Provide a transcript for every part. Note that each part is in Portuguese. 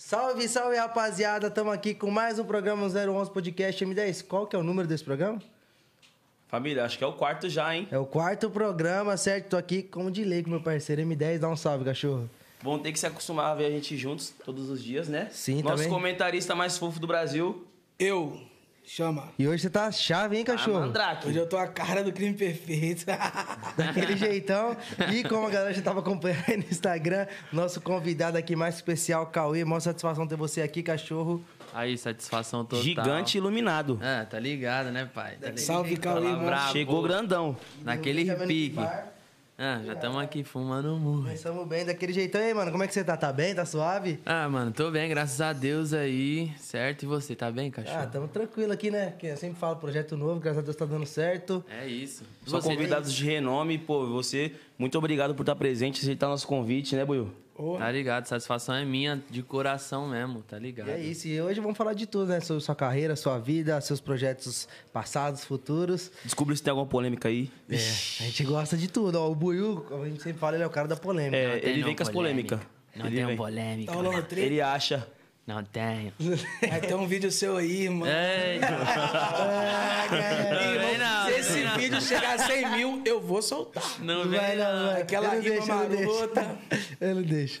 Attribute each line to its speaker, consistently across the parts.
Speaker 1: Salve, salve, rapaziada. Estamos aqui com mais um programa 011 Podcast M10. Qual que é o número desse programa?
Speaker 2: Família, acho que é o quarto já, hein?
Speaker 1: É o quarto programa, certo? Tô aqui com o Dilei, com meu parceiro M10. Dá um salve, cachorro.
Speaker 2: Vão ter que se acostumar a ver a gente juntos todos os dias, né?
Speaker 1: Sim,
Speaker 2: Nosso
Speaker 1: também.
Speaker 2: comentarista mais fofo do Brasil,
Speaker 3: Eu, chama.
Speaker 1: E hoje você tá chave, hein,
Speaker 2: a
Speaker 1: cachorro?
Speaker 2: Mandrake.
Speaker 3: Hoje eu tô a cara do crime perfeito. Tá
Speaker 1: Daquele jeitão. E como a galera já tava acompanhando aí no Instagram, nosso convidado aqui mais especial, Cauê. Mó satisfação ter você aqui, cachorro.
Speaker 4: Aí, satisfação total.
Speaker 2: Gigante iluminado.
Speaker 4: Ah, tá ligado, né, pai? Tá ligado.
Speaker 3: Salve, Cauê,
Speaker 4: Fala
Speaker 3: mano.
Speaker 4: brabo.
Speaker 2: Chegou grandão.
Speaker 4: Naquele
Speaker 1: Chama ele
Speaker 4: pique.
Speaker 1: pro Tá bar.
Speaker 4: Ah, já estamos aqui fumando um muito.
Speaker 1: Começamos bem daquele jeitão. E aí, mano, como é que você tá? Tá bem? Tá suave?
Speaker 4: Ah, mano, tô bem, graças a Deus aí, certo? E você, tá bem,
Speaker 1: Ah,
Speaker 4: cachorro?
Speaker 1: tamo tranquilo aqui, né? Que eu sempre falo, projeto novo, graças a Deus tá dando certo.
Speaker 4: É isso.
Speaker 2: Só
Speaker 4: Você
Speaker 2: convidados de renome, pô, você, muito obrigado por estar presente, aceitar nosso convite, né, Buiu?
Speaker 3: Ô,
Speaker 4: Tá ligado, satisfação é minha, de coração mesmo, tá ligado?
Speaker 1: E é isso, e hoje vamos falar de tudo, né? Sobre sua carreira, sua vida, seus projetos passados, futuros.
Speaker 2: Descubra se tem alguma polêmica aí.
Speaker 1: É, a gente gosta de tudo. Ó, o Buiu, como a gente sempre fala, ele é o cara da polêmica.
Speaker 2: É,
Speaker 4: Não tem
Speaker 2: ele
Speaker 4: não
Speaker 2: vem com as polêmicas.
Speaker 4: Não um
Speaker 2: Ele
Speaker 4: tenho
Speaker 2: vem.
Speaker 4: polêmica.
Speaker 3: tá rolando treta?
Speaker 2: Ele acha.
Speaker 4: Não tenho.
Speaker 3: Vai ter um vídeo seu aí, mano.
Speaker 4: Ei,
Speaker 1: Ah, cara.
Speaker 4: É. Não vem não,
Speaker 3: se
Speaker 4: não
Speaker 3: esse
Speaker 4: vem não.
Speaker 3: vídeo chegar a 100 mil, eu vou soltar.
Speaker 4: não
Speaker 1: Não vai
Speaker 4: vem
Speaker 1: não, é.
Speaker 4: não.
Speaker 1: vai.
Speaker 3: Aquela
Speaker 1: eu não
Speaker 3: rima
Speaker 1: deixo, eu não
Speaker 3: marota.
Speaker 1: deixo. Eu não deixo.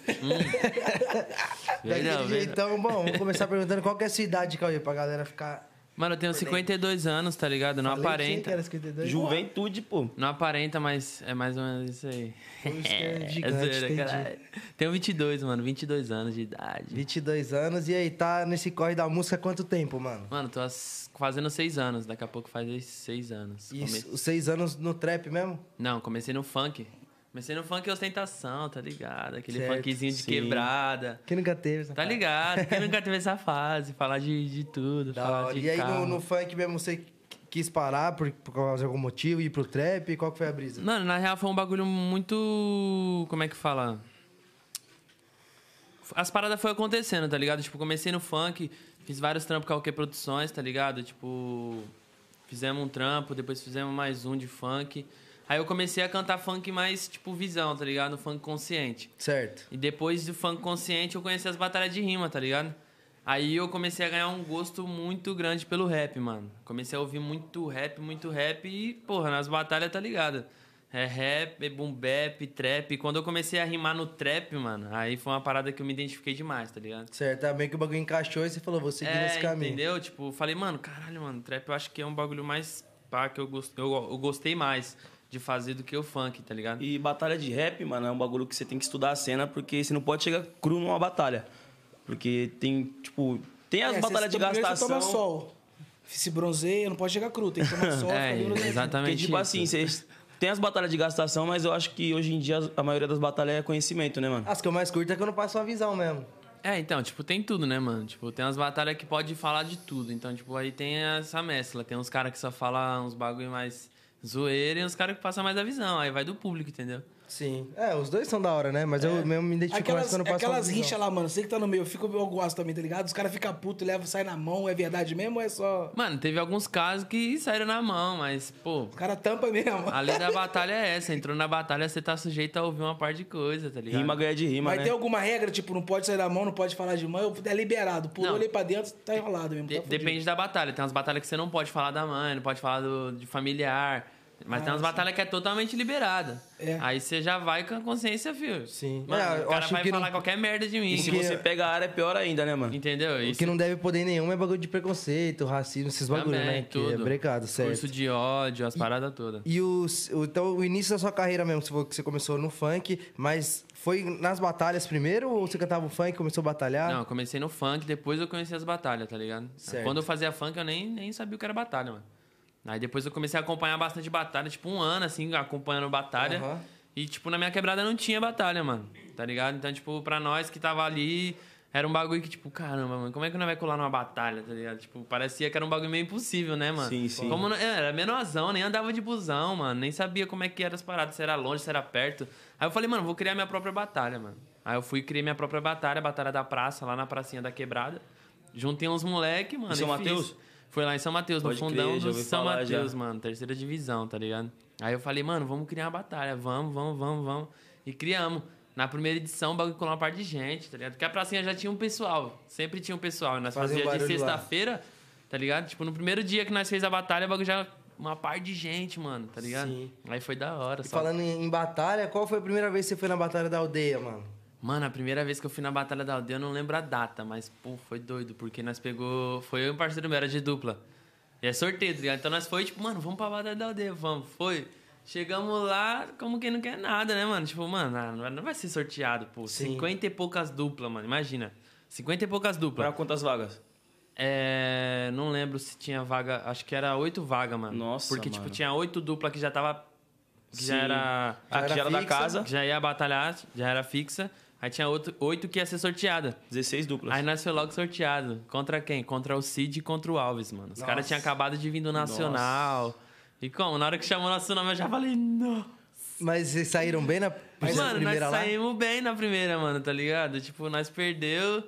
Speaker 4: Hum.
Speaker 1: Daquele
Speaker 4: Vem não, vem não.
Speaker 1: jeitão, bom, vamos começar perguntando qual que é a sua idade, Cauê, pra galera ficar...
Speaker 4: Mano, eu tenho 52 anos, tá ligado? Não
Speaker 1: Falei pra você que
Speaker 4: aparenta.
Speaker 1: era 52.
Speaker 2: Juventude, pô.
Speaker 4: Não aparenta, mas é mais ou menos isso aí.
Speaker 1: Por isso que é gigante, entendi.
Speaker 4: caralho. Tenho 22, mano. 22 anos de idade.
Speaker 1: 22 anos, e aí, tá nesse corre da música há quanto tempo, mano?
Speaker 4: Mano, tô as- fazendo 6 anos. Daqui a pouco faz 6 anos.
Speaker 1: E
Speaker 4: Come-
Speaker 1: os seis anos no trap mesmo?
Speaker 4: Não, comecei no funk. Comecei no funk ostentação, tá ligado? Aquele
Speaker 1: Certo,
Speaker 4: funkzinho de
Speaker 2: sim.
Speaker 4: quebrada.
Speaker 1: Que nunca teve, né? essa
Speaker 4: Tá
Speaker 1: fase.
Speaker 4: ligado? Quem nunca teve essa fase? Falar de, de tudo.
Speaker 1: Da
Speaker 4: falar
Speaker 1: hora.
Speaker 4: de
Speaker 1: E aí
Speaker 4: carro.
Speaker 1: no, no funk mesmo você quis parar por, por causa de algum motivo, ir pro trap? Qual que foi a brisa?
Speaker 4: Mano, na real foi um bagulho muito. Como é que fala? As paradas foram acontecendo, tá ligado? Tipo, comecei no funk, fiz vários trampos com a OK Produções, tá ligado? Tipo, fizemos um trampo, depois fizemos mais um de funk. Aí eu comecei a cantar funk mais, tipo, visão, tá ligado? Funk consciente.
Speaker 1: Certo.
Speaker 4: E depois do funk consciente eu conheci as batalhas de rima, tá ligado? Aí eu comecei a ganhar um gosto muito grande pelo rap, mano. Comecei a ouvir muito rap, muito rap e, porra, nas batalhas tá ligado. É rap, é boom bap, trap. Quando eu comecei a rimar no trap, mano, aí foi uma parada que eu me identifiquei demais, tá ligado?
Speaker 1: Certo. Aí meio que o bagulho encaixou e você falou, vou seguir nesse caminho.
Speaker 4: É, Entendeu? Tipo, falei, mano, caralho, mano, trap eu acho que é um bagulho mais pá que eu, gost... eu, eu gostei mais de fazer do que o funk, tá ligado?
Speaker 2: E batalha de rap, mano, é um bagulho que você tem que estudar a cena, porque você não pode chegar cru numa batalha. Porque tem, tipo, tem as
Speaker 3: É,
Speaker 2: batalhas
Speaker 3: se
Speaker 2: de
Speaker 3: você primeiro,
Speaker 2: gastação.
Speaker 3: Você toma sol. Se bronzeia, não pode chegar cru, tem que tomar sol. fica
Speaker 4: é,
Speaker 3: bem bronzeadinho.
Speaker 4: exatamente.
Speaker 2: Porque, tipo
Speaker 4: isso.
Speaker 2: assim, vocês tem as batalhas de gastação, mas eu acho que hoje em dia a maioria das batalhas é conhecimento, né, mano?
Speaker 1: As que eu mais curto é que eu não passo a visão mesmo.
Speaker 4: É, então, tipo, tem tudo, né, mano? Tipo, tem umas batalhas que pode falar de tudo. Então, tipo, aí tem essa mescla. Tem uns caras que só falam uns bagulho mais zoeira e uns caras que passam mais a visão. Aí vai do público, entendeu?
Speaker 1: Sim. É, os dois são da hora, né? Mas eu mesmo me identifico mais
Speaker 3: Aquelas,
Speaker 1: quando eu passo
Speaker 3: aquelas
Speaker 1: a visão.
Speaker 3: rinchas lá, mano. Você que tá no meio, eu, fico, eu gosto também, tá ligado? Os caras ficam putos, levam, sai na mão. É verdade mesmo ou é só.
Speaker 4: Mano, teve alguns casos que saíram na mão, mas, pô,
Speaker 3: O cara tampa mesmo.
Speaker 4: a lei da batalha é essa. Entrou na batalha, você tá sujeito a ouvir uma parte de coisa, tá ligado?
Speaker 2: Rima ganha de rima,
Speaker 3: Mas
Speaker 2: né?
Speaker 3: tem alguma regra, tipo, não pode sair da mão, não pode falar de mãe, é liberado. Pulou
Speaker 4: Não.
Speaker 3: ali pra dentro, tá enrolado mesmo. tá
Speaker 4: De-
Speaker 3: fudido.
Speaker 4: depende da batalha. Tem umas batalhas que você não pode falar da mãe, não pode falar do, de familiar. Mas
Speaker 1: Ah,
Speaker 4: tem umas batalhas que é totalmente liberada.
Speaker 3: É.
Speaker 4: Aí você já vai com a consciência, filho.
Speaker 1: Sim.
Speaker 4: Mano,
Speaker 1: É, eu
Speaker 4: o cara
Speaker 1: acho
Speaker 4: vai
Speaker 1: que não-
Speaker 4: falar qualquer merda de mim.
Speaker 2: E se
Speaker 4: Porque-
Speaker 2: você pega a área, é pior ainda, né, mano?
Speaker 4: Entendeu?
Speaker 1: O que não deve poder nenhum é bagulho de preconceito, racismo, esses bagulhos, né? Que é brecado, certo.
Speaker 4: Curso de ódio, as paradas todas.
Speaker 1: E os, o- então, o início da sua carreira mesmo, você falou que você começou no funk, mas foi nas batalhas primeiro ou você cantava o funk, começou a batalhar?
Speaker 4: Não, eu comecei no funk, depois eu conheci as batalhas, tá ligado?
Speaker 1: Certo.
Speaker 4: Quando eu fazia funk, eu nem, nem sabia o que era batalha, mano. Aí depois eu comecei a acompanhar bastante batalha, tipo um ano, assim, acompanhando batalha.
Speaker 1: Aham.
Speaker 4: E, tipo, na minha quebrada não tinha batalha, mano. Tá ligado? Então, tipo, pra nós que tava ali, era um bagulho que, tipo, caramba, mano, como é que não vai colar numa batalha, tá ligado? Tipo, parecia que era um bagulho meio impossível, né, mano?
Speaker 2: Sim, sim.
Speaker 4: Como não- é, era menorzão, nem andava de busão, mano. Nem sabia como é que eram as paradas, se era longe, se era perto. Aí eu falei, mano, vou criar minha própria batalha, mano. Aí eu fui e criei minha própria batalha, a Batalha da Praça, lá na pracinha da quebrada. Juntei uns moleque, mano.
Speaker 2: São
Speaker 4: e fiz.
Speaker 2: Mateus?
Speaker 4: Foi lá em São Mateus, no
Speaker 2: Pode crer,
Speaker 4: fundão
Speaker 2: já
Speaker 4: do
Speaker 2: ouvi
Speaker 4: São
Speaker 2: falar, já.
Speaker 4: Mateus, mano, terceira divisão, tá ligado? Aí eu falei, mano, vamos criar uma batalha, vamos, vamos, vamos, vamos. E criamos. Na primeira edição, o bagulho colou uma parte de gente, tá ligado? Porque a pracinha já tinha um pessoal. Sempre tinha um pessoal. E nós
Speaker 1: Fazia um
Speaker 4: fazíamos de
Speaker 1: barulho lá.
Speaker 4: sexta-feira, tá ligado? Tipo, no primeiro dia que nós fez a batalha, o bagulho já. Uma parte de gente, mano, tá ligado?
Speaker 1: Sim.
Speaker 4: Aí foi da hora.
Speaker 1: E
Speaker 4: só-
Speaker 1: falando em, em batalha, qual foi a primeira vez que você foi na batalha da aldeia, mano?
Speaker 4: Mano, a primeira vez que eu fui na Batalha da Aldeia, eu não lembro a data, mas, pô, foi doido, porque nós pegou. Foi eu e um parceiro meu, era de dupla. E é sorteio, tá ligado? Então nós foi, tipo, mano, vamos pra Batalha da Aldeia, vamos. Foi. Chegamos lá como quem não quer nada, né, mano? Tipo, mano, ah, não vai- não vai ser sorteado, pô.
Speaker 1: Sim.
Speaker 4: 50 e poucas duplas, mano, imagina. 50 e poucas
Speaker 2: Pra
Speaker 4: duplas.
Speaker 2: quantas vagas?
Speaker 4: É. Não lembro se tinha vaga, acho que era oito vagas, mano.
Speaker 2: Nossa,
Speaker 4: Porque, tipo,
Speaker 2: mano.
Speaker 4: tinha oito dupla que já tava. Que já
Speaker 2: Sim.
Speaker 4: era.
Speaker 2: A
Speaker 1: era
Speaker 2: que já era da
Speaker 1: fixa.
Speaker 2: casa,
Speaker 4: Já ia batalhar, já era fixa. Aí tinha outro, oito que ia ser sorteada.
Speaker 2: 16 duplas.
Speaker 4: Aí nós foi logo sorteado. Contra quem? Contra o Cid e contra o Alves, mano. Os caras tinham acabado de vir do Nacional. E como? Na hora que chamou nosso nome, eu já falei, não.
Speaker 1: Mas vocês saíram bem na
Speaker 4: Mas,
Speaker 1: na
Speaker 4: mano, nós
Speaker 1: primeira lá?
Speaker 4: saímos bem na primeira, mano, tá ligado? Tipo, nós perdeu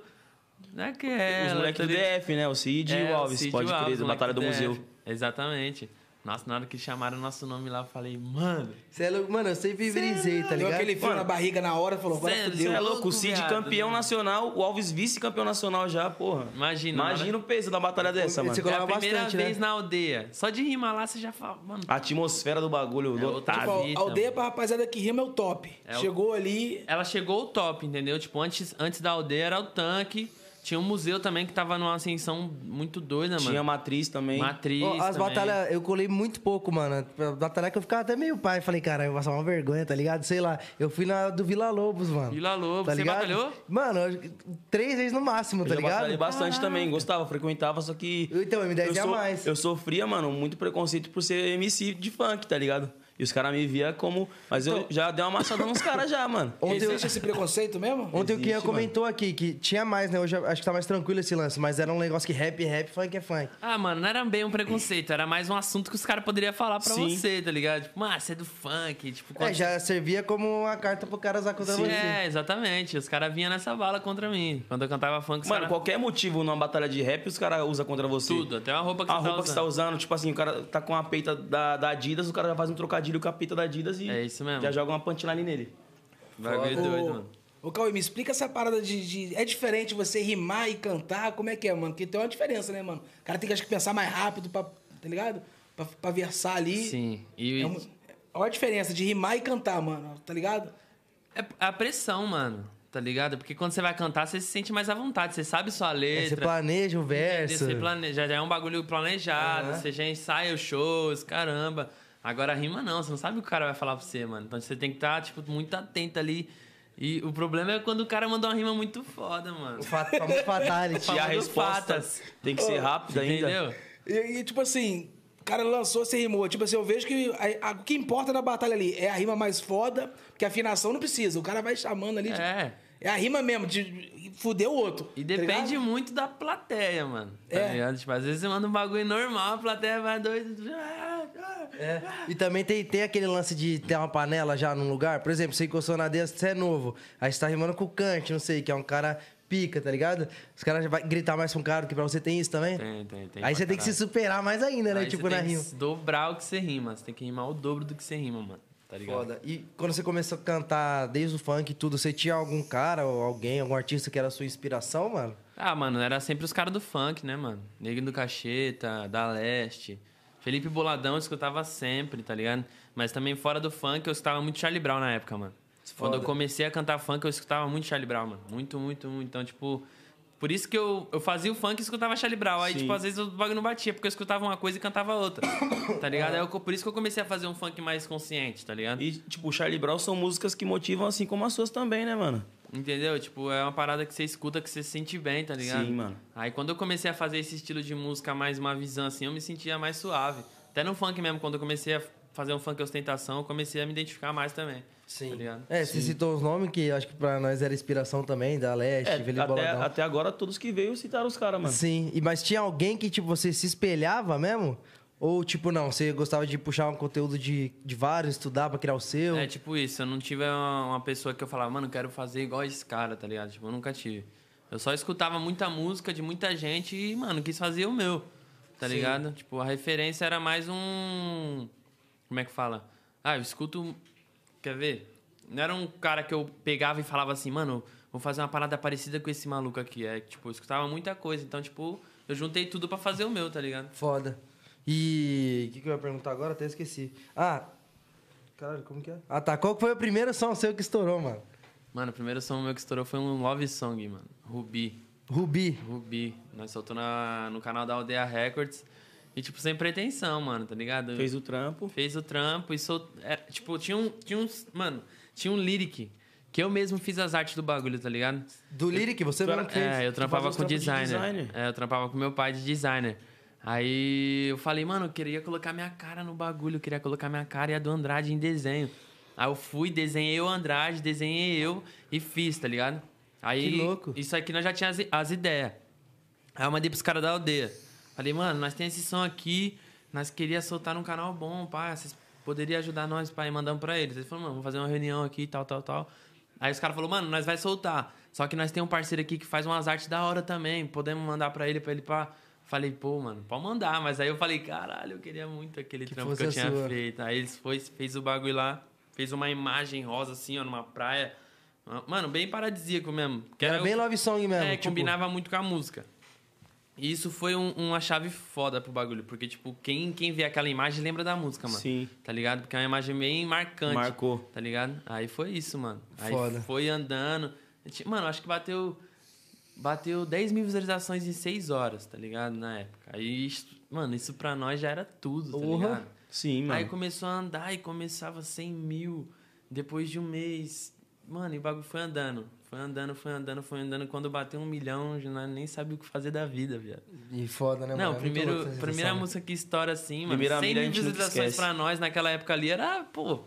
Speaker 4: naquela.
Speaker 2: Os moleques
Speaker 4: tá
Speaker 2: do
Speaker 4: ligado?
Speaker 2: DF, né? O Cid e
Speaker 4: É,
Speaker 2: o Alves,
Speaker 4: Cid e
Speaker 2: pode
Speaker 4: o Alves,
Speaker 2: crer, da
Speaker 4: moleque
Speaker 2: Batalha do
Speaker 4: DF.
Speaker 2: Museu.
Speaker 4: Exatamente. Nossa, na hora que chamaram nosso nome lá, eu falei, mano.
Speaker 1: Cê é louco, Mano, eu sempre virizei, tá
Speaker 3: Deu
Speaker 1: ligado?
Speaker 3: aquele fio na barriga na hora e falou, agora
Speaker 4: Cê-
Speaker 2: Você
Speaker 3: fudeu.
Speaker 2: é
Speaker 4: Deu.
Speaker 2: louco, o Cid
Speaker 4: Viado,
Speaker 2: campeão
Speaker 4: né?
Speaker 2: nacional, o Alves vice-campeão nacional já, porra.
Speaker 4: Imagina,
Speaker 2: Imagina o peso da batalha
Speaker 1: Esse
Speaker 2: dessa, mano.
Speaker 1: colo-
Speaker 4: É
Speaker 1: Colava
Speaker 4: a primeira
Speaker 1: bastante, né?
Speaker 4: vez na aldeia. Só de rimar lá, você já fala, mano.
Speaker 2: A atmosfera do bagulho,
Speaker 4: É outra
Speaker 2: lotado.
Speaker 3: Tipo, a
Speaker 4: Eita,
Speaker 3: aldeia pra rapaziada que rima é o top.
Speaker 4: É o-
Speaker 3: Chegou ali,
Speaker 4: Ela chegou ao top, entendeu? Tipo, antes, antes da aldeia era o tanque. Tinha um museu também que tava numa ascensão muito doida, mano.
Speaker 2: Tinha a matriz também.
Speaker 4: Matriz.
Speaker 1: Ó, As
Speaker 4: também.
Speaker 1: batalhas, eu colei muito pouco, mano. Pra Batalhar que eu ficava até meio pai. Falei, cara, eu vou passar uma vergonha, tá ligado? Sei lá. Eu fui na do Vila Lobos, mano. Tá
Speaker 4: Vila Lobos. Você batalhou?
Speaker 1: Mano, eu- três vezes no máximo, tá
Speaker 2: Eu já batalhei
Speaker 1: ligado?
Speaker 2: bastante também, gostava, frequentava, só que.
Speaker 1: Então, M10
Speaker 2: eu
Speaker 1: é a
Speaker 2: so-
Speaker 1: mais.
Speaker 2: Eu sofria, mano, muito preconceito por ser MC de funk, tá ligado? E os caras me via como. Mas
Speaker 4: Então-
Speaker 2: eu já dei uma amassada nos caras já, mano.
Speaker 1: Ontem eu-
Speaker 3: existe esse preconceito mesmo?
Speaker 1: Ontem o
Speaker 2: Existe,
Speaker 1: Kian
Speaker 2: mano.
Speaker 1: comentou aqui que tinha mais, né? Hoje acho que tá mais tranquilo esse lance, mas era um negócio que rap, rap, funk é funk.
Speaker 4: Ah, mano, não era bem um preconceito. Era mais um assunto que os caras poderiam falar pra
Speaker 2: Sim.
Speaker 4: você, tá ligado? Tipo, ah, você é do funk. Tipo,
Speaker 1: É, já servia como uma carta pro cara usar contra
Speaker 4: Sim.
Speaker 1: você.
Speaker 4: É, exatamente. Os caras vinham nessa bala contra mim. Quando eu cantava funk, os
Speaker 2: Mano,
Speaker 4: cara...
Speaker 2: qualquer motivo numa batalha de rap, os caras usam contra você.
Speaker 4: Tudo, até a roupa que
Speaker 2: a
Speaker 4: você tá
Speaker 2: roupa que você tá
Speaker 4: usando.
Speaker 2: usando, tipo assim, o cara tá com a peita da, da Adidas, o cara já faz um trocadilho com a peita da Adidas e
Speaker 4: É isso mesmo.
Speaker 2: já joga uma punchline nele.
Speaker 4: Bagulho
Speaker 3: Ô,
Speaker 4: doido, mano.
Speaker 3: Ô, Cauê, me explica essa parada de, de- É diferente você rimar e cantar? Como é que é, mano? Porque tem uma diferença, né, mano? O cara tem que, acho que pensar mais rápido, pra, tá ligado? Pra, pra versar ali.
Speaker 4: Sim. E
Speaker 3: É uma- Olha a diferença de rimar e cantar, mano, tá ligado?
Speaker 4: É a pressão, mano. Tá ligado? Porque quando você vai cantar, você se sente mais à vontade. Você sabe sua
Speaker 1: Aí É, Você
Speaker 4: letra.
Speaker 1: planeja o verso.
Speaker 4: Você plane- já já é um bagulho planejado, você já ensaia os shows, caramba. Agora rima não, você não sabe o que o cara vai falar pra você, mano. Então você tem que estar, tipo, muito atento ali. E o problema é quando o cara manda uma rima muito foda, mano.
Speaker 1: O fa- famoso fatality.
Speaker 2: E a
Speaker 4: Falando
Speaker 2: resposta
Speaker 4: fatas.
Speaker 2: tem que ser rápida ainda.
Speaker 4: Entendeu?
Speaker 3: E, e, tipo assim, o cara lançou, você rimou. Tipo assim, eu vejo que a- a- o que importa na batalha ali é a rima mais foda, porque a afinação não precisa. O cara vai chamando ali. de-
Speaker 4: É.
Speaker 3: é a rima mesmo, de fuder o outro.
Speaker 4: E
Speaker 3: tá
Speaker 4: depende
Speaker 3: ligado?
Speaker 4: muito da plateia, mano. Tá
Speaker 3: É.
Speaker 4: ligado? Tipo, às vezes você manda um bagulho normal, a plateia vai doido. Ah, ah.
Speaker 1: É. E também tem, tem aquele lance de ter uma panela já num lugar. Por exemplo, você encostou na deia, você é novo. Aí você tá rimando com o Kant, não sei, que é um cara pica, tá ligado? Os caras já vai gritar mais pra um cara do que pra você. Tem isso também?
Speaker 4: Tem, tem, tem.
Speaker 1: Aí
Speaker 4: pra
Speaker 1: você tem que se
Speaker 4: caralho.
Speaker 1: superar mais ainda, né?
Speaker 4: Aí
Speaker 1: tipo,
Speaker 4: você
Speaker 1: na
Speaker 4: tem que
Speaker 1: rima.
Speaker 4: se dobrar o que você rima. Você tem que rimar o dobro do que você rima, mano. Tá ligado?
Speaker 1: Foda. E quando você começou a cantar desde o funk e tudo, você tinha algum cara ou alguém, algum artista que era a sua inspiração, mano?
Speaker 4: Ah, mano, era sempre os caras do funk, né, mano? Negro do Cacheta, da Leste. Felipe Boladão eu escutava sempre, tá ligado? Mas também fora do funk eu escutava muito Charlie Brown na época, mano. Quando eu comecei a cantar funk, eu escutava muito Charlie Brown, mano. Muito, muito, muito. Então, tipo. Por isso que eu, eu fazia o funk e escutava Charlie Brown. Aí,
Speaker 2: Sim.
Speaker 4: tipo, às vezes o bagulho não batia, porque eu escutava uma coisa e cantava outra. Tá ligado? Aí eu- por isso que eu comecei a fazer um funk mais consciente, tá ligado?
Speaker 2: E, tipo, o Charlie Brown são músicas que motivam assim como as suas também, né, mano?
Speaker 4: Entendeu? Tipo, é uma parada que você escuta que você se sente bem, tá ligado?
Speaker 2: Sim, mano.
Speaker 4: Aí quando eu comecei a fazer esse estilo de música mais uma visão assim, eu me sentia mais suave. Até no funk mesmo, quando eu comecei a fazer um funk ostentação, eu comecei a me identificar mais também. Tá ligado?
Speaker 1: é, você citou os nomes que acho que pra nós era inspiração também, da Leste,
Speaker 2: É,
Speaker 1: Felipe
Speaker 2: até,
Speaker 1: Boladão.
Speaker 2: até agora todos que veio citaram os caras, mano.
Speaker 1: Sim, e, mas tinha alguém que tipo, você se espelhava mesmo? Ou, tipo, não, você gostava de puxar um conteúdo de, de vários, estudar pra criar o seu?
Speaker 4: É tipo isso, eu não tive uma, uma pessoa que eu falava, mano, eu quero fazer igual esse cara, tá ligado? Tipo, eu nunca tive. Eu só escutava muita música de muita gente e, mano, quis fazer o meu, tá ligado? Tipo, a referência era mais um. Como é que fala? Ah, eu escuto. Quer ver? Não era um cara que eu pegava e falava assim, mano, vou fazer uma parada parecida com esse maluco aqui. É, tipo, eu escutava muita coisa. Então, tipo, eu juntei tudo pra fazer o meu, tá ligado?
Speaker 1: Foda. E o que, que eu ia perguntar agora? Até esqueci. Ah, caralho, como que é? Ah, tá. Qual que foi o primeiro som seu que estourou, mano?
Speaker 4: Mano, o primeiro som meu que estourou foi um love song, mano. Rubi.
Speaker 1: Rubi.
Speaker 4: Rubi. Nós soltou na, no canal da Aldeia Records. E, tipo, sem pretensão, mano, tá ligado?
Speaker 2: Fez o trampo.
Speaker 4: Fez o trampo e sol... é, tipo, tinha um, tinha uns, mano, tinha um lyric que eu mesmo fiz as artes do bagulho, tá ligado?
Speaker 1: Do Lyric, você
Speaker 2: Ah, Tu era-
Speaker 1: mesmo que fez.
Speaker 4: É, eu trampava
Speaker 2: fazia os
Speaker 4: com
Speaker 2: trampos de
Speaker 4: designer.
Speaker 2: designer?
Speaker 4: É, eu trampava com meu pai de designer. Aí eu falei, mano, eu queria colocar minha cara no bagulho, eu queria colocar minha cara e a do Andrade em desenho. Aí eu fui, desenhei o Andrade, desenhei eu e fiz, tá ligado? Aí,
Speaker 1: Que louco.
Speaker 4: Isso aqui nós já tinha as, as ideias. Aí eu mandei pros caras da aldeia. Falei, mano, nós tem esse som aqui, nós queria soltar num canal bom, pá, vocês poderiam ajudar nós, pá, e mandamos pra eles. Eles falaram, mano, vamos fazer uma reunião aqui, tal, tal, tal. Aí os caras falaram, mano, nós vai soltar. Só que nós tem um parceiro aqui que faz umas artes da hora também, podemos mandar pra ele, pra ele, pá. Falei, pô, mano, pode mandar. Mas aí eu falei, caralho, eu queria muito aquele
Speaker 1: Que
Speaker 4: trampo
Speaker 1: fosse
Speaker 4: que eu
Speaker 1: a
Speaker 4: tinha
Speaker 1: sua.
Speaker 4: feito. Aí eles foi, fez o bagulho lá, fez uma imagem rosa assim, ó, numa praia. Mano, bem paradisíaco mesmo. Que
Speaker 1: Era
Speaker 4: o-
Speaker 1: bem love song mesmo.
Speaker 4: é,
Speaker 1: tipo,
Speaker 4: combinava muito com a música. E isso foi um- uma chave foda pro bagulho, porque, tipo, quem, quem vê aquela imagem lembra da música, mano.
Speaker 2: Sim.
Speaker 4: Tá ligado? Porque é uma imagem bem marcante.
Speaker 2: Marcou.
Speaker 4: Tá ligado? Aí foi isso, mano. Aí
Speaker 1: Foda.
Speaker 4: foi andando. Mano, acho que bateu. Bateu 10 mil visualizações em 6 horas, tá ligado? Na época. Aí, isso- mano, isso pra nós já era tudo, tá
Speaker 1: Porra.
Speaker 4: ligado?
Speaker 2: Sim, mano.
Speaker 4: Aí começou a andar e começava 100 mil. Depois de um mês. Mano, e o bagulho foi andando. Foi andando, foi andando, foi andando. Quando bateu um milhão, já nós nem sabia o que fazer da vida, viado.
Speaker 1: E foda, né, mano?
Speaker 4: Não,
Speaker 1: É muito
Speaker 4: primeiro,
Speaker 1: louco essa
Speaker 4: primeira
Speaker 1: sensação, né?
Speaker 4: música que estoura assim, mano.
Speaker 2: Primeira
Speaker 4: 100
Speaker 2: milha a
Speaker 4: mil
Speaker 2: gente nunca
Speaker 4: visualizações
Speaker 2: esquece.
Speaker 4: pra nós naquela época ali era, ah, pô,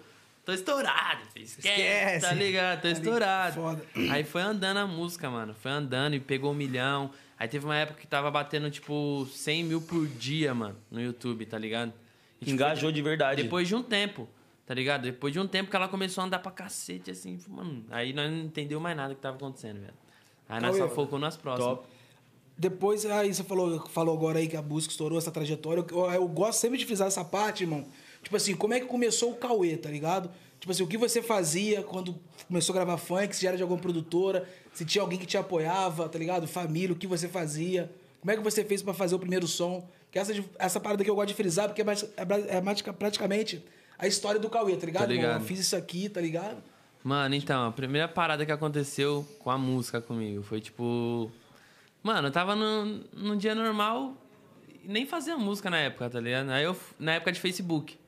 Speaker 4: tô estourado. filho, Esquece,
Speaker 1: Esquece.
Speaker 4: Tá ligado? Tô estourado.
Speaker 3: foda.
Speaker 4: Aí foi andando a música, mano. Foi andando e pegou um milhão. Aí teve uma época que tava batendo, tipo, 100 mil por dia, mano, no YouTube, tá ligado? E, tipo,
Speaker 2: Engajou de verdade.
Speaker 4: depois de um tempo, tá ligado? Depois de um tempo que ela começou a andar pra cacete, assim, mano. Aí nós não entendeu mais nada que tava acontecendo, velho. Aí nós
Speaker 1: é?
Speaker 3: Cauê,
Speaker 4: só focou nas próximas.
Speaker 2: Top.
Speaker 3: Depois, aí você falou, falou agora aí que a música estourou essa trajetória. Eu, eu gosto sempre de frisar essa parte, irmão. Tipo assim, como é que começou o Cauê, tá ligado? Tipo assim, o que você fazia quando começou a gravar funk, se era de alguma produtora, se tinha alguém que te apoiava, tá ligado? Família, o que você fazia. Como é que você fez pra fazer o primeiro som? Que essa, de- essa parada que eu gosto de frisar, porque é, mais- é pra- é mais- praticamente a história do Cauê, tá ligado?
Speaker 4: Tá ligado.
Speaker 3: irmão? Eu fiz isso aqui, tá ligado?
Speaker 4: Mano, então, a primeira parada que aconteceu com a música comigo foi tipo. Mano, eu tava num, num dia normal e nem fazia música na época, tá ligado? Aí eu, f- na época de Facebook.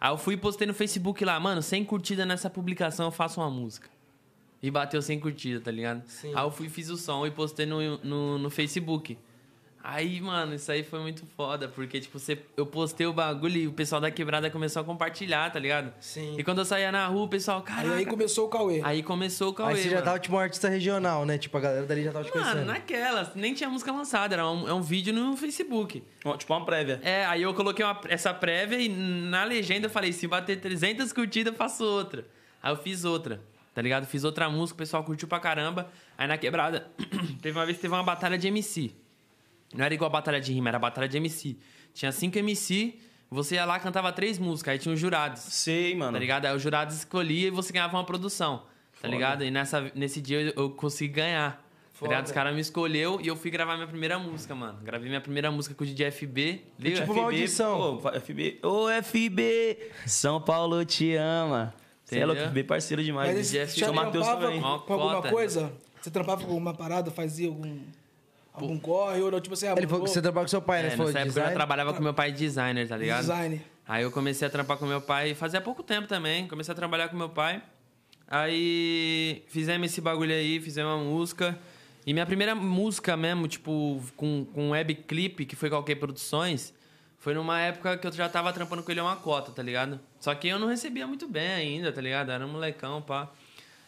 Speaker 4: Aí eu fui e postei no Facebook lá, mano, sem curtida nessa publicação eu faço uma música. E bateu sem curtida, tá ligado? Aí eu fui e fiz o som e postei no, no, no Facebook. Aí, mano, isso aí foi muito foda, porque, tipo, você, eu postei o bagulho e o pessoal da quebrada começou a compartilhar, tá ligado?
Speaker 1: Sim.
Speaker 4: E quando eu saía na rua, o pessoal,
Speaker 3: Aí,
Speaker 4: caralho.
Speaker 3: aí começou o Cauê.
Speaker 4: Aí começou o Cauê.
Speaker 1: Aí você já
Speaker 4: mano.
Speaker 1: tava tipo um artista regional, né? Tipo, a galera dali já tava te
Speaker 4: Mano, é
Speaker 1: conhecendo.
Speaker 4: naquelas, nem tinha música lançada, era um, é um vídeo no Facebook.
Speaker 2: Ó, Tipo uma prévia.
Speaker 4: É, aí eu coloquei uma- essa prévia e na legenda eu falei: se bater 300 curtidas, eu faço outra. Aí eu fiz outra, tá ligado? Fiz outra música, o pessoal curtiu pra caramba. Aí na quebrada, teve uma vez que teve uma batalha de MC. Não era igual a batalha de rima, era a batalha de MC. Tinha cinco MC, você ia lá cantava três músicas, aí tinha os jurados.
Speaker 2: Sei, mano.
Speaker 4: Tá ligado? Aí os jurados escolhiam e você ganhava uma produção. Tá
Speaker 2: Foda.
Speaker 4: ligado? E nessa, nesse dia eu, eu consegui ganhar. Tá ligado? Os caras me escolheu e eu fui gravar minha primeira música, mano. Gravei minha primeira música com o DJ FB. Liga?
Speaker 1: tipo uma audição.
Speaker 2: Ô, FB. Ô, FB. São Paulo te ama. Você é
Speaker 4: Entendeu?
Speaker 2: louco, FB parceiro demais.
Speaker 3: Mas
Speaker 4: DJ
Speaker 3: você já
Speaker 2: São Mateus
Speaker 3: trampava
Speaker 2: também.
Speaker 3: com,
Speaker 4: Ó,
Speaker 3: com alguma
Speaker 4: cota.
Speaker 3: coisa? Você trampava com alguma parada, fazia algum, algum corre, ou não, tipo assim, ah,
Speaker 1: Ele falou
Speaker 3: pô,
Speaker 1: que você trabalhou com seu pai, né?
Speaker 4: É,
Speaker 1: Ele falou
Speaker 4: nessa época eu já
Speaker 1: design.
Speaker 4: trabalhava com meu pai de designer, tá ligado?
Speaker 3: design.
Speaker 4: Aí eu comecei a trampar com meu pai, fazia pouco tempo também, comecei a trabalhar com meu pai. Aí fizemos esse bagulho aí, fizemos uma música. E minha primeira música mesmo, tipo, com, com web clip, que foi Qualquer Produções, foi numa época que eu já tava trampando com ele uma cota, tá ligado? Só que eu não recebia muito bem ainda, tá ligado? Era um molecão, pá.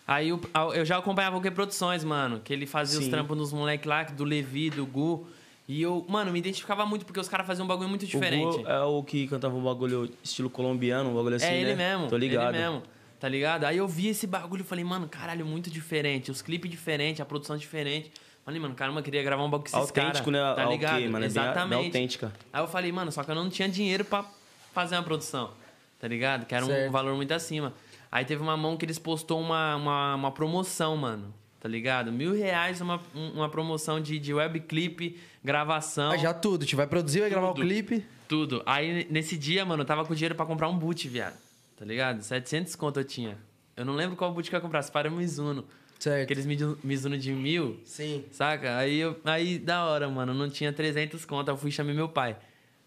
Speaker 4: Aí eu, eu já acompanhava Qualquer Produções, mano, que ele fazia os
Speaker 2: Sim.
Speaker 4: trampos nos moleques lá, do Levi, do Gu. E eu, mano, me identificava muito, porque os caras faziam um bagulho muito diferente.
Speaker 2: O Gu é o que cantava um bagulho estilo colombiano, um bagulho assim,
Speaker 4: É ele
Speaker 2: né?
Speaker 4: mesmo.
Speaker 2: Tô ligado.
Speaker 4: Ele mesmo. Tá ligado? Aí eu vi esse bagulho e falei, mano, caralho, muito diferente. Os clipes diferentes, a produção diferente. Falei, mano, caramba, eu queria gravar um bagulho com esses caras.
Speaker 2: Autêntico, né?
Speaker 4: Tá
Speaker 2: Ao
Speaker 4: ligado?
Speaker 2: quê, mano? É bem- bem
Speaker 4: Exatamente.
Speaker 2: autêntica.
Speaker 4: Aí eu falei, mano, só que eu não tinha dinheiro pra fazer uma produção. Tá ligado? Que era um
Speaker 1: Certo.
Speaker 4: valor muito acima. Aí teve uma mão que eles postou uma, uma, uma promoção, mano. Tá ligado? Mil reais uma, um- uma promoção de, de webclip, gravação.
Speaker 1: Ah, já tudo. Te vai produzir, vai gravar o
Speaker 4: Tudo.
Speaker 1: clipe.
Speaker 4: Tudo. Aí, nesse dia, mano, eu tava com dinheiro pra comprar um boot, viado. Tá ligado? 700 conto eu tinha. Eu não lembro qual boot que eu ia comprar. Se para, era um Mizuno.
Speaker 1: Certo.
Speaker 4: Aqueles Mizu- Mizuno de mil.
Speaker 1: Sim.
Speaker 4: Saca? Aí, eu, aí, da hora, mano. Não tinha 300 conto. Eu fui e chamei meu pai.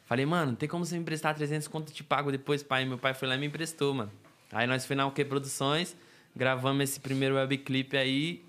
Speaker 4: Falei, mano, tem como você me emprestar 300 conto? Eu te pago depois, pai. Meu pai foi lá e me emprestou, mano. Aí nós fomos na OK Produções, gravamos esse primeiro webclipe aí.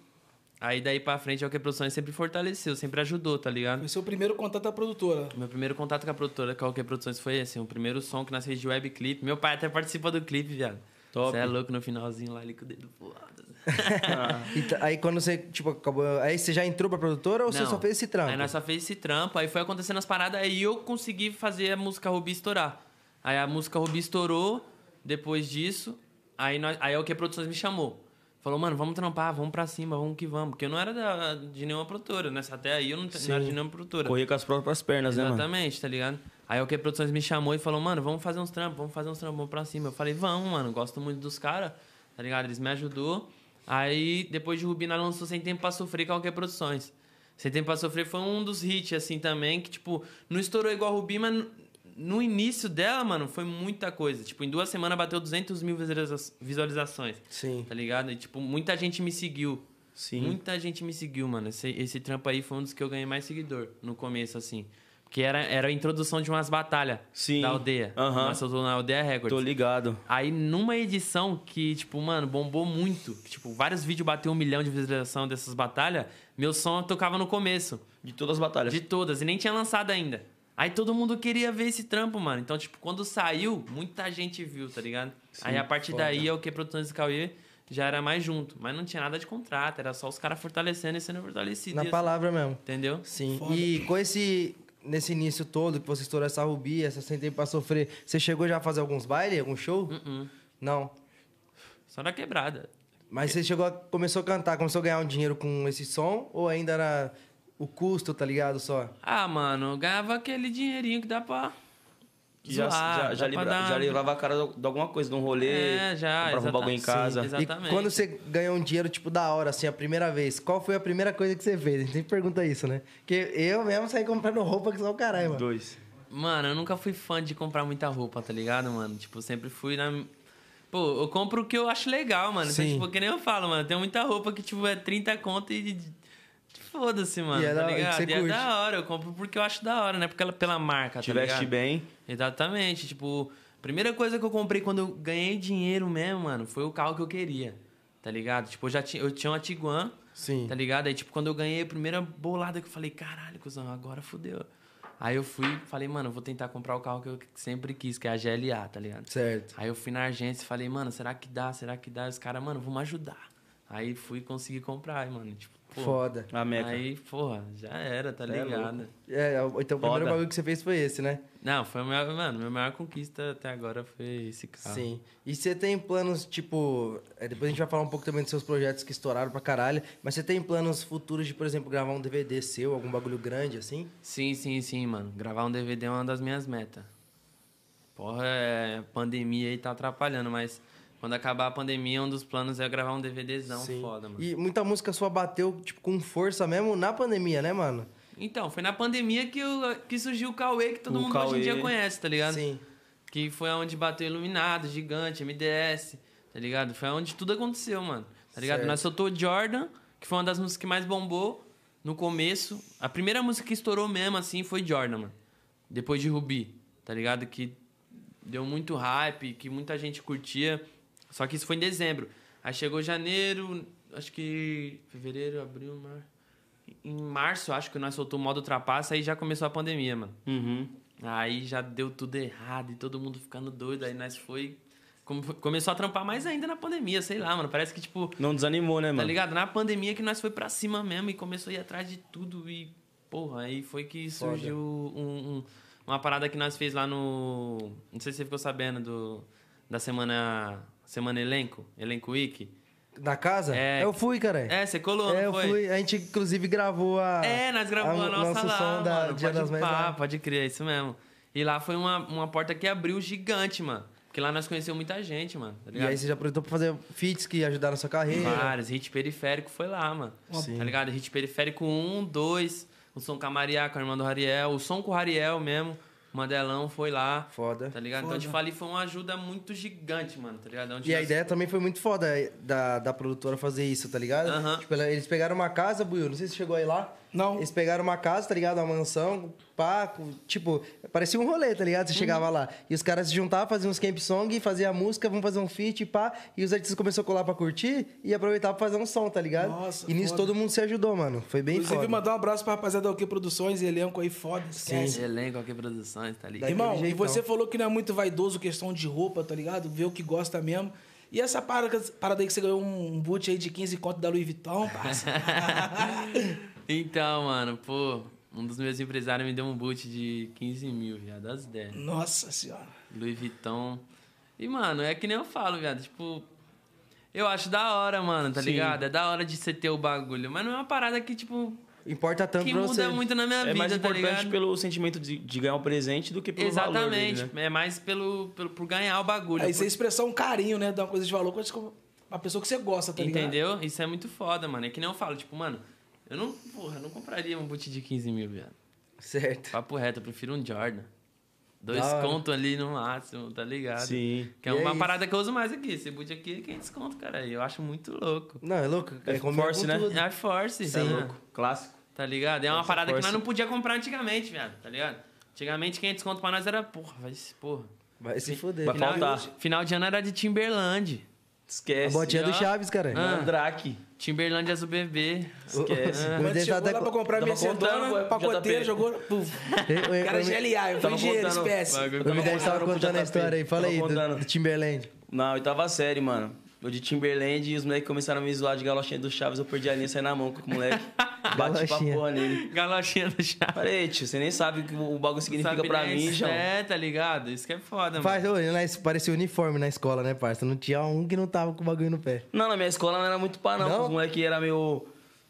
Speaker 4: Aí daí pra frente a OK Produções sempre fortaleceu, sempre ajudou, tá ligado?
Speaker 3: Foi seu primeiro contato da produtora.
Speaker 4: Meu primeiro contato com a produtora, com a OK Produções, foi esse. O primeiro som que nós fez de webclipe. Meu pai até participa do clipe, viado.
Speaker 2: Top.
Speaker 4: Você é louco no finalzinho lá, ele com o dedo voado. assim. Ah.
Speaker 1: E t- aí quando você, tipo, acabou. Aí você já entrou pra produtora ou você
Speaker 4: Não.
Speaker 1: só fez esse trampo?
Speaker 4: Aí nós só fez esse trampo, aí foi acontecendo as paradas, aí eu consegui fazer a música Rubi estourar. Aí a música Rubi estourou, depois disso, aí, nós, aí a OK Produções me chamou. Falou, mano, vamos trampar, vamos pra cima, vamos que vamos. Porque eu não era da- de nenhuma produtora, né? Até aí eu não, t- não era de nenhuma produtora.
Speaker 2: Correr com as próprias pernas, né, mano?
Speaker 4: Exatamente, tá ligado? Aí o que Produções me chamou e falou, mano, vamos fazer uns trampos, vamos fazer uns trampos, vamos pra cima. Eu falei, vamos, mano, gosto muito dos caras, tá ligado? Eles me ajudou. Aí, depois de Rubina, lançou Sem Tempo Pra Sofrer é com a OK Produções. Sem Tempo Pra Sofrer foi um dos hits, assim, também, que, tipo, não estourou igual a Rubi, mas no- no início dela, mano, foi muita coisa. Tipo, em duas semanas bateu 200 mil visualiza- visualizações,
Speaker 1: Sim.
Speaker 4: tá ligado? E, tipo, muita gente me seguiu.
Speaker 2: Sim.
Speaker 4: Muita gente me seguiu, mano. Esse, esse trampo aí foi um dos que eu ganhei mais seguidor no começo, assim. Porque era, era a introdução de umas batalhas
Speaker 2: Sim.
Speaker 4: da aldeia.
Speaker 2: Aham.
Speaker 4: Nós soltamos na aldeia Records.
Speaker 2: Tô ligado.
Speaker 4: Aí numa edição que, tipo, mano, bombou muito. que, Tipo, vários vídeos bateu um milhão de visualização dessas batalhas. Meu som eu tocava no começo.
Speaker 2: De todas as batalhas.
Speaker 4: De todas, e nem tinha lançado ainda. Aí todo mundo queria ver esse trampo, mano. Então, tipo, quando saiu, muita gente viu, tá ligado? aí a partir daí é o que Produções e Cauê já era mais junto. Mas não tinha nada de contrato, era só os caras fortalecendo e sendo fortalecidos.
Speaker 1: Na
Speaker 4: E assim,
Speaker 1: palavra mesmo.
Speaker 4: Entendeu?
Speaker 1: Sim. E com esse. Nesse início todo, que você estourou essa Rubi, essa Sem Tempo pra Sofrer, você chegou já a fazer alguns bailes, algum show?
Speaker 4: Uh-uh.
Speaker 1: Não.
Speaker 4: Só na quebrada.
Speaker 1: Mas você chegou a, começou a cantar, começou a ganhar um dinheiro com esse som ou ainda era o custo, tá ligado? Só.
Speaker 4: Ah, mano, eu ganhava aquele dinheirinho que dá pra.
Speaker 2: Que já, já, já, livra- já livrava a cara de alguma coisa, de um rolê.
Speaker 4: um É, já,
Speaker 2: Comprava um
Speaker 4: exata-
Speaker 2: bagulho em
Speaker 4: sim,
Speaker 2: casa.
Speaker 4: exata- Exatamente.
Speaker 1: E quando você ganhou um dinheiro, tipo, da hora, assim, a primeira vez, qual foi a primeira coisa que você fez? A gente sempre pergunta isso, né? Porque eu mesmo saí comprando roupa que só o caralho, mano.
Speaker 2: Dois.
Speaker 4: Mano, eu nunca fui fã de comprar muita roupa, tá ligado, mano? Tipo, eu sempre fui na. Pô, eu compro o que eu acho legal, mano. Então,
Speaker 1: Sim.
Speaker 4: tipo, que nem eu falo, mano. Tem muita roupa que, tipo, é 30 conto e. Foda-se, mano,
Speaker 1: E é da-
Speaker 4: tá
Speaker 1: e que
Speaker 4: ligado?
Speaker 1: você
Speaker 4: E é
Speaker 1: curte.
Speaker 4: da hora, eu compro porque eu acho da hora, né? Porque ela, pela marca,
Speaker 2: Te
Speaker 4: tá
Speaker 2: veste
Speaker 4: ligado?
Speaker 2: bem.
Speaker 4: Exatamente. Tipo, primeira coisa que eu comprei quando eu ganhei dinheiro mesmo, mano, foi o carro que eu queria. Tá ligado? Tipo, eu já tinha, eu tinha uma Tiguan.
Speaker 1: Sim.
Speaker 4: Tá ligado? Aí, tipo, quando eu ganhei a primeira bolada que eu falei, caralho, cuzão, agora fudeu. Aí eu fui, falei, mano, eu vou tentar comprar o carro que eu sempre quis, que é a GLA, tá ligado?
Speaker 1: Certo.
Speaker 4: Aí eu fui na agência e falei, mano, será que dá? Será que dá? E Os caras, mano, vamos ajudar. Aí fui conseguir comprar, e, mano, tipo, pô,
Speaker 1: Foda.
Speaker 2: A Meca.
Speaker 4: Aí, porra, já era, tá
Speaker 2: É
Speaker 4: ligado?
Speaker 2: louco.
Speaker 1: É, então o
Speaker 2: Foda.
Speaker 1: primeiro bagulho que você fez foi esse, né?
Speaker 4: Não, foi a maior, mano, minha maior conquista até agora foi esse carro.
Speaker 1: Sim. E você tem planos, tipo. é, depois a gente vai falar um pouco também dos seus projetos que estouraram pra caralho. Mas você tem planos futuros de, por exemplo, gravar um DVD seu, algum bagulho grande, assim?
Speaker 4: Sim, sim, sim, mano. Gravar um DVD é uma das minhas metas. Porra, é, pandemia aí tá atrapalhando, mas quando acabar a pandemia, um dos planos é gravar um DVDzão foda, mano.
Speaker 1: E muita música sua bateu, tipo, com força mesmo na pandemia, né, mano?
Speaker 4: Então, foi na pandemia que, eu, que surgiu o Cauê, que todo
Speaker 2: O
Speaker 4: mundo hoje
Speaker 2: Cauê.
Speaker 4: em dia conhece, tá ligado?
Speaker 1: Sim.
Speaker 4: Que foi onde bateu Iluminado, Gigante, MDS, tá ligado? Foi onde tudo aconteceu, mano. Tá ligado?
Speaker 1: Certo.
Speaker 4: Nós soltou Jordan, que foi uma das músicas que mais bombou no começo. A primeira música que estourou mesmo, assim, foi Jordan, mano. Depois de Rubi, tá ligado? Que deu muito hype, que muita gente curtia. Só que isso foi em dezembro. Aí chegou janeiro, acho que fevereiro, abril, março. Em março, acho que nós soltou o modo trapaça aí já começou a pandemia, mano.
Speaker 2: Uhum.
Speaker 4: Aí já deu tudo errado e todo mundo ficando doido. Aí nós foi. come- Começou a trampar mais ainda na pandemia, sei lá, mano. Parece que, tipo,
Speaker 1: É,
Speaker 2: Não desanimou, né,
Speaker 4: tá
Speaker 2: mano?
Speaker 4: ligado? Na pandemia que nós foi pra cima mesmo e começou a ir atrás de tudo. E, porra, aí foi que
Speaker 1: Foda.
Speaker 4: surgiu um- um- uma parada que nós fez lá no. Não sei se você ficou sabendo do, da semana. Semana Elenco, Elenco Week.
Speaker 1: Da casa?
Speaker 4: É.
Speaker 1: Eu fui, cara.
Speaker 4: É, você colou,
Speaker 1: É,
Speaker 4: não
Speaker 1: eu
Speaker 4: foi?
Speaker 1: fui. A gente, inclusive, gravou a.
Speaker 4: É, nós gravamos a, nossa
Speaker 1: nosso
Speaker 4: lá,
Speaker 1: som da
Speaker 4: mano. tá
Speaker 1: Dia
Speaker 4: pode
Speaker 1: das Mães.
Speaker 4: pá,
Speaker 1: lá.
Speaker 4: pode crer, é isso mesmo. E lá foi uma, uma porta que abriu gigante, mano. Porque lá nós conhecemos muita gente, mano. Tá
Speaker 1: E
Speaker 4: ligado?
Speaker 1: aí você já aproveitou pra fazer feats que ajudaram na sua carreira.
Speaker 4: Vários. Hit periférico foi lá, mano. Tá ligado? Hit periférico 1, 2. O som com a Maria, com a irmã do Rariel. O som com o Rariel mesmo. O Mandelão foi lá.
Speaker 1: Foda.
Speaker 4: Tá ligado? Então, te falei, foi uma ajuda muito gigante, mano. Tá ligado? Onde
Speaker 1: E a
Speaker 4: nós-
Speaker 1: ideia também foi muito foda é, da, da produtora fazer isso, tá ligado?
Speaker 4: Aham.
Speaker 1: Tipo, ela- eles pegaram uma casa, Buiu, não sei se chegou aí lá.
Speaker 3: Não.
Speaker 1: Eles pegaram uma casa, tá ligado? Uma mansão, pá, com- tipo, parecia um rolê, tá ligado? Você chegava lá. E os caras se juntavam, faziam uns camp song, faziam a música, vamos fazer um feat, pá. E os artistas começaram a colar pra curtir e aproveitar pra fazer um som, tá ligado?
Speaker 3: Nossa,
Speaker 1: e nisso
Speaker 3: foda.
Speaker 1: todo mundo se ajudou, mano. Foi bem
Speaker 3: Inclusive,
Speaker 1: foda.
Speaker 3: mandar um abraço pra rapaziada da OK Produções, elenco aí foda,
Speaker 1: é
Speaker 3: esquece.
Speaker 4: Esse É, Elenco aqui, produções, tá ligado?
Speaker 1: Daquele
Speaker 3: Irmão, e
Speaker 1: jeitão.
Speaker 3: você falou que não é muito vaidoso questão de roupa, tá ligado? Ver o que gosta mesmo. E essa parada, parada aí que você ganhou um boot aí de 15 conto da Louis Vuitton, parça.
Speaker 4: Então, mano, pô, um dos meus empresários me deu um boot de 15 mil, viado, das 10.
Speaker 3: Nossa senhora.
Speaker 4: Louis Vuitton. E, mano, é que nem eu falo, viado, tipo. Eu acho da hora, mano, tá
Speaker 2: Sim.
Speaker 4: ligado? É da hora de você ter o bagulho, mas não é uma parada que, tipo,
Speaker 1: Importa tanto
Speaker 4: que
Speaker 1: Então, pra você.
Speaker 4: muda muito na minha
Speaker 2: É
Speaker 4: vida,
Speaker 2: mais
Speaker 4: tá
Speaker 2: importante
Speaker 4: ligado?
Speaker 2: pelo sentimento de, de ganhar um presente do que pelo valor dele,
Speaker 4: Exatamente,
Speaker 2: né?
Speaker 4: é mais pelo, pelo por ganhar o bagulho.
Speaker 3: Aí você
Speaker 4: por-
Speaker 3: expressar um carinho, né? Dar uma coisa de valor, coisa que uma pessoa que você gosta, tá ligado?
Speaker 4: Entendeu? Isso é muito foda, mano. É que nem eu falo, tipo, mano, eu não, porra, eu não compraria um boot de 15 mil, viado.
Speaker 1: Certo.
Speaker 4: Papo reto, eu prefiro um Jordan. Dois
Speaker 1: Da hora.
Speaker 4: conto ali no máximo, tá ligado?
Speaker 2: Sim.
Speaker 4: Que é
Speaker 1: E é
Speaker 4: uma
Speaker 1: isso.
Speaker 4: parada que eu uso mais aqui. Esse boot aqui é 500 conto, cara. E Eu acho muito louco.
Speaker 1: Não, é louco.
Speaker 2: É
Speaker 1: combina
Speaker 2: force,
Speaker 1: com
Speaker 2: né?
Speaker 1: tudo.
Speaker 4: É a Force,
Speaker 2: Isso é
Speaker 4: né?
Speaker 2: louco. Clássico.
Speaker 4: Tá ligado? É uma
Speaker 2: Nossa,
Speaker 4: parada que
Speaker 2: Force.
Speaker 4: nós não podia comprar antigamente, viado. Tá ligado? Antigamente 500 conto pra nós era, porra, vai se porra.
Speaker 1: Vai se foder.
Speaker 2: Vai
Speaker 4: Final,
Speaker 2: faltar.
Speaker 4: final de ano era de Timberland.
Speaker 1: A
Speaker 2: Esquece.
Speaker 1: botinha do
Speaker 4: ó.
Speaker 1: Chaves, cara.
Speaker 4: Ah.
Speaker 2: Mandrake.
Speaker 4: Timberland azul bebê.
Speaker 1: O-
Speaker 2: Esquece.
Speaker 1: o- o
Speaker 3: Quando
Speaker 1: Medeiros
Speaker 3: chegou
Speaker 1: até
Speaker 3: lá
Speaker 1: co-
Speaker 3: pra comprar
Speaker 2: tava contando,
Speaker 3: mercedona,
Speaker 2: ué,
Speaker 3: pacoteiro,
Speaker 2: JP.
Speaker 3: jogou... Puf.
Speaker 1: Eu- eu-
Speaker 3: Cara, é
Speaker 1: eu-
Speaker 3: GLA, eu fui
Speaker 2: Tava
Speaker 3: engenheiro,
Speaker 2: contando,
Speaker 3: espécie.
Speaker 4: bagulho.
Speaker 1: O Miguel
Speaker 2: contando
Speaker 1: estava
Speaker 2: pro
Speaker 1: contando a
Speaker 2: JP.
Speaker 1: história aí. Fala
Speaker 2: Tava
Speaker 1: aí, do,
Speaker 2: contando.
Speaker 1: do Timberland.
Speaker 2: Na oitava série, mano. Eu de Timberland e os moleques começaram a me zoar de galochinha do Chaves. Eu perdi a linha, saí na mão com o moleque. Bati pra
Speaker 1: Galochinha.
Speaker 2: porra nele.
Speaker 4: Galochinha é do chá.
Speaker 2: Falei, tio, você nem sabe o que o bagulho significa
Speaker 4: Sabe
Speaker 2: pra
Speaker 4: nem
Speaker 2: mim,
Speaker 4: isso
Speaker 2: João.
Speaker 4: É, tá ligado? Isso que é foda, mano.
Speaker 1: Faz, ô, na es- parecia uniforme na escola, né, parça? Não tinha um que não tava com o bagulho no pé.
Speaker 2: Não, na minha escola não era muito pá, não.
Speaker 1: Não?
Speaker 2: Os moleques eram meio.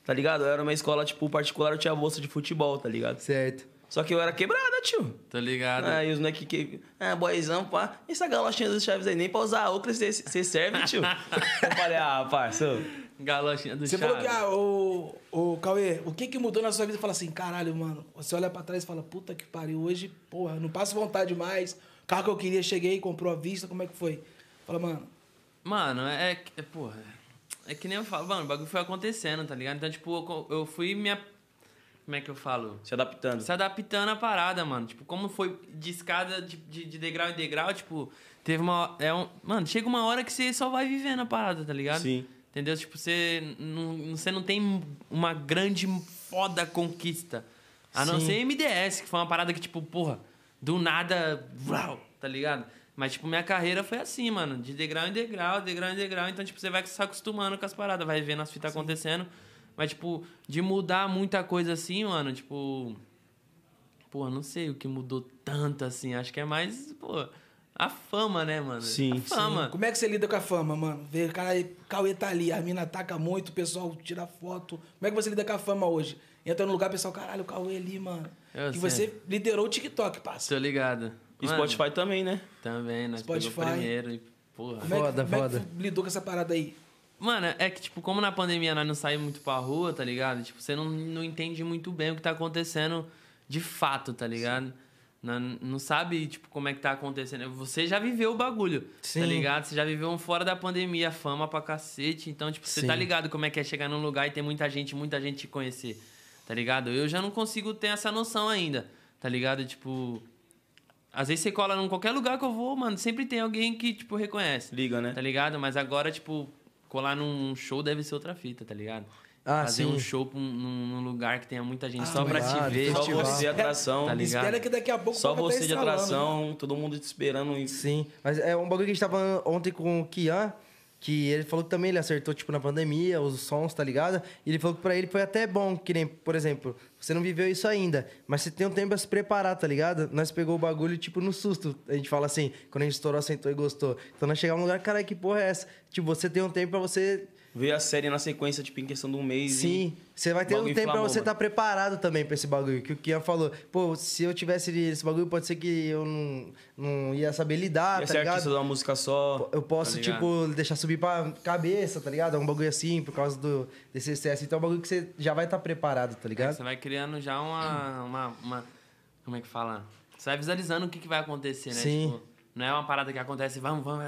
Speaker 2: Tá ligado? Eu era uma escola, tipo, particular, eu tinha bolsa de futebol, tá ligado?
Speaker 1: Certo.
Speaker 2: Só que eu era quebrada, tio.
Speaker 4: Tô Tá ligado.
Speaker 2: Aí os moleques que. Ah, boyzão, pá. Essa galochinha dos Chaves aí, nem pra usar a Oakley, você serve, tio? eu falei, ah, parceiro.
Speaker 4: Galochinha do
Speaker 3: Você
Speaker 4: Chaves.
Speaker 3: falou que, ah, ô, ô, Cauê, o que que mudou na sua vida? Fala assim, caralho, mano, você olha pra trás e fala, puta que pariu, hoje, porra, não passo vontade mais, carro que eu queria, cheguei, comprou à vista, como é que foi? Fala, mano,
Speaker 4: Mano, é, que- é. Porra. É que nem eu falo, mano, o bagulho foi acontecendo, tá ligado? Então, tipo, eu co- eu, fui me. a- Como é que eu falo?
Speaker 2: Se adaptando.
Speaker 4: Se adaptando à parada, mano. Tipo, como foi de escada, de, de- de degrau em degrau, tipo, teve uma. É um, mano, chega uma hora que você só vai vivendo a parada, tá ligado?
Speaker 2: Sim.
Speaker 4: Entendeu? Tipo, você não, você não tem uma grande foda conquista. A não ser MDS, que foi uma parada que, tipo, porra, do nada, vrau, tá ligado? Mas, tipo, minha carreira foi assim, mano. De degrau em degrau, degrau em degrau. Então, tipo, você vai se acostumando com as paradas, vai vendo as fitas acontecendo. Mas, tipo, de mudar muita coisa assim, mano, tipo. Pô, não sei o que mudou tanto assim. Acho que é mais, pô, a fama, né, mano?
Speaker 2: Sim,
Speaker 4: a
Speaker 2: sim.
Speaker 4: fama.
Speaker 3: como é que você lida com a fama, mano? Ver o cara, aí, Cauê tá ali, a mina ataca muito, o pessoal tira foto, como é que você lida com a fama hoje? Entra no lugar, o pessoal, caralho, o Cauê ali, mano,
Speaker 4: Eu
Speaker 3: que
Speaker 4: sei.
Speaker 3: você liderou o TikTok, parça.
Speaker 4: Tô ligado.
Speaker 2: E
Speaker 4: Mano,
Speaker 2: Spotify também, né?
Speaker 4: Também, nós
Speaker 3: Spotify.
Speaker 4: pegou primeiro e, porra.
Speaker 3: Como é que-
Speaker 1: Foda,
Speaker 3: como é que
Speaker 1: foda.
Speaker 3: você lidou com essa parada aí?
Speaker 4: Mano, é que, tipo, como na pandemia nós não saímos muito pra rua, tá ligado? Tipo, você não, não entende muito bem o que tá acontecendo de fato, tá ligado? Não, não sabe, tipo, como é que tá acontecendo. Você já viveu o bagulho,
Speaker 1: Sim.
Speaker 4: tá ligado? Você já viveu um fora da pandemia, fama pra cacete. Então, tipo, você
Speaker 1: Sim.
Speaker 4: tá ligado como é que é chegar num lugar e ter muita gente, muita gente te conhecer, tá ligado? Eu já não consigo ter essa noção ainda, tá ligado? Tipo... Às vezes você cola em qualquer lugar que eu vou, mano, sempre tem alguém que, tipo, reconhece.
Speaker 2: Liga, né?
Speaker 4: Tá ligado? Mas agora, tipo, colar num show deve ser outra fita, tá ligado?
Speaker 1: Ah,
Speaker 4: Fazer
Speaker 1: sim. Ah,
Speaker 4: um show pra um- num, num lugar que tenha muita gente só pra
Speaker 3: Ah,
Speaker 1: verdade,
Speaker 4: te ver.
Speaker 2: Só
Speaker 1: festival.
Speaker 2: você de atração.
Speaker 4: Tá ligado?
Speaker 3: Espera que daqui a pouco o
Speaker 2: Só
Speaker 3: povo tá
Speaker 2: você de
Speaker 3: estralando, né?
Speaker 2: atração, todo mundo te esperando. E...
Speaker 1: Sim. Mas é um bagulho que a gente tava falando ontem com o Kian, que ele falou que também ele acertou, tipo, na pandemia, os sons, tá ligado? E ele falou que pra ele foi até bom, que nem, por exemplo, você não viveu isso ainda, mas você tem um tempo pra se preparar, tá ligado? Nós pegou o bagulho, tipo, no susto. A gente fala assim, quando a gente estourou, sentou e gostou. Então nós chegamos num lugar, caralho, que porra é essa? Tipo, você tem um tempo pra você
Speaker 2: veio a série na sequência, tipo, em questão de um mês.
Speaker 1: Sim,
Speaker 2: e
Speaker 1: você vai ter
Speaker 2: o
Speaker 1: um
Speaker 2: bagulho
Speaker 1: tempo pra
Speaker 2: inflamou,
Speaker 1: você
Speaker 2: mano.
Speaker 1: estar preparado também pra esse bagulho. Que o Kian falou, pô, se eu tivesse esse bagulho, pode ser que eu não, não ia saber lidar,
Speaker 3: Ah,
Speaker 2: Ia
Speaker 1: tá
Speaker 2: ser
Speaker 1: ligado?
Speaker 2: artista de uma música só.
Speaker 1: Eu posso,
Speaker 2: tá ligado?
Speaker 1: tipo, deixar subir pra cabeça, tá ligado? É um bagulho assim, por causa do, desse excesso. Então é um bagulho que você já vai estar preparado, tá
Speaker 4: É,
Speaker 1: ligado?
Speaker 4: Você vai criando já uma, uma, uma- Como é que fala? Você vai visualizando o que, que vai acontecer, né?
Speaker 1: Sim.
Speaker 4: Tipo, não é uma parada que acontece, vamos, vamos.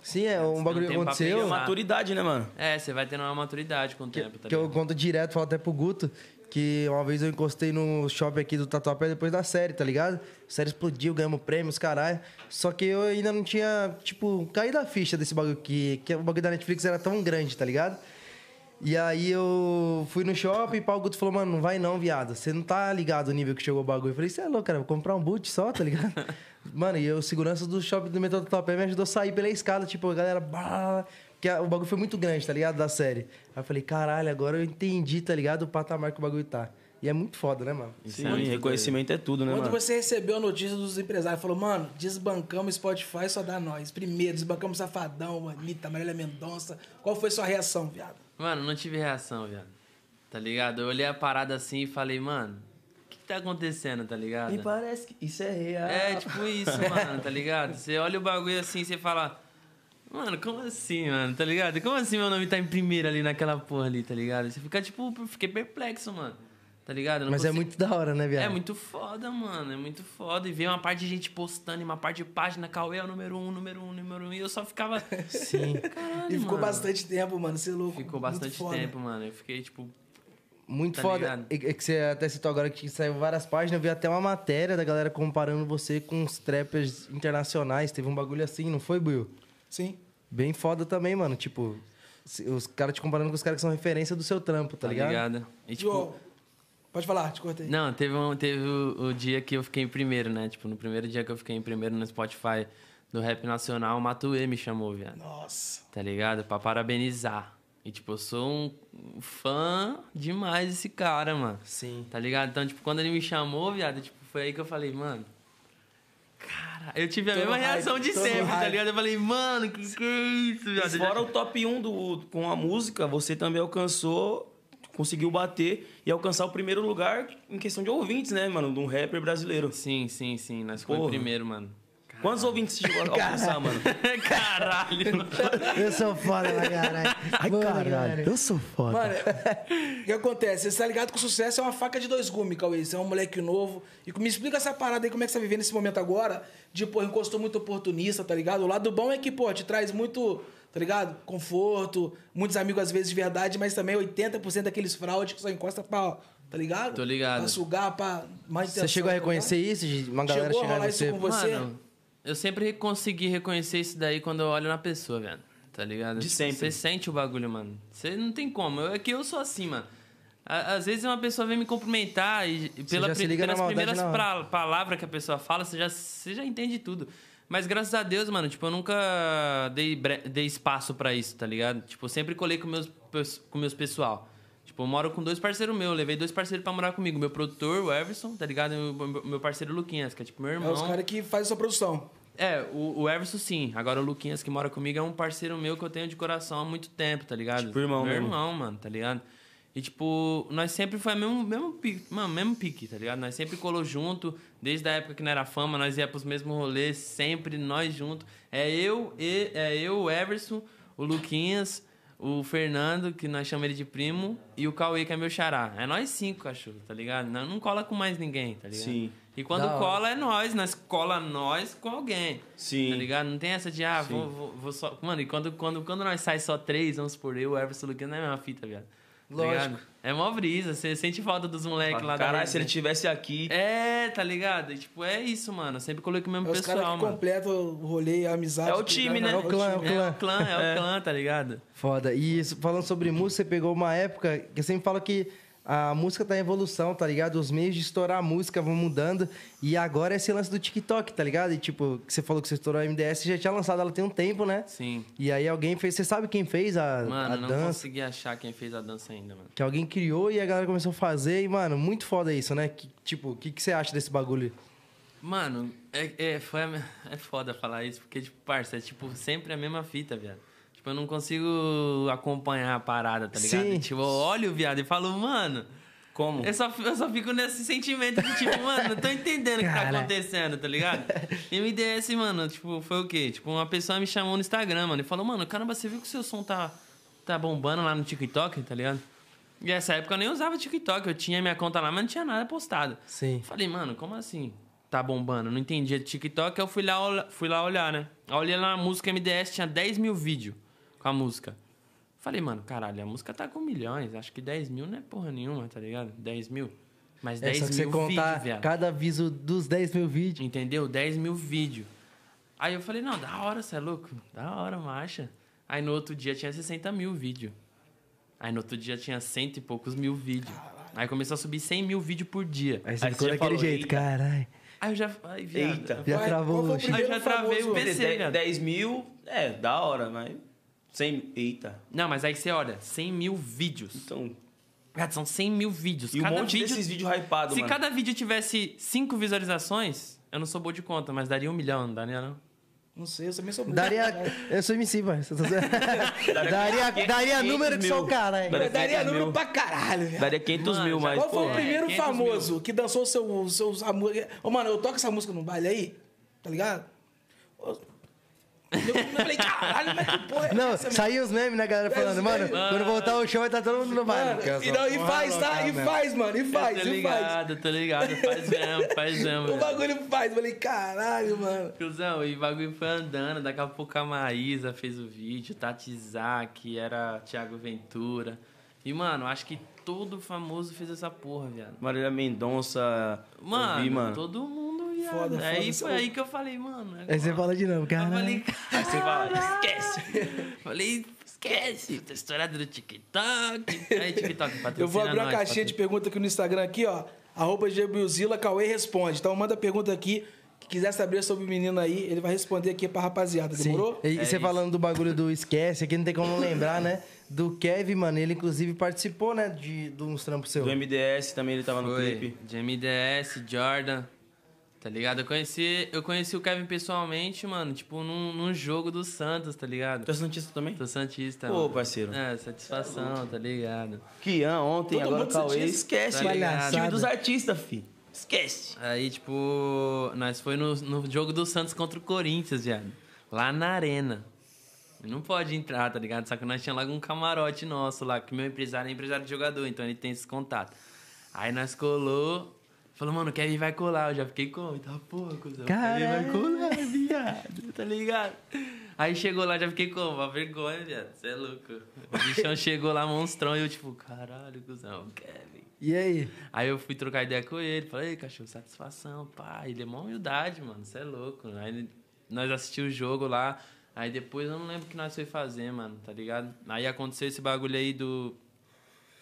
Speaker 1: Sim, é
Speaker 4: tem
Speaker 1: um bagulho que
Speaker 4: tempo pra
Speaker 1: aconteceu.
Speaker 4: pegar,
Speaker 2: Maturidade, né, mano?
Speaker 4: É, você vai tendo uma maturidade com o tempo, tá
Speaker 1: que eu
Speaker 4: ligado?
Speaker 1: conto direto, falo até pro Guto, que uma vez eu encostei no shopping aqui do Tatuapé depois da série, tá ligado? A série explodiu, ganhamos prêmios, caralho. Só que eu ainda não tinha, tipo, caído a ficha desse bagulho que, que o bagulho da Netflix era tão grande, tá ligado? E aí eu fui no shopping e o Guto falou, mano, não vai não, viado. Você não tá ligado o nível que chegou o bagulho. Eu falei, você é louco, cara, vou comprar um boot só, tá ligado? mano, e eu, segurança do shopping do metrô do Tatuapé me ajudou a sair pela escada, tipo, a galera... Bah, porque a- o bagulho foi muito grande, tá ligado? Da série. Aí eu falei, caralho, agora eu entendi, tá ligado? O patamar que o bagulho tá. E é muito foda, né, mano?
Speaker 2: Sim, reconhecimento é tudo, né,
Speaker 3: Quando
Speaker 2: mano?
Speaker 3: você recebeu a notícia dos empresários, falou, mano, desbancamos Spotify, só dá nós. Primeiro, desbancamos Safadão, Anitta, Marília Mendonça. Qual foi sua reação, viado?
Speaker 4: Mano, não tive reação, viado. Tá ligado? Eu olhei a parada assim e falei, mano, o que, que tá acontecendo, tá ligado?
Speaker 2: Me parece que isso é real.
Speaker 4: É, tipo isso, mano, tá ligado? Você olha o bagulho assim e você fala. Mano, como assim, mano, tá ligado? Como assim meu nome tá em primeiro ali naquela porra ali, tá ligado? Você fica, tipo, fiquei perplexo, mano. Tá ligado? Eu não
Speaker 1: Mas é
Speaker 4: consigo-
Speaker 1: muito da hora, né, viado?
Speaker 4: É muito foda, mano. É muito foda. E veio uma parte de gente postando e uma parte de página. Cauê é o número um, número um, número um. E eu só ficava. Sim. Caralho,
Speaker 3: e ficou
Speaker 4: mano.
Speaker 3: bastante tempo, mano. Você é louco.
Speaker 4: Ficou
Speaker 3: muito
Speaker 4: bastante
Speaker 3: foda.
Speaker 4: tempo, mano. Eu fiquei, tipo.
Speaker 1: Muito
Speaker 4: Tá
Speaker 1: foda.
Speaker 4: ligado?
Speaker 1: É é que você até citou agora que saiu várias páginas. Eu vi até uma matéria da galera comparando você com os trappers internacionais. Teve um bagulho assim, não foi, Buiu?
Speaker 3: Sim.
Speaker 1: Bem foda também, mano. Tipo, se- os caras te comparando com os caras que são referência do seu trampo, tá,
Speaker 4: Tá
Speaker 1: ligado?
Speaker 4: ligado? E, tipo.
Speaker 3: João, pode falar, te cortei.
Speaker 4: Não, teve, um, teve o, o dia que eu fiquei em primeiro, né? Tipo, no primeiro dia que eu fiquei em primeiro no Spotify do Rap Nacional, o Matuê me chamou, viado.
Speaker 3: Nossa.
Speaker 4: Tá ligado? Pra parabenizar. E, tipo, eu sou um fã demais desse cara, mano.
Speaker 1: Sim.
Speaker 4: Tá ligado? Então, tipo, quando ele me chamou, viado, tipo, foi aí que eu falei, mano. Cara, eu tive a
Speaker 3: Tô no
Speaker 4: mesma
Speaker 3: hype,
Speaker 4: reação de
Speaker 3: tô no
Speaker 4: sempre, tá
Speaker 3: hype.
Speaker 4: ligado? Eu falei, mano, que que é isso, viado? Eu já
Speaker 2: Fora o top 1 do, com a música, você também alcançou, conseguiu bater e alcançar o primeiro lugar em questão de ouvintes, né, mano? De um rapper brasileiro.
Speaker 4: Sim, sim, sim. Nós ficamos em
Speaker 2: Porra.
Speaker 4: primeiro, mano.
Speaker 2: Quantos ouvintes você chegou a alcançar, mano?
Speaker 4: Caralho, mano.
Speaker 1: Eu sou foda pra caralho. Ai, caralho. Eu sou foda.
Speaker 3: Mano, o que acontece? Você tá ligado que o sucesso é uma faca de dois gumes, Cauê. Você é um moleque novo. E me explica essa parada aí, como é que você tá vivendo esse momento agora? De, pô, encostou muito oportunista, tá ligado? O lado bom é que, pô, te traz muito, tá ligado? Conforto, muitos amigos às vezes de verdade, mas também é 80% daqueles fraudes que só encosta pra, tá ligado?
Speaker 4: Tô ligado.
Speaker 3: Pra sugar, pra mais tá
Speaker 1: você chegou a reconhecer isso? de Uma galera
Speaker 3: Chegou a
Speaker 1: chegar
Speaker 3: rolar
Speaker 1: em
Speaker 3: isso
Speaker 1: você.
Speaker 3: com você?
Speaker 4: Mano, eu sempre consegui reconhecer isso daí quando eu olho na pessoa, velho. Tá ligado?
Speaker 2: De sempre.
Speaker 4: Você sente o bagulho, mano. Você não tem como. Eu, é que eu sou assim, mano. À- Às vezes uma pessoa vem me cumprimentar e e pela,
Speaker 1: já se
Speaker 4: pri-
Speaker 1: liga na
Speaker 4: pelas
Speaker 1: maldade
Speaker 4: primeiras
Speaker 1: na hora.
Speaker 4: pra- palavras que a pessoa fala, você já, você já entende tudo. Mas graças a Deus, mano, tipo, eu nunca dei, bre- dei espaço pra isso, tá ligado? Tipo, eu sempre colei com meus, pes- com meus pessoal. Tipo, eu moro com dois parceiros meus, eu levei dois parceiros pra morar comigo. Meu produtor, o Everson, tá ligado? E o meu- meu parceiro Luquinhas, que é tipo meu
Speaker 3: É
Speaker 4: irmão.
Speaker 3: os caras que fazem sua produção.
Speaker 4: É, o, o Everson sim. Agora o Luquinhas que mora comigo é um parceiro meu que eu tenho de coração há muito tempo, tá ligado?
Speaker 2: Tipo, irmão
Speaker 4: Meu
Speaker 2: mesmo.
Speaker 4: irmão, mano, tá ligado? E tipo, nós sempre foi mesmo, mesmo pique, mano, mesmo pique, tá ligado? Nós sempre colou junto, desde a época que não era fama, nós ia pros mesmos rolês, sempre nós juntos. É eu, e, é eu, o Everson, o Luquinhas, o Fernando, que nós chamamos ele de primo, e o Cauê, que é meu xará. É nós cinco, cachorro, tá ligado? Não, não cola com mais ninguém, tá ligado?
Speaker 2: Sim.
Speaker 4: E quando
Speaker 1: Da hora.
Speaker 4: cola é nós, nós cola nós com alguém.
Speaker 2: Sim.
Speaker 4: Tá ligado? Não tem essa de, ah, vou, vou, vou só. Mano, e quando, quando, quando nós sai só três, vamos por eu, o Everson Luquinha, não é a mesma fita, viado. Tá
Speaker 1: Lógico.
Speaker 4: ligado? É mó brisa, você sente falta dos moleques É lá da
Speaker 2: Caralho, se ele
Speaker 4: residência.
Speaker 2: tivesse aqui.
Speaker 4: É, tá ligado? E, tipo, é isso, mano. Eu sempre coloquei o mesmo
Speaker 3: É os caras
Speaker 4: pessoal,
Speaker 3: que
Speaker 4: mano.
Speaker 3: completam o rolê, a amizade.
Speaker 2: É o
Speaker 3: tá
Speaker 2: time, né?
Speaker 3: ligado?
Speaker 1: É o clã, é o
Speaker 4: É
Speaker 1: clã.
Speaker 4: o clã, é o clã, tá ligado?
Speaker 1: Foda. E isso, falando sobre música, você pegou uma época que eu sempre falo que a música tá em evolução, tá ligado? Os meios de estourar a música vão mudando. E agora é esse lance do TikTok, tá ligado? E tipo, que você falou que você estourou a MDS, já tinha lançado ela tem um tempo, né?
Speaker 4: Sim.
Speaker 1: E aí alguém fez. Você sabe quem fez a,
Speaker 4: Mano,
Speaker 1: a
Speaker 4: eu não
Speaker 1: dança?
Speaker 4: consegui achar quem fez a dança ainda, mano.
Speaker 1: Que alguém criou e a galera começou a fazer. E, mano, muito foda isso, né? Que, tipo, o que, que você acha desse bagulho?
Speaker 4: Mano, é, é, foi a me- é foda falar isso, porque, tipo, parça, é tipo sempre a mesma fita, viado. Tipo, eu não consigo acompanhar a parada, tá ligado?
Speaker 1: Sim.
Speaker 4: Tipo, eu olho o viado e falo, mano.
Speaker 2: Como?
Speaker 4: Eu só, eu só fico nesse sentimento de tipo, mano, não tô entendendo o que tá
Speaker 1: Cara.
Speaker 4: acontecendo, tá ligado? E MDS, mano, tipo, foi o quê? Tipo, uma pessoa me chamou no Instagram, mano, e falou, mano, caramba, você viu que o seu som tá, tá bombando lá no TikTok, tá ligado? E nessa época eu nem usava TikTok, eu tinha minha conta lá, mas não tinha nada postado.
Speaker 1: Sim.
Speaker 4: Falei, mano, como assim? Tá bombando, não entendi é TikTok, eu fui lá, olha- fui lá olhar, né? Aí Olhei lá na música MDS, tinha 10 mil vídeos com a música. Falei, mano, caralho, a música tá com milhões, acho que 10 mil não é porra nenhuma, tá ligado? 10 mil. Mas
Speaker 1: É
Speaker 4: 10
Speaker 1: só que você
Speaker 4: mil
Speaker 1: contar
Speaker 4: vídeo, viado.
Speaker 1: cada aviso dos 10 mil vídeos.
Speaker 4: Entendeu? 10 mil vídeos. Aí eu falei, não, da hora, você é louco? Da hora, marcha. Aí no outro dia tinha 60 mil vídeos. Aí no outro dia tinha cento e poucos mil vídeos. Aí começou a subir 100 mil vídeos por dia.
Speaker 1: Aí você
Speaker 2: Aí
Speaker 1: ficou
Speaker 2: você já
Speaker 1: daquele
Speaker 2: falou,
Speaker 1: jeito,
Speaker 2: "Eita."
Speaker 1: caralho.
Speaker 4: Aí eu já. Ai, viado.
Speaker 2: Eita.
Speaker 1: Já
Speaker 3: Vai,
Speaker 1: travou
Speaker 3: qual
Speaker 1: o
Speaker 3: foi o
Speaker 1: luxo.
Speaker 4: Aí
Speaker 3: primeiro
Speaker 4: já travei o
Speaker 3: famoso?
Speaker 4: PC,
Speaker 2: Beleza,
Speaker 4: viado.
Speaker 2: 10 mil, é, da hora, mas. 100. Eita.
Speaker 4: Não, mas aí você olha, 100 mil vídeos.
Speaker 2: Então.
Speaker 4: Viado, são 100 mil vídeos.
Speaker 2: E um
Speaker 4: Cada
Speaker 2: monte
Speaker 4: vídeo-
Speaker 2: desses vídeos hypados,
Speaker 4: Se
Speaker 2: mano.
Speaker 4: cada vídeo tivesse 5 visualizações, eu não sou bom de conta, mas daria um milhão, não daria não?
Speaker 3: Não sei, eu também sou burro.
Speaker 1: Daria. Eu sou MC, mano. Você tá zoando? daria, daria
Speaker 2: 500
Speaker 1: número que
Speaker 2: mil.
Speaker 1: só o caralho.
Speaker 2: Daria
Speaker 3: Eu daria
Speaker 2: 500
Speaker 3: número
Speaker 2: mil.
Speaker 3: pra caralho, velho.
Speaker 2: Daria 500
Speaker 4: Mano,
Speaker 2: mil,
Speaker 4: já-
Speaker 2: mas.
Speaker 3: Qual foi
Speaker 2: pô,
Speaker 3: o primeiro
Speaker 4: 500
Speaker 3: famoso que dançou o seu, seus a mu- Ô, mano, eu toco essa música no baile aí, tá ligado? Ô, Eu eu falei, caralho, mas que porra é
Speaker 1: Não,
Speaker 3: essa, meu?
Speaker 1: saiu os memes, né, galera? Falando,
Speaker 3: Esse
Speaker 1: mano,
Speaker 3: meme.
Speaker 1: quando voltar o show vai estar todo mundo no
Speaker 3: Mano,
Speaker 1: baile.
Speaker 3: e, não, e faz, tá? E faz, mano, e faz,
Speaker 4: tô
Speaker 3: e faz.
Speaker 4: Tá ligado, tô ligado. Faz mesmo, faz mesmo.
Speaker 3: O bagulho faz. Eu falei, caralho, mano.
Speaker 4: Cusão, e o bagulho foi andando. Daqui a pouco a Maísa fez o vídeo, Tati Zaki, era Thiago Ventura. E, mano, acho que todo famoso fez essa porra, viado.
Speaker 2: Marília Mendonça. eu
Speaker 4: Mano,
Speaker 2: vi, mano.
Speaker 4: todo mundo, viado.
Speaker 3: Foda, foda,
Speaker 4: aí
Speaker 3: isso
Speaker 4: foi
Speaker 3: é
Speaker 4: aí que eu falei, mano. é Agora...
Speaker 1: Aí você fala de novo,
Speaker 4: Eu
Speaker 1: caralho.
Speaker 4: falei,
Speaker 2: Aí você fala, esquece.
Speaker 4: falei, esquece, tá estourado do TikTok. Aí, TikTok, patrocina
Speaker 3: Eu vou abrir uma
Speaker 4: nós,
Speaker 3: caixinha de pergunta aqui no Instagram, aqui, ó. Arroba GBuzila, Cauê responde. Então manda pergunta aqui. Que quiser saber sobre o menino aí, ele vai responder aqui pra rapaziada,
Speaker 1: Sim.
Speaker 3: demorou?
Speaker 1: E você falando do bagulho do esquece, aqui não tem como não lembrar, né? Do Kevin, mano, ele inclusive participou, né, de, de uns trampos seu.
Speaker 2: Do MDS também ele tava no
Speaker 4: Foi.
Speaker 2: clipe.
Speaker 4: De MDS, Jordan. Tá ligado? Eu conheci, eu conheci o Kevin pessoalmente, mano, tipo, num, num jogo do Santos, tá ligado?
Speaker 2: Tu é santista também?
Speaker 4: Tô Santista.
Speaker 2: Pô,
Speaker 4: mano.
Speaker 2: parceiro.
Speaker 4: É, satisfação, tá ligado?
Speaker 2: Kian ontem,
Speaker 3: Todo
Speaker 2: agora
Speaker 3: mundo
Speaker 2: Cauê.
Speaker 3: santista.
Speaker 2: Esquece,
Speaker 4: Tá
Speaker 2: mano.
Speaker 4: ligado.
Speaker 2: Time dos artistas, fi. Esquece.
Speaker 4: Aí, tipo, nós foi no, no jogo do Santos contra o Corinthians, viado. Lá na arena. Não pode entrar, tá ligado? Só que nós tinha lá um camarote nosso lá, que meu empresário é empresário de jogador, então ele tem esse contato. Aí nós colou, falou, mano, o Kevin vai colar. Eu já fiquei com, tá porra, cuzão. o Kevin vai
Speaker 1: Caralho.
Speaker 4: colar, viado, tá ligado? Aí chegou lá, já fiquei com uma vergonha, viado, você é louco. O bichão chegou lá, monstrão, e eu tipo, caralho, cuzão, Kevin.
Speaker 1: E aí?
Speaker 4: Aí eu fui trocar ideia com ele, falei, "Ei, cachorro, satisfação, pá. Ele é mó humildade, mano, você é louco. Aí ele- nós assistimos o jogo lá, aí depois eu não lembro o que nós foi fazer, mano, tá ligado? Aí aconteceu esse bagulho aí do,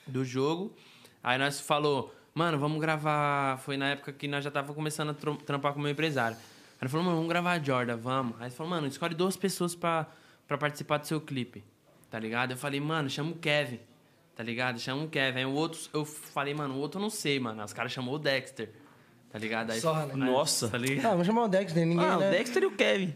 Speaker 4: do jogo, aí nós falou, mano, vamos gravar. Foi na época que nós já tava começando a trom- trampar com o meu empresário. Aí ele falou, mano, vamos gravar a Jordan, vamos. Aí ele falou, mano, escolhe duas pessoas pra, pra participar do seu clipe, tá ligado? Eu falei, mano, chama o Kevin. Tá ligado? Chama o Kevin. Aí o outro, eu falei, mano, o outro eu não sei, mano. Aí Os caras chamou o Dexter. Tá ligado? Aí,
Speaker 3: Só, né?
Speaker 4: aí-
Speaker 2: Nossa.
Speaker 4: Tá ligado?
Speaker 1: Ah, vamos chamar o Dex, né? Ninguém,
Speaker 2: Ah, o
Speaker 1: né?
Speaker 2: Dexter e o Kevin.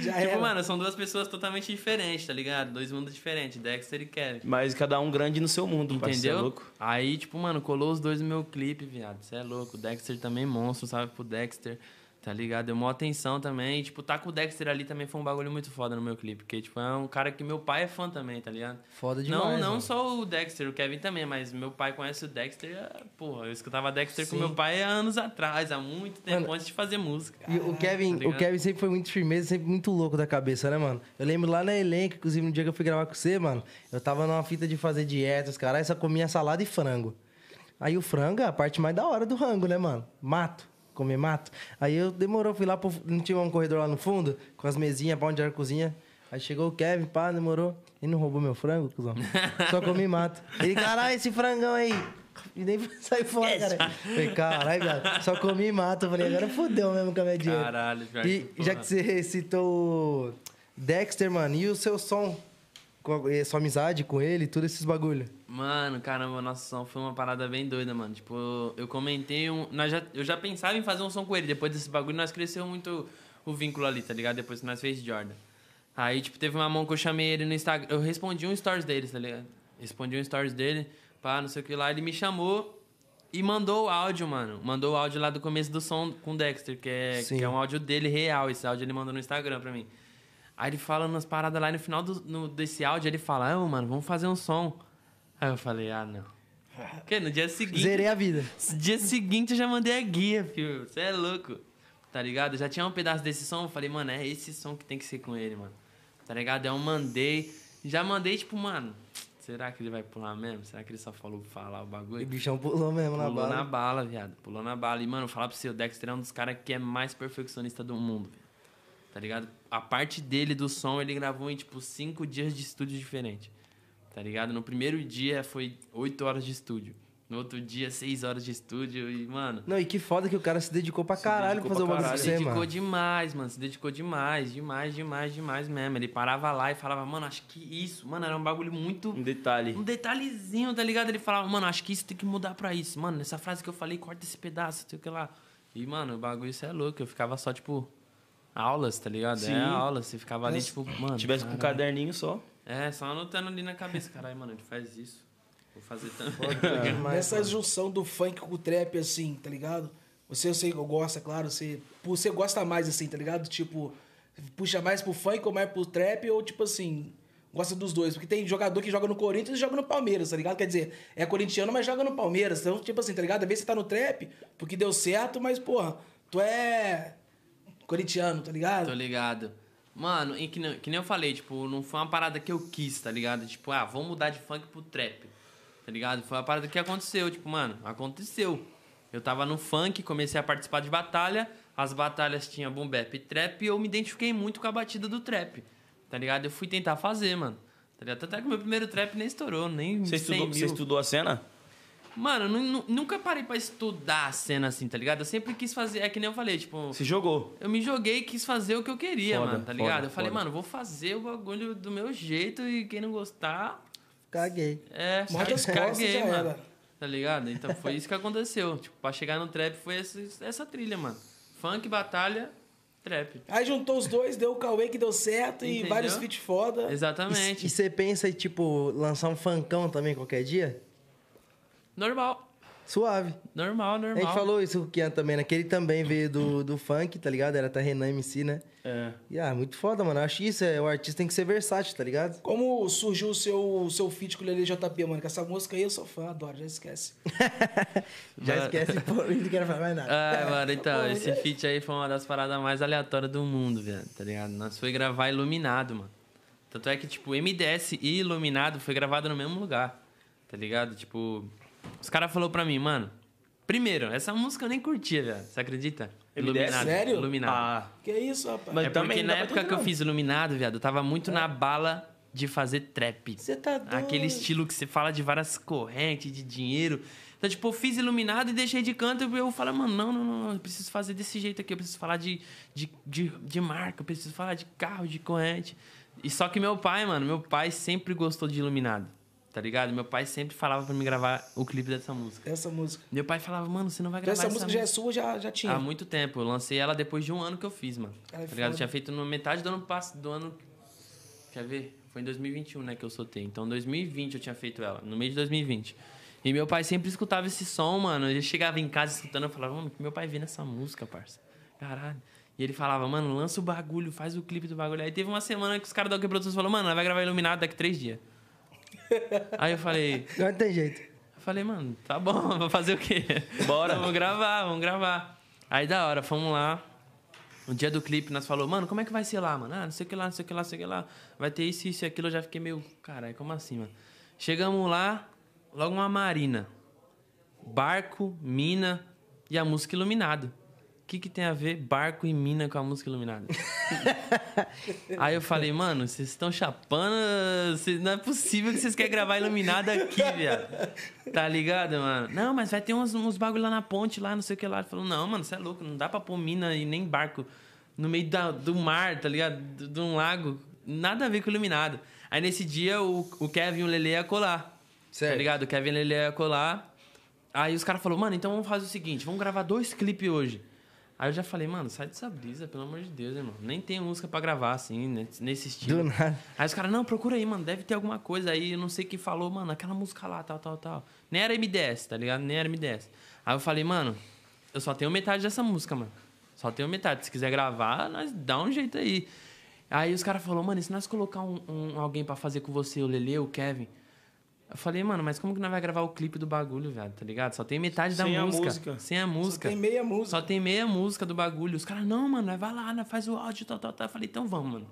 Speaker 3: Já
Speaker 4: tipo,
Speaker 3: era.
Speaker 4: mano, são duas pessoas totalmente diferentes, tá ligado? Dois mundos diferentes, Dexter e Kevin.
Speaker 2: Mas cada um grande no seu mundo, parceiro. Cê
Speaker 4: Entendeu?
Speaker 2: é louco.
Speaker 4: Aí, tipo, mano, colou os dois no meu clipe, viado. Você é louco. O Dexter também é monstro, sabe? Pro Dexter, tá ligado? Deu maior atenção também. E, tipo, tá com o Dexter ali também foi um bagulho muito foda no meu clipe. Porque, tipo, é um cara que meu pai é fã também, tá ligado?
Speaker 1: Foda demais,
Speaker 4: Não, não
Speaker 1: mano.
Speaker 4: só o Dexter, o Kevin também, mas meu pai conhece o Dexter. ah, Porra, eu escutava Dexter com meu pai há anos atrás, há muito tempo,
Speaker 1: Mano,
Speaker 4: antes de fazer música. Ah,
Speaker 1: E o Kevin, o
Speaker 4: tá ligado?
Speaker 1: Kevin sempre foi muito firmeza, sempre muito louco da cabeça, né, mano? Eu lembro lá na elenco, inclusive no dia que eu fui gravar com você, mano, eu tava numa fita de fazer dietas, caralho, só comia salada e frango. Aí o frango é a parte mais da hora do rango, né, mano? Mato. Comer mato. Aí eu demorou, fui lá pro. Não tinha um corredor lá no fundo, com as mesinhas, pra onde era a cozinha. Aí chegou o Kevin, pá, demorou. Ele não roubou meu frango, cuzão. Só comi mato. Ele, caralho, esse frangão aí. E nem sair fora, cara. Falei, caralho, viado. Só comi e mato. Eu Falei, agora fodeu mesmo com a minha dieta.
Speaker 4: Caralho, pior
Speaker 1: E
Speaker 4: que
Speaker 1: já
Speaker 4: porra.
Speaker 1: que você citou o Dexter, mano, e o seu som? Com a- e Sua amizade com ele, tudo esses bagulho.
Speaker 4: Mano, caramba, nossa o som foi uma parada bem doida, mano. Tipo, eu comentei um. Nós já, eu já pensava em fazer um som com ele. Depois desse bagulho, nós cresceu muito o vínculo ali, tá ligado? Depois que nós fez Jordan. Aí, tipo, teve uma mão que eu chamei ele no Instagram. Eu respondi um stories dele, tá ligado? Respondi um stories dele, pá, não sei o que lá. Ele me chamou e mandou o áudio, mano. Mandou o áudio lá do começo do som com o Dexter, que é,
Speaker 1: Sim.
Speaker 4: que é um áudio dele real. Esse áudio ele mandou no Instagram pra mim. Aí ele fala umas paradas lá e no final do- no- desse áudio, ele fala, ah, mano, vamos fazer um som. Aí eu falei, ah, não. Porque no dia seguinte.
Speaker 1: Zerei a vida.
Speaker 4: Dia seguinte eu já mandei a guia, filho. Você é louco. Tá ligado? Já tinha um pedaço desse som, eu falei, mano, é esse som que tem que ser com ele, mano. Tá ligado? Aí Eu mandei. Já mandei, tipo, mano, será que ele vai pular mesmo? Será que ele só falou falar
Speaker 1: E
Speaker 4: o
Speaker 1: o
Speaker 4: bagulho?
Speaker 1: bichão pulou mesmo na
Speaker 4: Pulou
Speaker 1: bala.
Speaker 4: na bala, viado. Pulou na bala. E, mano, falar pra você, o Dexter é um dos caras que é mais perfeccionista do mundo, viado. Tá ligado? A parte dele do som, ele gravou em, tipo, cinco dias de estúdio diferente. Tá ligado? No primeiro dia foi oito horas de estúdio. No outro dia, seis horas de estúdio. E, mano.
Speaker 1: Não, e que foda que o cara se dedicou pra caralho
Speaker 2: dedicou
Speaker 1: pra fazer o
Speaker 2: pra
Speaker 1: bagulho pra
Speaker 2: caralho.
Speaker 1: você,
Speaker 4: Se dedicou
Speaker 1: mano.
Speaker 4: demais, mano. Se dedicou demais, demais, demais, demais mesmo. Ele parava lá e falava, mano, acho que isso. Mano, era um bagulho muito.
Speaker 2: Um detalhe.
Speaker 4: Um detalhezinho, tá ligado? Ele falava, mano, acho que isso tem que mudar pra isso. Mano, essa frase que eu falei, corta esse pedaço, sei o que lá. E, mano, o bagulho isso é louco. Eu ficava só, tipo, aulas, tá ligado?
Speaker 2: Sim.
Speaker 4: É aulas. Você ficava ali, tipo, mano.
Speaker 2: Se tivesse com um
Speaker 4: caralho.
Speaker 2: caderninho só.
Speaker 4: É, só anotando ali na cabeça. Caralho, mano, ele faz isso. Vou fazer também.
Speaker 1: Demais,
Speaker 3: Nessa junção do funk com o trap, assim, tá ligado? Você, eu sei que eu gosto, é claro, você, você gosta mais, assim, tá ligado? Tipo, puxa mais pro funk ou mais pro trap, ou tipo assim, gosta dos dois. Porque tem jogador que joga no Corinthians e joga no Palmeiras, tá ligado? Quer dizer, é corintiano, mas joga no Palmeiras. Então, tipo assim, tá ligado? Às vezes você tá no trap porque deu certo, mas, porra, tu é corintiano, tá
Speaker 4: Tô
Speaker 3: ligado?
Speaker 4: ligado. Mano, e que, nem, que nem eu falei, tipo, não foi uma parada que eu quis, tá ligado? Tipo, ah, vamos mudar de funk pro trap, tá ligado? Foi uma parada que aconteceu, tipo, mano, aconteceu. Eu tava no funk, comecei a participar de batalha, as batalhas tinham boom bap e trap, e eu me identifiquei muito com a batida do trap, tá ligado? Eu fui tentar fazer, mano. Tá ligado? Tanto é que o meu primeiro trap nem estourou, nem
Speaker 2: Você
Speaker 4: 100
Speaker 2: estudou,
Speaker 4: mil.
Speaker 2: você estudou a cena?
Speaker 4: Mano, eu nu- nu- nunca parei pra estudar a cena assim, tá ligado? Eu sempre quis fazer, é que nem eu falei, tipo...
Speaker 2: Se jogou.
Speaker 4: Eu me joguei e quis fazer o que eu queria,
Speaker 2: Foda,
Speaker 4: mano, tá
Speaker 2: foda,
Speaker 4: ligado? eu falei,
Speaker 2: foda.
Speaker 4: mano, vou fazer o bagulho do meu jeito e quem não gostar,
Speaker 1: Caguei.
Speaker 4: é,
Speaker 3: Morde as costas, já era.
Speaker 4: Tá ligado? Então foi isso que aconteceu. Tipo, pra chegar no trap foi essa, essa trilha, mano. Funk, batalha, trap.
Speaker 3: Aí juntou os dois, deu o Cauê que deu certo e
Speaker 4: Entendeu?
Speaker 3: vários feats foda.
Speaker 4: Exatamente.
Speaker 1: E você pensa em, tipo, lançar um funkão também qualquer dia?
Speaker 4: Normal.
Speaker 1: Suave.
Speaker 4: Normal,
Speaker 1: A
Speaker 4: normal.
Speaker 1: gente falou isso com o Kian também, né? Que ele também veio do, do funk, tá ligado? Era até Renan MC, né?
Speaker 2: É.
Speaker 1: E, ah, muito foda, mano. Eu acho isso, é, o artista tem que ser versátil, tá ligado?
Speaker 3: Como surgiu o seu, o seu feat com o Lele JP, mano? Que essa música aí eu sou fã, adoro, já esquece.
Speaker 1: Já
Speaker 4: Mano.
Speaker 1: esquece, pô, não quero falar mais nada.
Speaker 4: Ah, mano, então, esse feat aí foi uma das paradas mais aleatórias do mundo, velho, tá ligado? Nós foi gravar Iluminado, mano. Tanto é que, tipo, MDS e Iluminado foi gravado no mesmo lugar, tá ligado? Tipo, os caras falaram pra mim, mano, primeiro, essa música eu nem curtia, velho, você acredita?
Speaker 2: MDS?
Speaker 3: Sério?
Speaker 4: Iluminado.
Speaker 2: Ah.
Speaker 3: Que isso, rapaz?
Speaker 2: Mas
Speaker 4: é
Speaker 2: também
Speaker 4: porque
Speaker 2: não dá
Speaker 4: na
Speaker 2: pra
Speaker 4: época
Speaker 2: entender,
Speaker 4: que eu
Speaker 2: não.
Speaker 4: fiz Iluminado, viado, eu tava muito na bala de fazer trap.
Speaker 3: É. Você tá doido.
Speaker 4: Aquele estilo que você fala de várias correntes, de dinheiro. Então, tipo, eu fiz iluminado e deixei de canto. E eu falo, mano, não, não, não, eu preciso fazer desse jeito aqui. Eu preciso falar de, de, de, de marca, eu preciso falar de carro, de corrente. E só que meu pai, mano, meu pai sempre gostou de iluminado, tá ligado? Meu pai sempre falava pra me gravar o clipe dessa música.
Speaker 3: Essa música.
Speaker 4: Meu pai falava, mano, você não vai
Speaker 3: Então
Speaker 4: gravar
Speaker 3: essa música já é sua, já, já tinha.
Speaker 4: Há muito tempo. Eu lancei ela depois de um ano que eu fiz, mano.
Speaker 3: Cara, é
Speaker 4: tá ligado?
Speaker 3: foda.
Speaker 4: Eu tinha feito no metade do ano passado. Do ano. Quer ver? Foi em 2021, né, que eu soltei. Então, em 2020 eu tinha feito ela, no mês de 2020. E meu pai sempre escutava esse som, mano. Eu chegava em casa escutando, eu falava, mano, que meu pai vê nessa música, parça. Caralho. E ele falava, mano, lança o bagulho, faz o clipe do bagulho. Aí teve uma semana que os caras da OK Produções falaram, mano, ela vai gravar Iluminado daqui três dias. Aí eu falei,
Speaker 1: Agora não tem jeito.
Speaker 4: eu falei, mano, tá bom, vou fazer o quê?
Speaker 2: Bora.
Speaker 4: vamos gravar, vamos gravar. Aí da hora, fomos lá. No dia do clipe, nós falou, mano, como é que vai ser lá, mano? Ah, não sei o que lá, não sei o que lá, não sei o que lá. Vai ter isso, isso e aquilo. Eu já fiquei meio, caralho, como assim, mano? Chegamos lá, logo uma marina. Barco, mina e a música iluminado. O que, que tem a ver barco e mina com a música iluminada? Aí eu falei, mano, vocês estão chapando. vocês- Não é possível que vocês querem gravar iluminado aqui, viado. Tá ligado, mano? Não, mas vai ter uns, uns bagulho lá na ponte, lá, não sei o que lá. Ele falou, não, mano, você é louco, não dá pra pôr mina e nem barco no meio da- do mar, tá ligado? Do- De um lago. Nada a ver com iluminado. Aí nesse dia o, o Kevin e o Lele ia colar. Tá
Speaker 1: Certo.
Speaker 4: ligado? O Kevin e o Lele ia colar. Aí os caras falaram, mano, então vamos fazer o seguinte, vamos gravar dois clipes hoje. Aí eu já falei, mano, sai dessa brisa, pelo amor de Deus, irmão. Nem tem música pra gravar, assim, né, nesse estilo.
Speaker 1: Do nada.
Speaker 4: Aí os caras, não, procura aí, mano, deve ter alguma coisa aí, eu não sei quem falou, mano, aquela música lá, tal, tal, tal. Nem era MDS, tá ligado? Nem era MDS. Aí eu falei, mano, eu só tenho metade dessa música, mano. Só tenho metade. Se quiser gravar, nós dá um jeito aí. Aí os caras falaram, mano, e se nós colocar um, um- alguém pra fazer com você, o Lele, o Kevin? Eu falei, mano, mas como que nós vai gravar o clipe do bagulho, velho, tá ligado? Só tem metade
Speaker 2: Sem
Speaker 4: da
Speaker 2: a
Speaker 4: música.
Speaker 2: música.
Speaker 4: Sem a música.
Speaker 3: Tem meia música.
Speaker 4: Só tem meia música do bagulho. Os caras, não, mano, vai lá, né, faz o áudio, tal, tal, tal. Eu falei, então vamos, mano.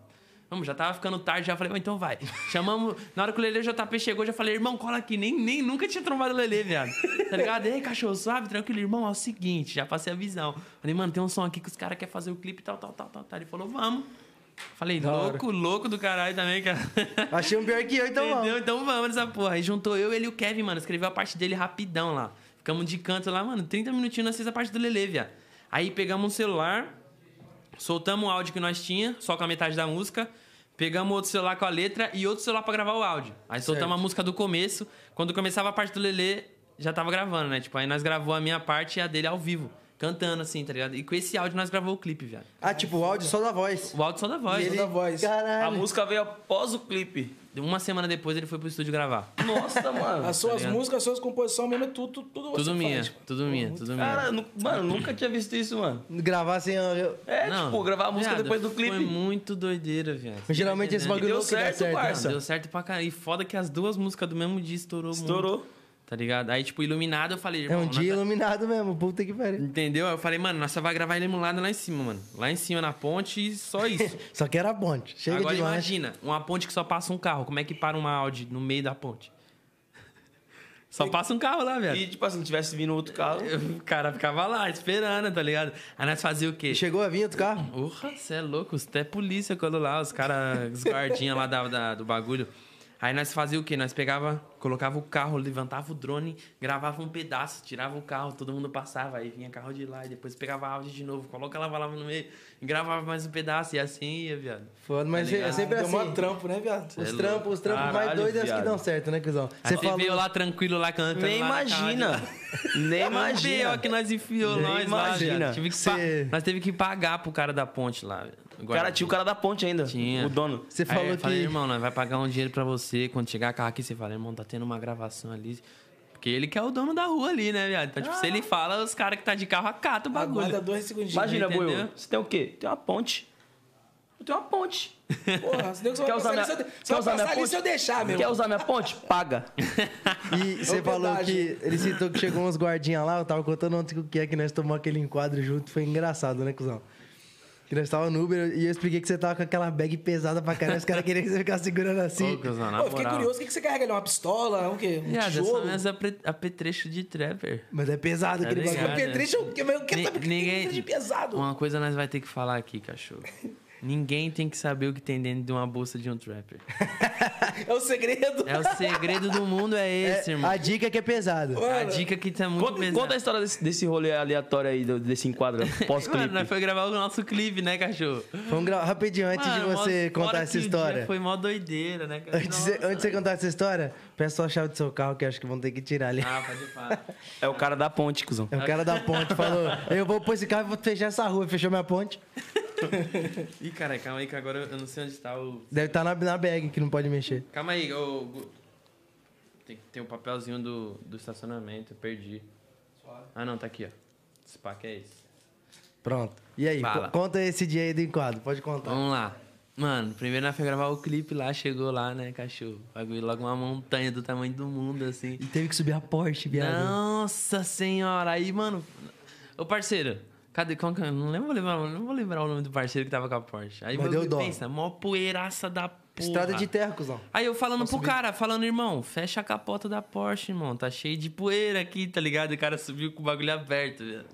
Speaker 4: Vamos, já tava ficando tarde, já falei, "Bom, então vai. Chamamos, na hora que o Lele JP chegou, já falei, irmão, cola aqui. Nem, nem nunca tinha trombado o Lele, viado. Tá ligado? Ei, cachorro, suave, tranquilo, irmão, é o seguinte, já passei a visão. Falei, mano, tem um som aqui que os caras querem fazer o clipe, tal, tal, tal, tal, tal. Ele falou, vamos. Falei,
Speaker 1: hora.
Speaker 4: louco, louco do caralho também, cara.
Speaker 1: Achei um pior que eu, então
Speaker 4: Entendeu?
Speaker 1: vamos.
Speaker 4: Então vamos nessa porra. Aí juntou eu, ele e o Kevin, mano. Escreveu a parte dele rapidão lá. Ficamos de canto lá, mano. 30 minutinhos nós fizemos a parte do Lele, viado. Aí pegamos um celular, soltamos o áudio que nós tinha, só com a metade da música. Pegamos outro celular com a letra e outro celular pra gravar o áudio. Aí soltamos a música do começo. Quando começava a parte do Lele, já tava gravando, né? Tipo, aí nós gravou a minha parte e a dele ao vivo. Cantando assim, tá ligado? E com esse áudio nós gravou o clipe, viado.
Speaker 1: Ah, tipo, o áudio só da voz.
Speaker 4: O áudio só da voz.
Speaker 3: Só da voz.
Speaker 2: A
Speaker 1: Caralho.
Speaker 2: música veio após o clipe.
Speaker 4: Uma semana depois ele foi pro estúdio gravar.
Speaker 2: Nossa, mano.
Speaker 3: As suas
Speaker 4: ligado?
Speaker 3: músicas, as suas composições mesmo, é tudo, tudo, tudo
Speaker 4: Tudo
Speaker 3: você
Speaker 4: minha,
Speaker 3: faz. Tipo,
Speaker 4: tudo minha, tudo minha.
Speaker 2: Cara, nu- mano, nunca tinha visto isso, mano.
Speaker 1: Gravar sem. eu-
Speaker 2: É,
Speaker 4: Não,
Speaker 2: tipo, gravar a música
Speaker 4: viado,
Speaker 2: depois do clipe.
Speaker 4: Foi muito doideira, viado.
Speaker 1: Geralmente esse bagulho
Speaker 2: Deu
Speaker 1: louco que dá
Speaker 2: certo,
Speaker 1: certo. né?
Speaker 2: parça.
Speaker 4: Não, deu certo pra caralho. E foda que as duas músicas do mesmo dia estourou, muito.
Speaker 2: Estourou.
Speaker 4: Tá ligado? Aí, tipo, Iluminado, eu falei,
Speaker 1: É
Speaker 4: irmão.
Speaker 1: um
Speaker 4: nós
Speaker 1: dia
Speaker 4: tá-
Speaker 1: iluminado mesmo, puta que pariu.
Speaker 4: Entendeu? Aí eu falei, mano, nós só vai gravar Iluminado lá em cima, mano. Lá em cima, na ponte, e só isso.
Speaker 1: Só que era bonde. Chega
Speaker 4: Agora
Speaker 1: de lanche.
Speaker 4: imagina, uma ponte que só passa um carro. Como é que para uma Audi no meio da ponte? Só passa um carro lá, velho.
Speaker 2: E, tipo assim, tivesse vindo outro carro.
Speaker 4: O cara ficava lá, esperando, tá ligado? Aí nós fazia o quê?
Speaker 1: Chegou a vir outro carro?
Speaker 4: Porra, você é louco, até polícia quando lá, os caras, os guardinhas lá da, da- do bagulho. Aí nós fazia o quê? Nós pegava, colocava o carro, levantava o drone, gravava um pedaço, tirava o carro, todo mundo passava, aí vinha carro de lá, e depois pegava áudio de novo, colocava lá, lá no meio, e gravava mais um pedaço, e assim ia, viado.
Speaker 1: Foda, mas é sempre
Speaker 3: Deu
Speaker 1: assim.
Speaker 3: mó trampo, né, viado?
Speaker 1: Os
Speaker 4: louco.
Speaker 1: trampos, os trampos mais
Speaker 2: Caralho,
Speaker 1: doidos é os que
Speaker 2: viado.
Speaker 1: dão certo, né, cuzão?
Speaker 4: Aí você veio lá tranquilo, lá cantando.
Speaker 2: Nem
Speaker 4: lá na casa
Speaker 2: imagina.
Speaker 4: de lá.
Speaker 2: Nem
Speaker 4: Imagina.
Speaker 2: imagina.
Speaker 4: que nós enfiou
Speaker 2: Nem
Speaker 4: nós lá,
Speaker 2: imagina.
Speaker 4: viado. Tive que
Speaker 1: Cê-
Speaker 4: pa- Nós teve que pagar pro cara da ponte lá, viado. O
Speaker 2: Cara, tinha o cara da ponte ainda.
Speaker 4: Tinha.
Speaker 2: O dono.
Speaker 1: Você
Speaker 4: Aí
Speaker 1: falou
Speaker 4: eu falei,
Speaker 1: que-
Speaker 4: irmão, nós vai pagar um dinheiro pra você. Quando chegar carro aqui, você fala, irmão, tá tendo uma gravação ali. Porque ele que é o dono da rua ali, né, viado? Então, tipo, se
Speaker 3: Ah.
Speaker 4: ele fala, os caras que tá de carro acatam o
Speaker 3: Aguarda
Speaker 4: bagulho.
Speaker 3: dois segundinhos.
Speaker 2: Imagina,
Speaker 4: Entendeu?
Speaker 2: Buiu. Você tem o quê? Tem uma ponte. Eu tenho uma ponte.
Speaker 3: Porra, se Deus vai
Speaker 2: Quer usar
Speaker 3: passar
Speaker 2: minha,
Speaker 3: ali, se eu de-
Speaker 2: quer
Speaker 3: você vai
Speaker 2: usar minha
Speaker 3: passar ali
Speaker 2: ponte?
Speaker 3: se eu deixar, meu.
Speaker 2: Quer usar minha ponte? Paga.
Speaker 1: E você
Speaker 3: É
Speaker 1: falou
Speaker 3: verdade.
Speaker 1: que. Ele citou que chegou uns guardinhas lá, eu tava contando ontem o que é que nós tomamos aquele enquadro junto, foi engraçado, né, cuzão? Que nós tava no Uber e eu expliquei que você tava com aquela bag pesada pra caralho, os caras queriam que você ficasse segurando assim.
Speaker 4: Ô, cuzão, na
Speaker 3: Pô, eu fiquei
Speaker 4: moral.
Speaker 3: curioso, o que que você carrega ali? Uma pistola? Um quê? Um
Speaker 4: Viado, são
Speaker 3: tijolo?
Speaker 4: minhas apre- apetrecho de trapper.
Speaker 1: Mas é pesado aquele
Speaker 4: ligado,
Speaker 1: bagulho.
Speaker 4: né?
Speaker 3: Apetrecho, eu eu quero saber o que
Speaker 4: Ninguém- tipo,
Speaker 3: tem dentro de pesado.
Speaker 4: Uma coisa nós vai ter que falar aqui, cachorro. Ninguém tem que saber o que tem dentro de uma bolsa de um trapper.
Speaker 3: É o segredo.
Speaker 4: É o segredo do mundo, é esse,
Speaker 1: É,
Speaker 4: irmão.
Speaker 1: a dica é que é pesado.
Speaker 4: A
Speaker 3: Mano,
Speaker 4: dica que tá muito
Speaker 2: Conta, conta a
Speaker 4: pesada.
Speaker 2: história desse, desse rolê aleatório aí, do- desse enquadro
Speaker 4: Mano, nós
Speaker 2: pós-clipe.
Speaker 4: foi gravar o nosso clipe, né, cachorro?
Speaker 1: Vamos gravar rapidinho antes de
Speaker 4: Mano, mó-
Speaker 1: você
Speaker 4: fora
Speaker 1: contar
Speaker 4: que
Speaker 1: essa
Speaker 4: o dia
Speaker 1: história.
Speaker 4: Foi mó doideira, né, cara?
Speaker 1: Antes, de-
Speaker 4: Nossa.
Speaker 1: antes de você contar essa história, peça sua chave do seu carro que eu acho que vão ter que tirar ali.
Speaker 4: Ah, pode falar.
Speaker 2: É o cara da ponte, cuzão.
Speaker 1: É o cara da ponte falou: Eu vou pôr esse carro e vou fechar essa rua. Fechou minha ponte.
Speaker 4: Ih, cara, calma aí que agora eu não sei onde tá o.
Speaker 1: Deve estar na, na bag que não pode mexer.
Speaker 4: Calma aí, ô. Gu- Tem, tem um papelzinho do, do estacionamento, eu perdi. Ah, não, tá aqui, ó. Esse pack é esse.
Speaker 1: Pronto. E aí,
Speaker 4: Fala.
Speaker 1: co- conta esse dia aí do enquadro, pode contar.
Speaker 4: Vamos lá. Mano, primeiro nós foi gravar o clipe lá, chegou lá, né, cachorro? Bagulho logo uma montanha do tamanho do mundo, assim.
Speaker 1: E teve que subir a Porsche, viado.
Speaker 4: Nossa senhora, aí, mano. Ô, parceiro, cadê? Como que, eu- não, lembro, lembrar- não vou lembrar o nome do parceiro que tava com a Porsche. Aí
Speaker 1: Mas
Speaker 4: o
Speaker 1: deu
Speaker 4: bagulho
Speaker 1: dó.
Speaker 4: pensa, mó poeiraça da porra.
Speaker 1: Estrada de terra, cuzão.
Speaker 4: Aí eu falando pro cara, falando, irmão, fecha a capota da Porsche, irmão. Tá cheio de poeira aqui, tá ligado? E o cara subiu com o bagulho aberto, viado.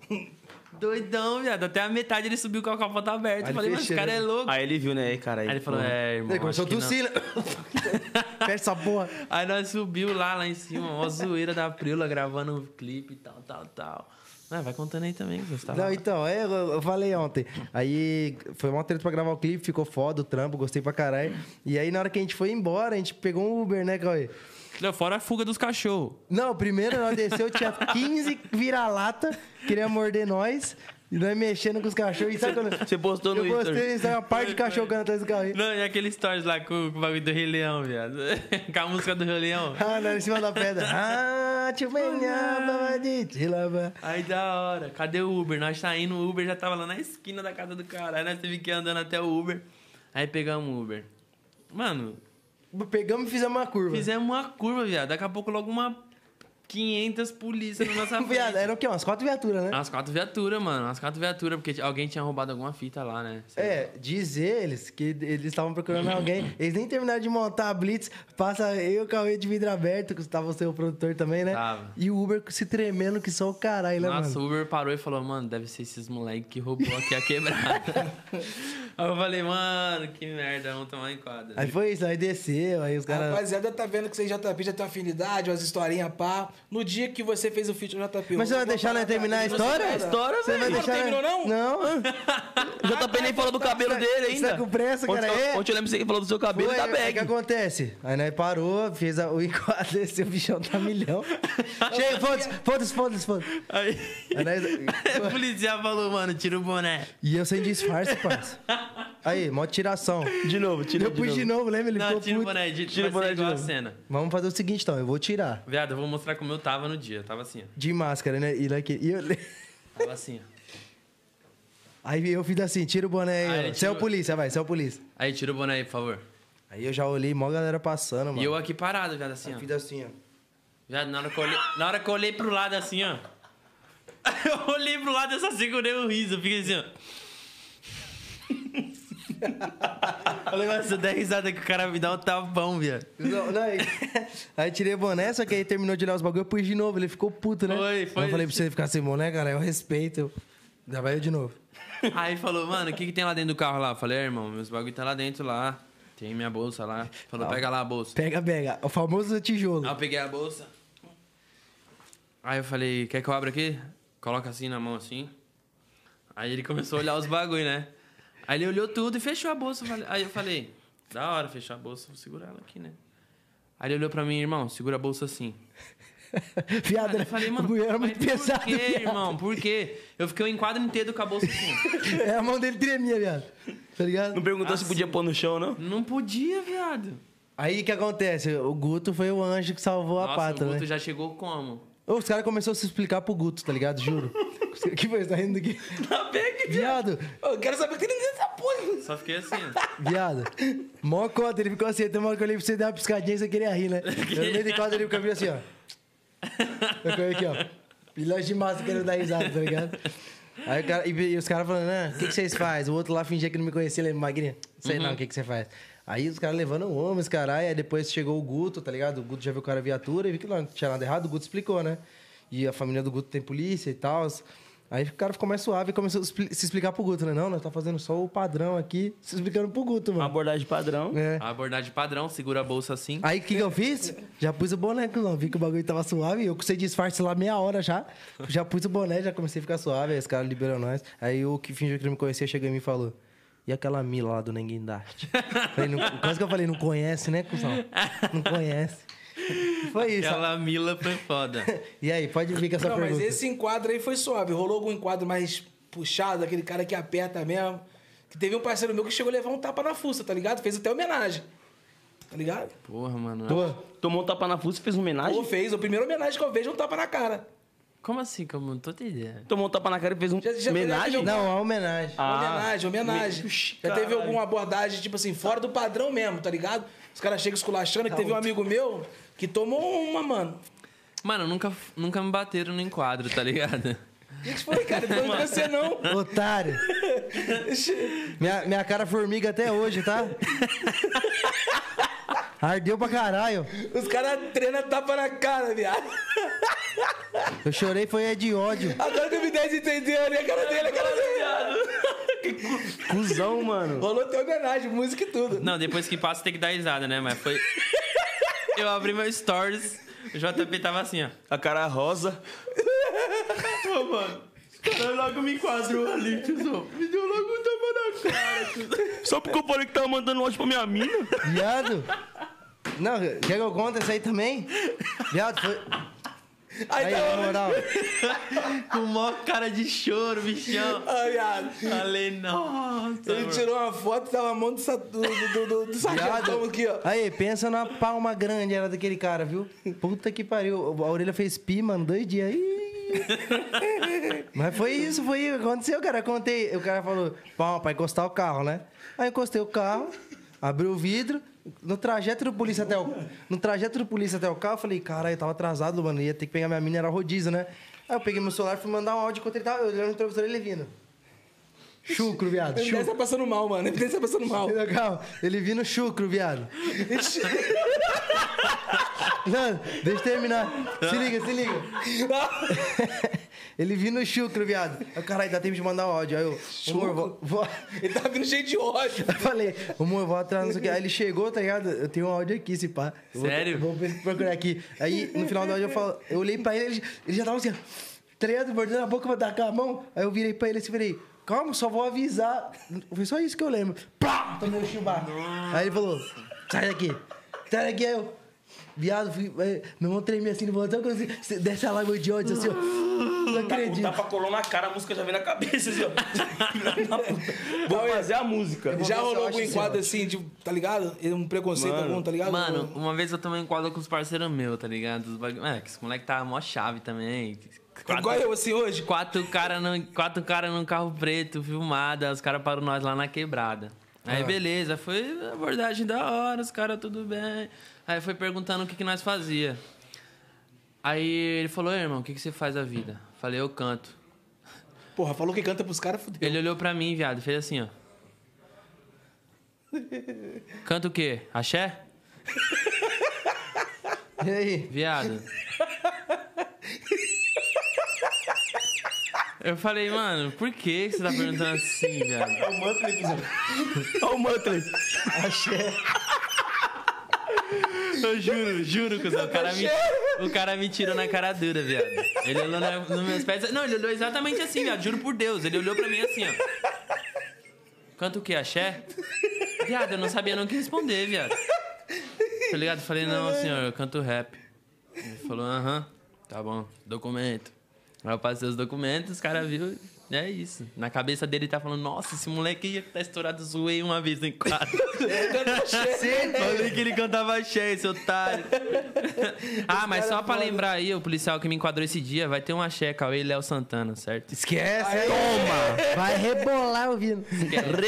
Speaker 4: Doidão, viado. Até a metade ele subiu com a capota aberta.
Speaker 1: Aí
Speaker 4: Eu falei, mas esse
Speaker 1: fechou,
Speaker 4: cara
Speaker 1: né?
Speaker 4: é louco. Aí,
Speaker 2: Aí ele viu, né, aí, cara? Aí,
Speaker 4: ele falou, é, irmão.
Speaker 1: Ele começou a
Speaker 4: acho que
Speaker 1: tossir.
Speaker 4: não.
Speaker 1: né? Fecha essa porra.
Speaker 4: Aí nós subiu lá, lá em cima, uma zoeira da Prila gravando um clipe e tal, tal, tal. Ah, vai contando aí também, que você tava
Speaker 1: Não,
Speaker 4: Tá lá.
Speaker 1: então, é, eu, eu falei ontem. Aí foi uma treta pra gravar o clipe, ficou foda o trampo, gostei pra caralho. E aí, na hora que a gente foi embora, a gente pegou um Uber, né, Cauê?
Speaker 4: Não, Fora a fuga dos cachorros.
Speaker 1: Não, primeiro nós desceu, tinha 15 vira-lata, queria morder nós. E nós mexendo com os cachorros. E sabe quando...
Speaker 2: Você postou no
Speaker 1: Eu postei
Speaker 2: Instagram.
Speaker 1: no Instagram a parte de cachorro correndo atrás do carrinho.
Speaker 4: Não, e aquele stories lá com, com o bagulho do Rei Leão, viado. com a música do Rei Leão.
Speaker 1: Ah, não, em cima da pedra. Ah, tchubenhaba, badidilaba.
Speaker 4: Aí da hora, cadê o Uber? Nós tá indo, o Uber já tava lá na esquina da casa do cara. Aí nós teve que ir andando até o Uber. Aí pegamos o Uber. Mano,
Speaker 1: Pegamos e fizemos uma curva.
Speaker 4: fizemos uma curva, viado. Daqui a pouco logo uma 500 polícia na nossa frente.
Speaker 1: Viado, é era o quê? Umas quatro viaturas, né?
Speaker 4: As quatro viaturas, mano. As quatro viaturas, porque alguém tinha roubado alguma fita lá, né? Sei
Speaker 1: É, diz eles que eles estavam procurando alguém. Eles nem terminaram de montar a Blitz. Passa eu, Cauê de vidro aberto, que tava o seu produtor também, né?
Speaker 4: Tava.
Speaker 1: E o Uber se tremendo que só o caralho, né,
Speaker 4: Nossa,
Speaker 1: mano?
Speaker 4: o Uber parou e falou, mano, deve ser esses moleque que roubou aqui a quebrada. aí eu falei, mano, que merda, vamos tomar em quadra.
Speaker 1: Aí foi isso, aí desceu, aí os
Speaker 3: A
Speaker 1: caras.
Speaker 3: rapaziada tá vendo que você já tá já tem afinidade, umas historinhas pá. No dia que você fez o feat no JP.
Speaker 1: Mas você vai deixar nós terminar a história?
Speaker 3: Você
Speaker 2: História,
Speaker 1: Você vai
Speaker 2: velho.
Speaker 3: não
Speaker 1: deixar.
Speaker 3: terminou, não?
Speaker 1: Não?
Speaker 2: JP nem falou do cabelo dele
Speaker 1: Você tá
Speaker 2: ainda.
Speaker 1: com pressa,
Speaker 2: Ontem
Speaker 1: cara?
Speaker 2: eu-
Speaker 1: É.
Speaker 2: Ontem eu lembro que você falou do seu cabelo tá
Speaker 1: Foi,
Speaker 4: tá
Speaker 2: e da
Speaker 1: aí O que
Speaker 2: bag.
Speaker 1: acontece? Aí nós parou, fez a- o enquadro, desceu o bichão tá milhão. Cheio, foda-se, foda-se, foda-se, foda-se.
Speaker 4: Aí,
Speaker 1: Aí nós-
Speaker 4: o policial falou, mano, tira o boné.
Speaker 1: E eu sem disfarce, parça. Aí, mó tiração.
Speaker 2: De novo, tira
Speaker 1: Eu pus de novo, lembra? Ele
Speaker 4: Não,
Speaker 1: ficou
Speaker 4: tira o
Speaker 1: puto.
Speaker 4: boné, de,
Speaker 2: Tira
Speaker 4: tira
Speaker 2: o
Speaker 4: vai
Speaker 2: boné
Speaker 4: ser
Speaker 2: de
Speaker 4: igual a
Speaker 2: novo.
Speaker 4: cena.
Speaker 1: Vamos fazer o seguinte, então, eu vou tirar.
Speaker 4: Viado, eu vou mostrar como eu tava no dia. Tava assim, ó.
Speaker 1: De máscara, né? E, like, e eu...
Speaker 4: Tava assim, ó.
Speaker 1: Aí eu fiz assim, tira o boné
Speaker 4: Ah,
Speaker 1: aí.
Speaker 4: ele
Speaker 1: ó. Você é o
Speaker 4: tirou.
Speaker 1: polícia, vai, você é o polícia.
Speaker 4: Aí, tira o boné aí, por favor.
Speaker 1: Aí eu já olhei, mó galera passando, mano.
Speaker 4: E eu aqui parado, viado, assim,
Speaker 1: Aí
Speaker 4: ó.
Speaker 1: fiz assim, ó.
Speaker 4: Viado, na hora que eu olhei, na hora que eu olhei pro lado, assim, ó. Eu olhei pro lado e só segurei o riso. Eu fiquei assim, ó. Falei, nossa, eu dei risada que o cara me dá um tapão, viado.
Speaker 1: Não, não, aí... aí tirei o boné, só que aí terminou de olhar os bagulho, eu pus de novo, ele ficou puto, né?
Speaker 4: Foi, foi.
Speaker 1: Aí eu falei pra você ficar sem boné, cara, eu respeito. Já vai eu de novo.
Speaker 4: Aí falou, mano, o que, que tem lá dentro do carro lá? Eu Falei, é, irmão, meus bagulho tá lá dentro lá. Tem minha bolsa lá. Falou, pega lá a bolsa.
Speaker 1: Pega, pega. O famoso tijolo.
Speaker 4: Aí eu peguei a bolsa. Aí eu falei, quer que eu abra aqui? Coloca assim na mão, assim. Aí ele começou a olhar os bagulho, né? Aí ele olhou tudo e fechou a bolsa. Eu falei- Aí eu falei, da hora, fechou a bolsa, vou segurar ela aqui, né? Aí ele olhou pra mim, irmão, segura a bolsa assim.
Speaker 1: Viado,
Speaker 4: Aí eu
Speaker 1: né?
Speaker 4: falei,
Speaker 1: o
Speaker 4: mano,
Speaker 1: bagulho era
Speaker 4: mas
Speaker 1: muito
Speaker 4: por
Speaker 1: pesado,
Speaker 4: quê,
Speaker 1: viado.
Speaker 4: irmão? Por quê? Eu fiquei o enquadro inteiro com a bolsa assim.
Speaker 1: É, a mão dele tremia, viado. Tá ligado?
Speaker 2: Não perguntou se podia pôr no chão, não?
Speaker 4: Não podia, viado.
Speaker 1: Aí o que acontece? O Guto foi o anjo que salvou a
Speaker 4: Nossa,
Speaker 1: pata,
Speaker 4: o Guto
Speaker 1: né?
Speaker 4: já chegou como?
Speaker 1: Os caras começaram a se explicar pro Guto, tá ligado? Juro. O que foi? Tá rindo aqui?
Speaker 2: Tá bag.
Speaker 1: Viado,
Speaker 3: Eu quero saber que tem ninguém nessa porra.
Speaker 4: Só fiquei assim, ó.
Speaker 1: viado. Mó cota, ele ficou assim. Tem uma hora que eu olhei pra você dar uma piscadinha e você queria rir, né? Eu no meio de quadro ele ficou assim, ó. Eu caí aqui, ó. Milhões de massa querendo dar risada, tá ligado? Aí o cara, e, e os caras falando, né? O que, que vocês fazem? O outro lá fingia que não me conhecia, ele magrinha. Sei não, o que, que você faz? Aí os caras levando o homem, os caralho. Aí depois chegou o Guto, tá ligado? O Guto já viu o cara viatura e viu que não tinha nada errado, o Guto explicou, né? E a família do Guto tem polícia e tal. Aí o cara ficou mais suave e começou a expli- se explicar pro Guto, né? Não, nós tá fazendo só o padrão aqui, se explicando pro Guto,
Speaker 2: Uma
Speaker 1: mano.
Speaker 2: abordagem padrão.
Speaker 1: É.
Speaker 4: A abordagem padrão, segura a bolsa assim.
Speaker 1: Aí o que, que eu fiz? Já pus o boné, cuzão. Vi que o bagulho tava suave. Eu custei disfarce lá meia hora já. Já pus o boné, já comecei a ficar suave. Aí os caras liberam nós. Aí o que fingiu que não me conhecia chegou em mim e falou. E aquela Mila lá do Nenguindarte? Falei, não- Quase que eu falei, não conhece, né, cuzão? Não conhece. Foi isso.
Speaker 4: Aquela Mila foi foda.
Speaker 1: E aí, pode vir com essa
Speaker 3: Não, mas
Speaker 1: pergunta.
Speaker 3: esse enquadro aí foi suave. Rolou algum enquadro mais puxado, aquele cara que aperta mesmo. Que teve um parceiro meu que chegou a levar um tapa na fuça, tá ligado? Fez até homenagem. Tá ligado?
Speaker 4: Porra, mano.
Speaker 1: Tô.
Speaker 2: Tomou um tapa na fuça e fez uma homenagem.
Speaker 3: Ou fez, a primeira homenagem que eu vejo é um tapa na cara.
Speaker 4: Como assim? Como? Não tô entendendo.
Speaker 2: Tomou um tapa na cara e fez uma
Speaker 3: Já- já-
Speaker 2: homenagem?
Speaker 1: Não, a homenagem.
Speaker 2: Ah,
Speaker 3: homenagem, homenagem.
Speaker 2: me- Ux,
Speaker 3: Já teve
Speaker 2: caralho.
Speaker 3: alguma abordagem, tipo assim, fora do padrão mesmo, tá ligado? Os caras chegam esculachando, que teve um amigo meu que tomou uma, mano.
Speaker 4: Mano, nunca, nunca me bateram no enquadro, tá ligado?
Speaker 3: O que que foi, cara? Não foi você, não.
Speaker 1: Otário. Minha, minha cara formiga até hoje, tá? Ardeu pra caralho.
Speaker 3: Os caras treinam tapa na cara, viado.
Speaker 1: Eu chorei, foi é de ódio.
Speaker 3: Agora que eu me dei entender, olha a cara dele, a cara dele.
Speaker 2: Cusão, mano.
Speaker 3: Rolou até homenagem, música e tudo.
Speaker 4: Não, depois que passa tem que dar risada, né? Mas foi. Eu abri meu stories, o JP tava assim, ó.
Speaker 2: A cara rosa.
Speaker 4: Ô, mano. Cara, logo me enquadrou ali, tiozão. Me deu logo um tapa na cara,
Speaker 2: Só porque eu falei que tava mandando ódio pra minha mina.
Speaker 1: Viado. Não, quer que eu conte essa aí também? Viado, foi... Aí,
Speaker 3: Aí, tá
Speaker 1: na moral.
Speaker 4: Com maior cara de choro, bichão.
Speaker 3: Ah, viado.
Speaker 4: Falei,
Speaker 2: Ah,
Speaker 4: nossa.
Speaker 3: Ele
Speaker 4: mano.
Speaker 3: tirou uma foto e tava a mão do, sa- do, do, do, do sargentão
Speaker 1: Viado.
Speaker 3: aqui, ó.
Speaker 1: Aí, pensa na palma grande era daquele cara, viu? Puta que pariu. A orelha fez pi, mano, dois dias. Ih. Mas foi isso, foi isso. Aconteceu, cara. Eu contei. O cara falou, palma, pra encostar o carro, né? Aí eu encostei o carro, abri o vidro. No trajeto do polícia até o. No trajeto do polícia até o carro, eu falei, cara, eu tava atrasado, mano. Ia ter que pegar minha mina, era rodízio, né? Aí eu peguei meu celular fui mandar um áudio enquanto ele tava. Eu olhando no televisor ele vindo. Chucro, viado.
Speaker 3: Ele deve
Speaker 1: Chucro.
Speaker 3: tá passando mal, mano. Ele deve tá passando mal.
Speaker 1: Legal. Ele vindo chucro, viado. Não, deixa eu terminar. Se liga, se liga. Ele vindo chucro, viado. Aí, Caralho, dá tempo de mandar um áudio. Aí eu, amor, vou, vou...
Speaker 3: Ele tava vindo cheio de ódio.
Speaker 1: Eu falei, amor, eu vou atrás, não sei o que. Aí ele chegou, tá ligado? Eu tenho um áudio aqui, se pá. Eu vou-
Speaker 4: Sério?
Speaker 1: Vou, procurar aqui. Aí, no final do áudio, eu, falo, eu olhei pra ele, ele, ele já tava assim, ó, tá ligado? Mordendo a boca pra dar com a mão. Aí eu virei pra ele assim, falei, calma, só vou avisar. Foi só isso que eu lembro. Plá! Tomei o chubá. Aí ele falou, sai daqui. Sai daqui, aí eu... Viado, fui, aí, meu irmão tremia assim no botão, quando assim, desce a lágrima de ódio, assim, ó. Não
Speaker 2: O
Speaker 1: acredito.
Speaker 2: um tapa colou na cara, a música já vem na cabeça, assim, ó. Filha da puta. Vou fazer a música.
Speaker 1: vou ver
Speaker 3: Já
Speaker 1: se eu
Speaker 3: rolou
Speaker 1: acho
Speaker 3: algum
Speaker 1: esse
Speaker 3: enquadro assim, de, tá ligado? Ele- Um preconceito
Speaker 2: Mano.
Speaker 3: algum, tá ligado?
Speaker 4: Mano, uma vez eu tomei um quadro com os parceiros meus, tá ligado? Os bag... É, que esse moleque tava mó chave também.
Speaker 3: Igual eu assim hoje.
Speaker 4: Quatro caras no, quatro cara num carro preto, filmada, os caras pararam nós lá na quebrada. Aí beleza, foi abordagem da hora, os caras tudo bem. Aí foi perguntando o que, que nós fazia. Aí ele falou, "Ei, irmão, o que, que você faz da vida? Falei, eu canto.
Speaker 3: Porra, falou que canta pros caras, fudeu.
Speaker 4: Ele olhou pra mim, viado, fez assim, ó. Canta o quê? Axé?
Speaker 1: E aí?
Speaker 4: Viado. Eu falei, mano, por que que você tá perguntando assim, viado?
Speaker 2: É o Mantley, cuzão. Olha o Mantley.
Speaker 4: Eu juro, juro, cuzão. O cara me, o cara me tirou na cara dura, viado. Ele olhou na, nos meus pés. Não, ele olhou exatamente assim, viado. Juro por Deus. Ele olhou pra mim assim, ó. Canta o quê? Axé? Viado, eu não sabia não o que responder, viado. Tá ligado? Eu Falei, não, senhor, eu canto rap. Ele falou, aham, tá bom, documento. Aí eu passei os documentos, os caras viram. É isso. Na cabeça dele tá falando, nossa, esse moleque ia tá estourado, zoei uma vez em quadro. Falei que ele cantava cheio, esse otário. ah, mas só pra lembrar aí, o policial que me enquadrou esse dia, vai ter uma checa, Cauê e Léo Santana, certo?
Speaker 1: Esquece. Toma. Vai rebolar ouvindo.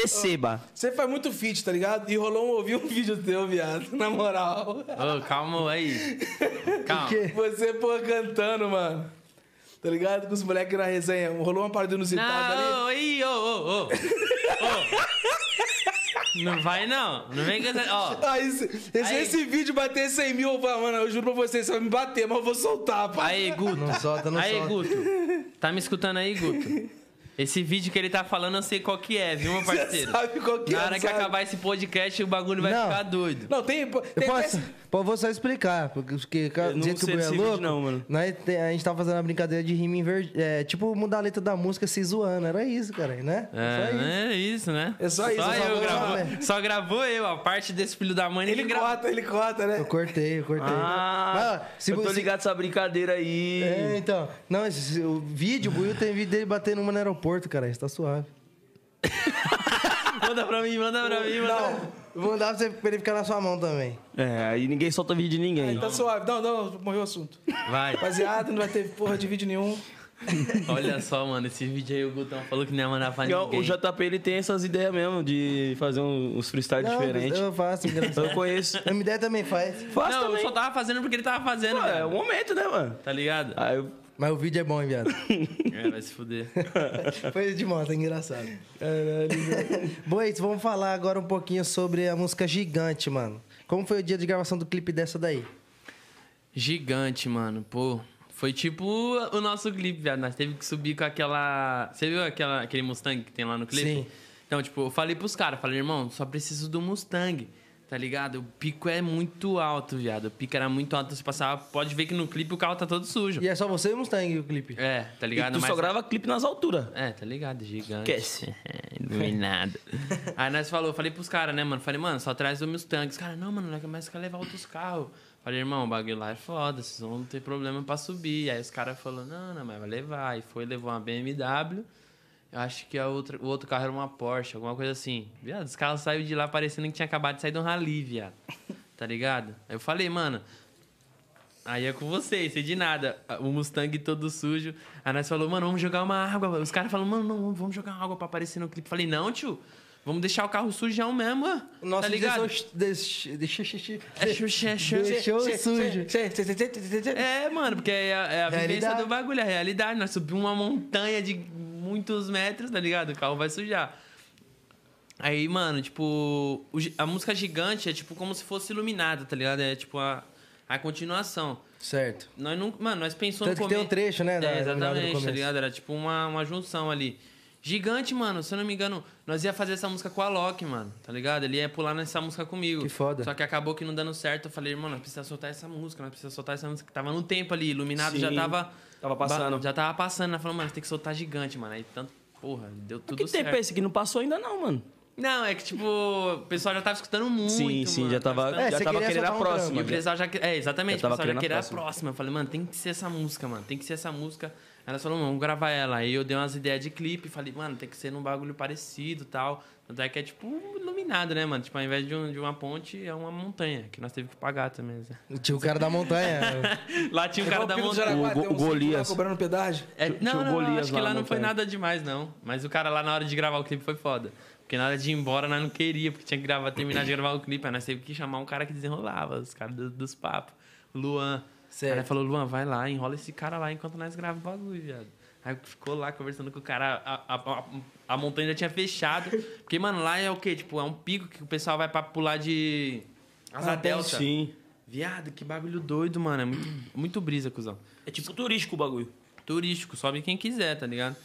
Speaker 5: Receba.
Speaker 3: Você faz muito feat, tá ligado? E rolou um, ouvi um vídeo teu, viado. Na moral.
Speaker 4: Ô, calma aí. Calma.
Speaker 1: quê?
Speaker 3: Você, pô, cantando, mano. Tá ligado? Com os moleques na resenha. Rolou uma parada inusitada ali.
Speaker 4: Não, ô, ih, ô, ô, ô. Ô. Não vai não. Não vem com essa. Ó.
Speaker 3: Aí, se, se
Speaker 4: Aí.
Speaker 3: esse vídeo bater 100 mil, eu falo, mano, eu juro pra vocês, você vai me bater, mas eu vou soltar, pá.
Speaker 4: Aí, Guto.
Speaker 1: Não
Speaker 3: Tá
Speaker 1: solta, não
Speaker 4: aí,
Speaker 1: solta.
Speaker 4: Guto. Tá me escutando aí, Guto? Esse vídeo que ele tá falando, eu sei qual que é, viu, meu
Speaker 3: Você
Speaker 4: parceiro?
Speaker 3: sabe qual que
Speaker 4: Na
Speaker 3: é,
Speaker 4: hora que
Speaker 3: sabe?
Speaker 4: acabar esse podcast, o bagulho vai
Speaker 1: Não.
Speaker 4: ficar doido.
Speaker 3: Não, tem... tem
Speaker 1: Eu
Speaker 3: tem-
Speaker 1: posso, pô, eu vou só explicar, porque, porque cara,
Speaker 2: não
Speaker 1: do jeito que o
Speaker 2: sei
Speaker 1: Bruno é
Speaker 2: desse vídeo
Speaker 1: louco,
Speaker 2: não, mano.
Speaker 1: nós te- a gente tava fazendo a brincadeira de rima invertida, é, tipo mudar a letra da música se zoando, era isso, cara, né?
Speaker 4: É,
Speaker 1: Só isso.
Speaker 4: é isso, né?
Speaker 3: É só isso,
Speaker 4: Só
Speaker 3: eu só
Speaker 4: eu
Speaker 3: vou é.
Speaker 4: gravou.
Speaker 1: falar.
Speaker 4: Só gravou eu, a parte desse filho da mãe.
Speaker 3: Ele
Speaker 4: ninguém gravou.
Speaker 3: corta, ele corta, né?
Speaker 1: Eu cortei, eu cortei.
Speaker 2: Ah,
Speaker 1: Mas, ó, se
Speaker 2: eu tô
Speaker 1: você-
Speaker 2: ligado essa brincadeira aí.
Speaker 1: É, então, não, esse, esse- o vídeo, o Buiu tem vídeo dele batendo uma no aeroporto, cara, isso tá suave.
Speaker 4: Manda pra mim, manda pra mim, manda pra mim.
Speaker 1: Eu Vou mandar pra, você, pra ele ficar na sua mão também.
Speaker 2: É, aí ninguém solta vídeo de ninguém.
Speaker 3: Tá suave. Não, não, morreu o assunto.
Speaker 4: Vai.
Speaker 3: Rapaziada, não vai ter porra de vídeo nenhum.
Speaker 4: Olha só, mano, esse vídeo aí o Gutão falou que não ia mandar pra
Speaker 2: Então,
Speaker 4: ninguém.
Speaker 2: o JP ele tem essas ideias mesmo de fazer um- uns freestyle
Speaker 1: Não,
Speaker 2: diferentes.
Speaker 1: eu faço, engraçado.
Speaker 2: Eu conheço.
Speaker 1: A minha ideia também faz,
Speaker 2: Faço
Speaker 4: Não, eu
Speaker 2: também.
Speaker 4: só tava fazendo porque ele tava fazendo,
Speaker 2: Ah, é o
Speaker 4: velho.
Speaker 2: momento, né, mano?
Speaker 4: Tá ligado?
Speaker 2: Aí eu-
Speaker 1: mas o vídeo é bom, hein, viado.
Speaker 4: É, vai se fuder.
Speaker 1: Foi de moto, é engraçado. Bom, é isso. Vamos falar agora um pouquinho sobre a música Gigante, mano. Como foi o dia de gravação do clipe dessa daí?
Speaker 4: Gigante, mano, pô. Foi tipo o nosso clipe, viado. Nós teve que subir com aquela. Você viu aquela, aquele Mustang que tem lá no clipe?
Speaker 1: Sim.
Speaker 4: Então, tipo, eu falei pros caras, falei, irmão, só preciso do Mustang, tá ligado? O pico é muito alto, viado. O pico era muito alto, você passava. Pode ver que no clipe o carro tá todo sujo.
Speaker 1: E é só você e o Mustang o clipe?
Speaker 4: É, tá
Speaker 2: e
Speaker 4: ligado?
Speaker 2: tu só
Speaker 4: Mas-
Speaker 2: grava clipe nas alturas.
Speaker 4: É, tá ligado, gigante.
Speaker 2: Esquece.
Speaker 4: Iluminado. Aí nós falou, falei pros caras, né, mano? Falei, mano, só traz o Mustang. Os caras, não, mano, nós começa a levar outros carros. Falei, irmão, o bagulho lá é foda, vocês vão ter problema pra subir. Aí os caras falaram, não, não, mas vai levar. E foi, levou uma BMW. Eu acho que a outra, o outro carro era uma Porsche, alguma coisa assim. Viado, os caras saíram de lá parecendo que tinha acabado de sair de um rally, viado. Tá ligado? Aí eu falei, mano, Aí é com vocês, sei de nada. O Mustang todo sujo. Aí nós falou, mano, vamos jogar uma água. Os caras falaram, mano, não, vamos jogar água pra aparecer no clipe. Falei, não, tio, vamos deixar o carro sujão mesmo, ó.
Speaker 1: Nossa,
Speaker 4: tá ligado?
Speaker 1: Deixa, deixa, deixa,
Speaker 4: É xuxa, é xuxa.
Speaker 1: Deixou sujo.
Speaker 4: É, mano, porque é a, é a vivência
Speaker 1: Realidade.
Speaker 4: do bagulho, é a realidade. Nós subimos uma montanha de muitos metros, tá ligado? O carro vai sujar. Aí, mano, tipo, o gi- a música gigante é tipo como se fosse iluminada, tá ligado? É tipo a, a continuação.
Speaker 1: Certo.
Speaker 4: Nós nunca, mano, nós pensamos
Speaker 1: Tanto que tem um trecho, né, da-
Speaker 4: É,
Speaker 1: da Minerva do
Speaker 4: exatamente, tá
Speaker 1: começo.
Speaker 4: ligado? Era tipo uma, uma junção ali. Gigante, mano, se eu não me engano, nós ia fazer essa música com a Loki, mano, tá ligado? Ele ia pular nessa música comigo.
Speaker 1: Que foda.
Speaker 4: Só que acabou que não dando certo. Eu falei, irmão, nós precisamos soltar essa música, nós precisamos soltar essa música. que Tava no tempo ali, iluminado, já
Speaker 2: Sim,
Speaker 4: tava.
Speaker 2: tava passando.
Speaker 4: ba- Já tava passando. Nós falamos, mano, tem que soltar gigante, mano. Aí tanto. Porra, deu tudo
Speaker 2: que
Speaker 4: certo.
Speaker 2: tempo é esse que não passou ainda não, mano?
Speaker 4: Não, é que, tipo, o pessoal já tava escutando muito.
Speaker 2: sim, sim,
Speaker 4: mano,
Speaker 2: já tava,
Speaker 4: escutando
Speaker 1: É,
Speaker 2: já
Speaker 1: você
Speaker 2: tava
Speaker 1: queria
Speaker 2: querendo a
Speaker 1: soltar um
Speaker 2: próxima.
Speaker 4: e o
Speaker 1: drama.
Speaker 4: pessoal já que- É,
Speaker 2: Já
Speaker 4: exatamente. O
Speaker 2: tava
Speaker 4: pessoal já
Speaker 2: querendo a
Speaker 4: queria a
Speaker 2: próxima.
Speaker 4: próxima. Eu falei, mano, tem que ser essa música, mano. Tem que ser essa música. Aí elas falaram, vamos gravar ela. Aí eu dei umas ideias de clipe. Falei, mano, tem que ser num bagulho parecido e tal. Tanto é que é tipo iluminado, né, mano? Tipo, ao invés de, um- de uma ponte, é uma montanha. Que nós teve que pagar também. né?
Speaker 1: Tinha o cara da montanha.
Speaker 4: Lá tinha o cara da montanha.
Speaker 2: O Go- Golias.
Speaker 3: um cobrando pedágio.
Speaker 4: É,
Speaker 2: Tio-
Speaker 4: não,
Speaker 2: tio
Speaker 4: não, não,
Speaker 2: Golias
Speaker 4: acho que
Speaker 2: lá
Speaker 4: lá,
Speaker 2: na
Speaker 4: não foi
Speaker 2: montanha.
Speaker 4: nada demais, não. Mas o cara lá na hora de gravar o clipe foi foda. Porque na hora de ir embora, nós não queria, porque tinha que gravar, terminar de gravar o clipe. Aí nós teve que chamar um cara que desenrolava, os caras do- dos papos. O Luan.
Speaker 1: Certo.
Speaker 4: Aí nós falou, Luan, vai lá, enrola esse cara lá enquanto nós gravamos o bagulho, viado. Aí ficou lá conversando com o cara, a, a- a- a montanha já tinha fechado. Porque, mano, lá é o quê? Tipo, é um pico que o pessoal vai pra pular de asa
Speaker 3: Ah, tem-
Speaker 4: delta.
Speaker 2: Sim.
Speaker 4: Viado, que bagulho doido, mano. É muito, muito brisa, cuzão
Speaker 2: É tipo turístico o bagulho.
Speaker 4: turístico, sobe quem quiser, tá ligado?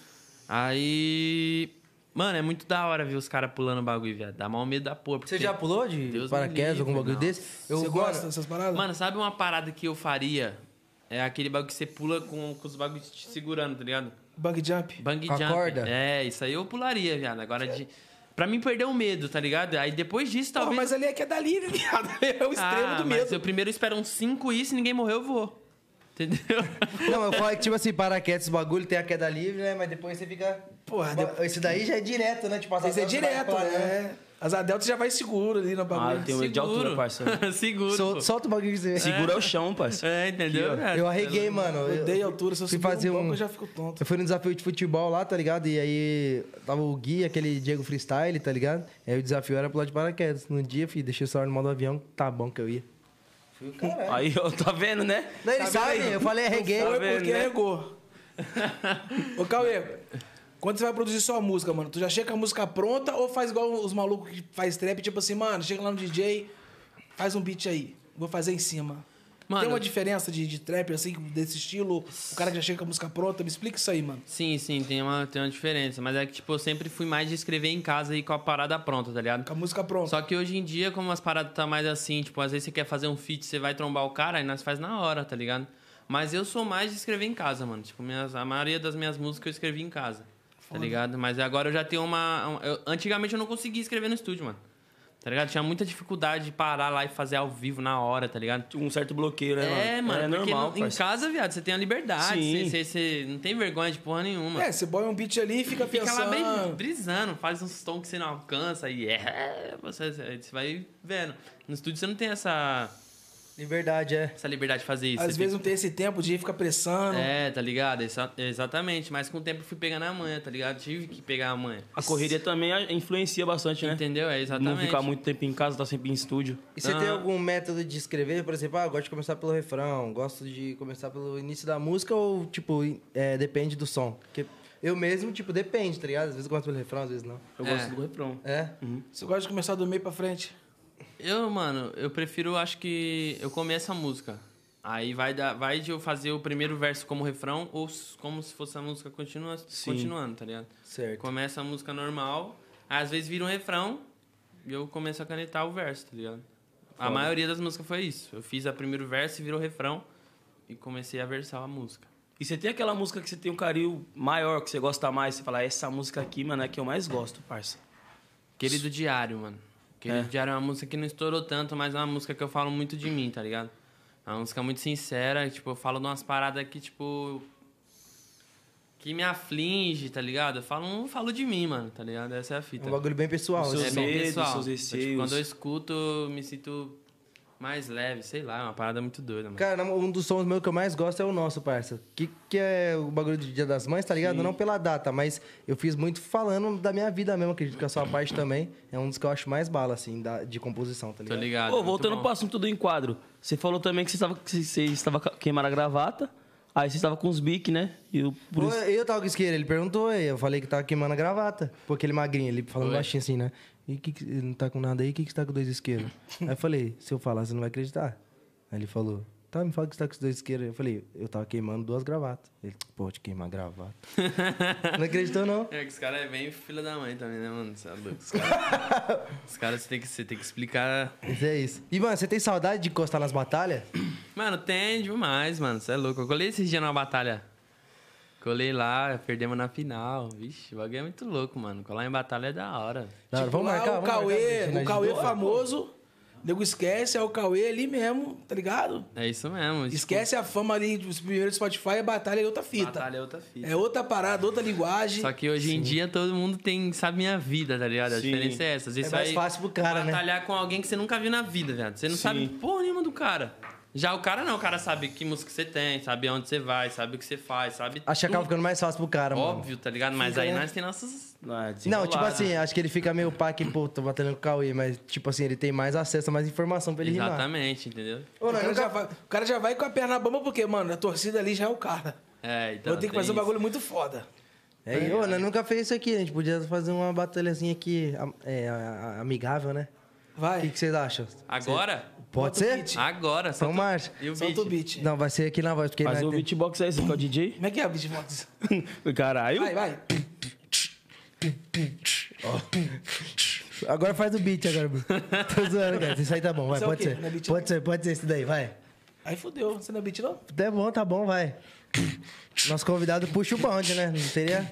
Speaker 4: Aí. Mano, é muito da hora ver os caras pulando bagulho, viado. Dá mal medo da porra.
Speaker 1: Você
Speaker 4: porque-
Speaker 1: já pulou de
Speaker 4: Deus me
Speaker 1: paraquedas,
Speaker 4: livre,
Speaker 1: algum bagulho
Speaker 4: não.
Speaker 1: desse?
Speaker 3: Você
Speaker 1: mano,
Speaker 3: gosta dessas paradas?
Speaker 4: Mano, sabe uma parada que eu faria? É aquele bagulho que você pula com, com os bagulhos te segurando, tá ligado?
Speaker 3: Bug jump.
Speaker 4: Bang
Speaker 1: Com a
Speaker 4: jump.
Speaker 1: corda?
Speaker 4: É, isso aí eu pularia, viado. Agora de. Pra mim perder o medo, tá ligado? Aí depois disso,
Speaker 3: Porra,
Speaker 4: talvez.
Speaker 3: mas ali é que é dali, né, viado? É o extremo
Speaker 4: ah,
Speaker 3: do
Speaker 4: Mas
Speaker 3: medo.
Speaker 4: eu primeiro espero uns 5 e se ninguém morrer, eu vou. Entendeu?
Speaker 1: Não, eu falo que, tipo assim, paraquedas, esse bagulho, tem a queda livre, né? Mas depois você fica...
Speaker 3: Porra,
Speaker 1: Ba- Esse daí já é direto, né? Tipo,
Speaker 3: Mas é
Speaker 1: assaltante vai
Speaker 3: direto,
Speaker 1: pra-
Speaker 3: né? As Adeltas já vai seguro ali na bagulho.
Speaker 2: Ah, tem um medo de altura, parceiro.
Speaker 4: Seguro.
Speaker 1: Sol-
Speaker 4: pô.
Speaker 1: Solta o bagulho que você...
Speaker 2: Segura o chão, parceiro.
Speaker 4: É, entendeu?
Speaker 2: Aqui,
Speaker 4: viado?
Speaker 1: Eu arreguei, Ah, mano.
Speaker 3: Eu odeio altura, se eu
Speaker 1: fui
Speaker 3: subir
Speaker 1: fazer
Speaker 3: um banco,
Speaker 1: um-
Speaker 3: eu já fico tonto.
Speaker 1: Eu fui num desafio de futebol lá, tá ligado? E aí tava o Gui, aquele Diego Freestyle, tá ligado? E aí o desafio era pular de paraquedas. No dia, filho, deixei o celular no modo avião, tá bom que eu ia. Fui o caralho.
Speaker 2: Aí, ó, tá vendo, né?
Speaker 1: Não, ele
Speaker 3: Tá
Speaker 1: sabe,
Speaker 3: vendo aí?
Speaker 1: eu falei arreguei.
Speaker 3: Foi
Speaker 2: vendo,
Speaker 3: é porque
Speaker 2: né?
Speaker 3: regou. Ô, Cauê, quando você vai produzir sua música, mano, tu já chega com a música pronta ou faz igual os malucos que faz trap, tipo assim, mano, chega lá no DJ, faz um beat aí, vou fazer em cima.
Speaker 4: Mano-
Speaker 3: Tem uma diferença de, de trap, assim, desse estilo? O cara que já chega com a música pronta, me explica isso aí, mano.
Speaker 4: Sim, sim, tem uma, tem uma diferença. Mas é que, tipo, eu sempre fui mais de escrever em casa e com a parada pronta, tá ligado?
Speaker 3: Com a música pronta.
Speaker 4: Só que hoje em dia, como as paradas tá mais assim, tipo, às vezes você quer fazer um feat, você vai trombar o cara, aí nós faz na hora, tá ligado? Mas eu sou mais de escrever em casa, mano. Tipo, minhas, a maioria das minhas músicas eu escrevi em casa, tá ligado? Mas agora eu já tenho uma... um- eu- antigamente eu não conseguia escrever no estúdio, mano. Tá ligado? Tinha muita dificuldade de parar lá e fazer ao vivo na hora, tá ligado?
Speaker 2: Um certo bloqueio, né, mano?
Speaker 4: É, mano,
Speaker 2: É
Speaker 4: porque
Speaker 2: normal,
Speaker 4: no- em
Speaker 2: parceiro.
Speaker 4: casa, viado, você tem a liberdade,
Speaker 2: Sim.
Speaker 4: você, você- você não tem vergonha de porra nenhuma.
Speaker 3: É, você boia um beat ali e fica,
Speaker 4: Fica lá
Speaker 3: pensando...
Speaker 4: bem brisando, faz uns tons que você não alcança e é, você, você vai vendo. No estúdio você não tem essa,
Speaker 1: Liberdade, é.
Speaker 4: essa liberdade de fazer isso.
Speaker 3: Às
Speaker 4: você
Speaker 3: vezes não tem esse tempo de ficar pressando.
Speaker 4: fica- É, tá ligado? Exa- exatamente, mas com o tempo eu fui pegando a manha, tá ligado? Tive que pegar a manha.
Speaker 2: A correria também a- influencia bastante, né?
Speaker 4: Entendeu? É, exatamente.
Speaker 2: Não ficar muito tempo em casa, tá sempre em estúdio.
Speaker 1: E você tem
Speaker 4: Ah.
Speaker 1: algum método de escrever? Por exemplo, ah, eu gosto de começar pelo refrão, gosto de começar pelo início da música ou, tipo, é, depende do som? Porque eu mesmo, tipo, depende, tá ligado? Às vezes eu gosto pelo refrão, às vezes não.
Speaker 2: Eu
Speaker 4: É.
Speaker 2: gosto do refrão.
Speaker 1: É?
Speaker 3: Você gosta de começar do meio pra frente.
Speaker 4: Eu, mano, eu prefiro, acho que eu começo a música. Aí vai, dar, vai de eu fazer o primeiro verso como refrão ou s- como se fosse a música continua, continuando, tá ligado?
Speaker 1: Certo.
Speaker 4: Começa a música normal, aí às vezes vira um refrão e eu começo a canetar o verso, tá ligado? A maioria das músicas foi isso. Eu fiz a primeiro verso e virou refrão e comecei a versar a música.
Speaker 2: E você tem aquela música que você tem um carinho maior, que você gosta mais, você fala, essa música aqui, mano, é a que eu mais gosto, parça.
Speaker 4: Querido Diário, mano. Querido
Speaker 2: É.
Speaker 4: Diário é uma música que não estourou tanto, mas é uma música que eu falo muito de mim, tá ligado? É uma música muito sincera, tipo, eu falo de umas paradas que, tipo. Que me aflige, tá ligado? Eu falo, não falo de mim, mano, tá ligado? Essa é a
Speaker 1: É
Speaker 4: fita.
Speaker 1: um bagulho bem pessoal.
Speaker 2: Os seus
Speaker 1: assim.
Speaker 4: bem
Speaker 2: medos,
Speaker 4: pessoal.
Speaker 2: seus
Speaker 4: Tipo,
Speaker 2: receios.
Speaker 4: quando eu escuto, eu me sinto mais leve, sei lá, é uma parada muito doida, mano.
Speaker 1: Cara, um dos sons meus que eu mais gosto é o nosso, parça. Que, que é o bagulho do Dia das Mães, tá ligado? Não pela data, mas eu fiz muito falando da minha vida mesmo, acredito que a sua parte também. É um dos que eu acho mais bala, assim, da- de composição, tá
Speaker 4: Tô
Speaker 1: ligado?
Speaker 4: ligado.
Speaker 2: Pô,
Speaker 4: muito
Speaker 2: voltando
Speaker 4: bom.
Speaker 2: pro assunto do enquadro. Você falou também que você estava, que você estava ca- queimando a gravata, aí você estava com os biques, né? E o por
Speaker 1: Pô,
Speaker 2: isso-
Speaker 1: eu tava com isqueiro, ele perguntou, aí eu falei que tava queimando a gravata. Pô, aquele magrinho, ele falando
Speaker 4: Foi.
Speaker 1: baixinho assim, né? E que que, não tá com nada aí, o que, que você tá com dois isqueiros? aí eu falei, se eu falar, você não vai acreditar. Aí ele falou, tá, me fala que você tá com os dois isqueiros. Eu falei, eu tava queimando duas gravatas. Ele, pô, te queimar gravata. não acreditou, não.
Speaker 4: É que os caras é bem filha da mãe também, né, mano? Você é louco. Os caras os caras você tem que, você tem que explicar.
Speaker 1: Mas é isso. E, mano, você tem saudade de encostar nas batalhas?
Speaker 3: Tipo,
Speaker 4: Mano, tem demais, mano. Você é louco. Eu colei esses dias na batalha. Colei lá, perdemos na final. Vixe, o bagulho é muito louco, mano. Colar em batalha é da hora.
Speaker 1: Da hora,
Speaker 3: Tipo, lá o
Speaker 1: um
Speaker 3: Cauê,
Speaker 1: né,
Speaker 3: o Cauê famoso, nego esquece, é o Cauê ali mesmo, tá ligado?
Speaker 4: É isso mesmo. tipo,
Speaker 3: Esquece a fama ali do primeiro Spotify, é batalha é outra fita.
Speaker 4: Batalha é outra fita.
Speaker 3: É outra parada, outra linguagem.
Speaker 4: Só que hoje em dia todo mundo tem, sabe minha vida, tá ligado? A
Speaker 2: Sim.
Speaker 4: diferença é essa. Às vezes
Speaker 1: É mais
Speaker 4: você vai
Speaker 1: fácil pro cara, né?
Speaker 4: batalhar com alguém que você nunca viu na vida, velho. Você não
Speaker 2: Sim.
Speaker 4: sabe porra nenhuma do cara. Já o cara não, o cara sabe que música você tem, sabe aonde você vai, sabe o que você faz, sabe.
Speaker 1: Acho que é acaba
Speaker 4: tudo.
Speaker 1: ficando mais fácil pro cara, mano.
Speaker 4: Óbvio, tá ligado? Mas aí
Speaker 1: né?
Speaker 4: nós tem nossos.
Speaker 2: Ah,
Speaker 1: Não, tipo
Speaker 4: Desenrolado.
Speaker 3: né?
Speaker 1: assim, acho que ele fica meio pá que, pô, tô batalhando com o Cauê, mas, tipo assim, ele tem mais acesso a mais informação pra ele rimar.
Speaker 4: Exatamente, entendeu?
Speaker 1: Ô,
Speaker 3: o,
Speaker 1: nós
Speaker 3: cara
Speaker 1: nunca-
Speaker 3: já vai, o cara já vai com a perna bamba, porque, mano, a torcida ali já é o cara.
Speaker 4: É, então.
Speaker 3: Vou ter que
Speaker 4: tem
Speaker 3: fazer um
Speaker 4: isso.
Speaker 3: bagulho muito foda.
Speaker 1: É, e, ô, nós nunca fez isso aqui, a gente podia fazer uma batalhazinha aqui am- é, a- a- amigável, né? O
Speaker 3: Vai.
Speaker 1: que, que vocês acham?
Speaker 4: Agora?
Speaker 1: Pode
Speaker 3: Bota o
Speaker 1: ser?
Speaker 3: beat.
Speaker 4: Agora,
Speaker 1: Então,
Speaker 4: solta-
Speaker 1: marcha.
Speaker 4: E o
Speaker 3: Solta o
Speaker 4: beat?
Speaker 3: beat.
Speaker 1: Não, vai ser aqui na voz, porque
Speaker 2: Mas
Speaker 1: nós
Speaker 2: o
Speaker 1: tem-
Speaker 2: beatbox é esse, que é o DJ?
Speaker 3: Como é que é, beatbox?
Speaker 2: Caralho.
Speaker 3: Vai, vai.
Speaker 1: Agora faz o beat agora, Bruno. Tô zoando, cara. Isso aí tá bom, vai,
Speaker 3: Isso é o
Speaker 1: pode
Speaker 3: quê?
Speaker 1: ser.
Speaker 3: Não é beat,
Speaker 1: Pode ser, pode ser isso daí, vai.
Speaker 3: Aí fodeu. Você não é beat, não?
Speaker 1: Tá bom, tá bom, vai. Nosso convidado puxa o bonde, né? Não teria?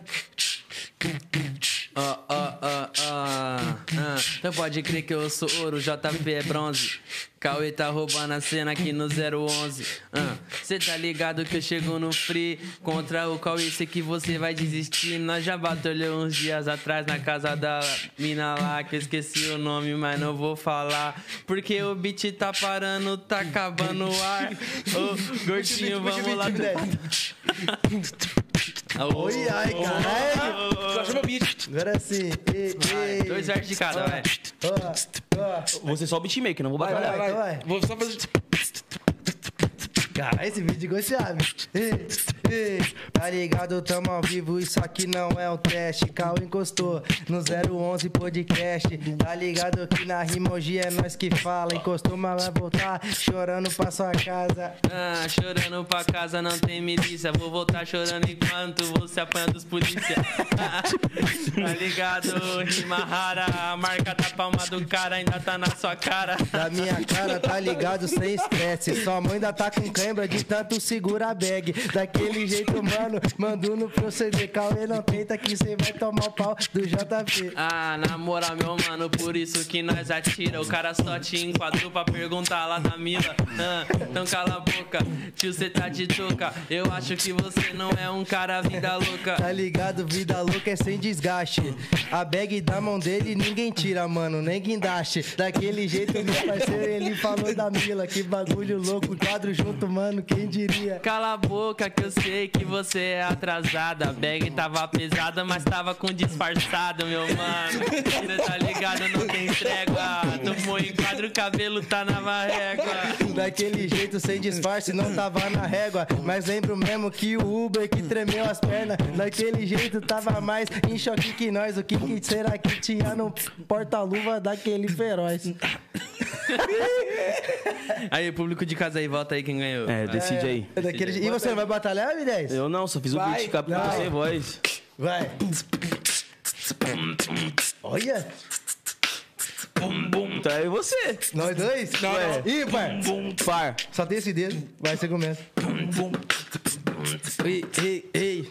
Speaker 4: Ah, ah, ah, ah, ah. Então pode crer que eu sou ouro, JP é bronze. Cauê tá roubando a cena aqui no 011. Ah, Cê tá ligado que eu chego no free. Contra o Cauê, sei que você vai desistir. Nós já batalhou uns dias atrás na casa da mina lá, que eu esqueci o nome, mas não vou falar. Porque o beat tá parando, tá acabando o ar. Ô, gordinho, vamos lá. Ô,
Speaker 1: né? Oi, ai, caralho.
Speaker 3: Tu achou meu beat?
Speaker 1: Agora sim. E, e.
Speaker 4: Dois é. versos de cada, vai.
Speaker 1: Ó, ó.
Speaker 2: Você só o beatmaker, não vou
Speaker 1: Vai,
Speaker 2: batalhar.
Speaker 1: vai, vai, vai.
Speaker 3: Vou só fazer...
Speaker 1: Cara, esse vídeo é gostado. Ei, ei, Tá ligado, tamo ao vivo, isso aqui não é um teste. Cal encostou no 011 podcast. Tá ligado que na rima hoje é nós que fala. Encostou, mas vai voltar chorando pra sua casa.
Speaker 4: Ah, chorando pra casa não tem milícia. Vou voltar chorando enquanto você apanha dos polícia. tá ligado? Rima rara. A marca da palma do cara ainda tá na sua cara.
Speaker 1: Da minha cara, tá ligado, sem estresse. Sua mãe ainda tá com cãibra de tanto segura a bag. Daquele jeito, mano, mando no proceder. Cauê não tenta que cê vai tomar o pau do JP.
Speaker 4: Ah, na moral, meu mano, por isso que nós atira. O cara só te enquadrou pra perguntar lá na mila. Ah, então cala a boca, tio, cê tá de touca. Eu acho que você não é um cara vida louca.
Speaker 1: Tá ligado, vida louca é sem desgaste. A bag da mão dele ninguém tira, mano, nem guindaste. Daquele jeito, meu parceiro, ele falou da Mila. Que bagulho louco, quadro junto, mano, quem diria?
Speaker 4: Cala a boca que eu sei que você é atrasada. A bag tava pesada, mas tava com disfarçado, meu mano. Cê tá ligado, não tem trégua. Tomou em quadro, o cabelo tá na marrégua.
Speaker 1: Daquele jeito, sem disfarce, não tava na régua. Mas lembro mesmo que o Uber que tremeu as pernas. Daquele jeito, tava mais em choque que nós. O que, que será que tinha no porta-luva daquele feroz?
Speaker 4: Aí, público de casa aí, volta aí quem ganhou.
Speaker 2: É, decide aí.
Speaker 1: É daquele jeito. E você não vai batalhar, M10?
Speaker 2: Eu não, só fiz o
Speaker 3: Vai,
Speaker 2: beat, cap-
Speaker 1: vai.
Speaker 2: sem voz.
Speaker 1: Vai. Olha,
Speaker 2: Então é você.
Speaker 1: nós dois? Não,
Speaker 2: não.
Speaker 1: Ímpar.
Speaker 2: Par.
Speaker 1: Só tem esse dedo. Vai, você começa.
Speaker 4: Ei, ei, ei.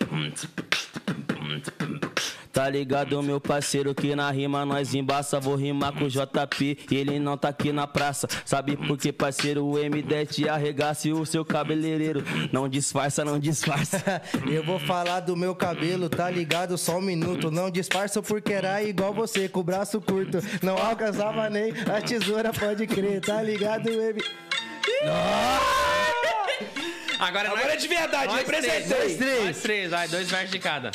Speaker 2: Tá ligado, meu parceiro, que na rima nós embaça. Vou rimar com o JP, ele não tá aqui na praça. Sabe por que, parceiro, o M10 te arregaça e o seu cabeleireiro não disfarça, não disfarça.
Speaker 1: Eu vou falar do meu cabelo, tá ligado? Só um minuto. Não disfarça porque era igual você, com o braço curto. Não alcançava nem a tesoura, pode crer, tá ligado, baby?
Speaker 4: Agora,
Speaker 3: Agora é de verdade,
Speaker 4: nós três,
Speaker 3: representei.
Speaker 4: nós três. Nós três, vai, dois versos de cada.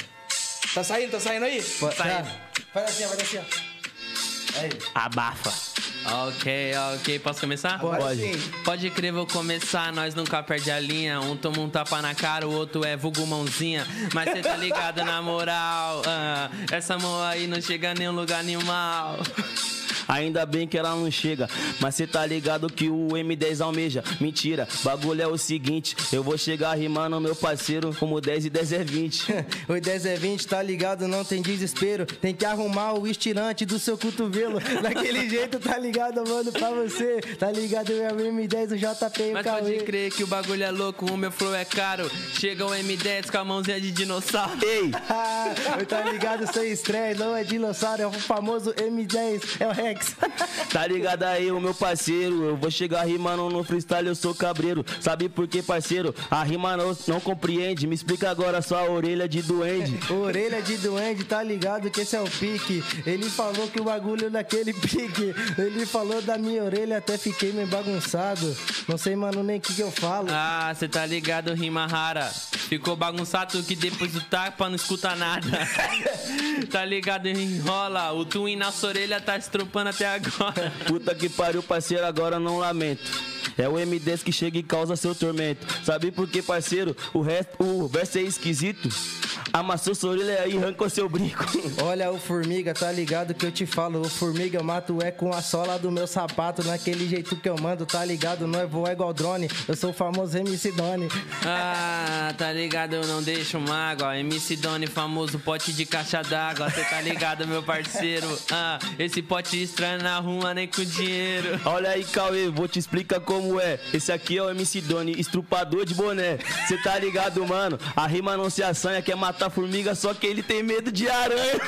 Speaker 3: Tá saindo, tá saindo aí?
Speaker 4: Sai.
Speaker 1: Tá. Ah,
Speaker 3: Faz assim, ó, faz assim, ó.
Speaker 2: Abafa.
Speaker 4: Ok, ok. Posso começar?
Speaker 1: Pode.
Speaker 4: Pode crer, vou começar, nós nunca perde a linha. Um toma um tapa na cara, o outro é vulgo mãozinha. Mas cê tá ligado na moral, ah, essa mão aí não chega a nenhum lugar animal.
Speaker 2: Ainda bem que ela não chega, mas cê tá ligado que o M10 almeja. Mentira, bagulho é o seguinte: eu vou chegar rimando, meu parceiro, como 10 e 10 é 20.
Speaker 1: Oi 10 é 20, tá ligado? Não tem desespero. Tem que arrumar o estirante do seu cotovelo. Daquele jeito, tá ligado? Mando pra você. Tá ligado? Meu M10, o JP Então, e o
Speaker 4: Mas pode
Speaker 1: Cauê.
Speaker 4: crer que o bagulho é louco, o meu flow é caro. Chega o M10 com a mãozinha de dinossauro.
Speaker 2: Ei,
Speaker 1: Ah, eu tá ligado? Sem estresse, não é dinossauro, é o famoso M10, é o Rex.
Speaker 2: tá ligado aí, o meu parceiro? Eu vou chegar rimando no freestyle, eu sou cabreiro. Sabe por quê, parceiro? A rima não, não compreende. Me explica agora sua orelha é de duende.
Speaker 1: Orelha de duende, tá ligado que esse é o pique. Ele falou que o bagulho é daquele pique. Ele falou da minha orelha, até fiquei meio bagunçado. Não sei, mano, nem o que, que eu falo.
Speaker 4: Ah, cê tá ligado, rima rara. Ficou bagunçado que depois do tapa não escuta nada. tá ligado, enrola. O twin na sua orelha tá estrupando até agora.
Speaker 2: Puta que pariu, parceiro, agora não lamento. É o M10 que chega e causa seu tormento. Sabe por quê, parceiro? O, resto, o verso é esquisito. Amassou sua orelha e arrancou seu brinco.
Speaker 1: Olha o formiga, tá ligado que eu te falo. O formiga eu mato é com a sola do meu sapato. Naquele jeito que eu mando, tá ligado? Não é voar igual drone. Eu sou o famoso MC Doni.
Speaker 4: Ah, tá ligado, eu não deixo mágoa. MC Doni, famoso pote de caixa d'água. Cê tá ligado, meu parceiro? Ah, esse pote estranho na rua, nem com dinheiro.
Speaker 2: Olha aí, Cauê, vou te explicar como é. Esse aqui é o MC Doni, estrupador de boné. Cê tá ligado, mano? A rima não se assanha, quer matar formiga, só que ele tem medo de aranha.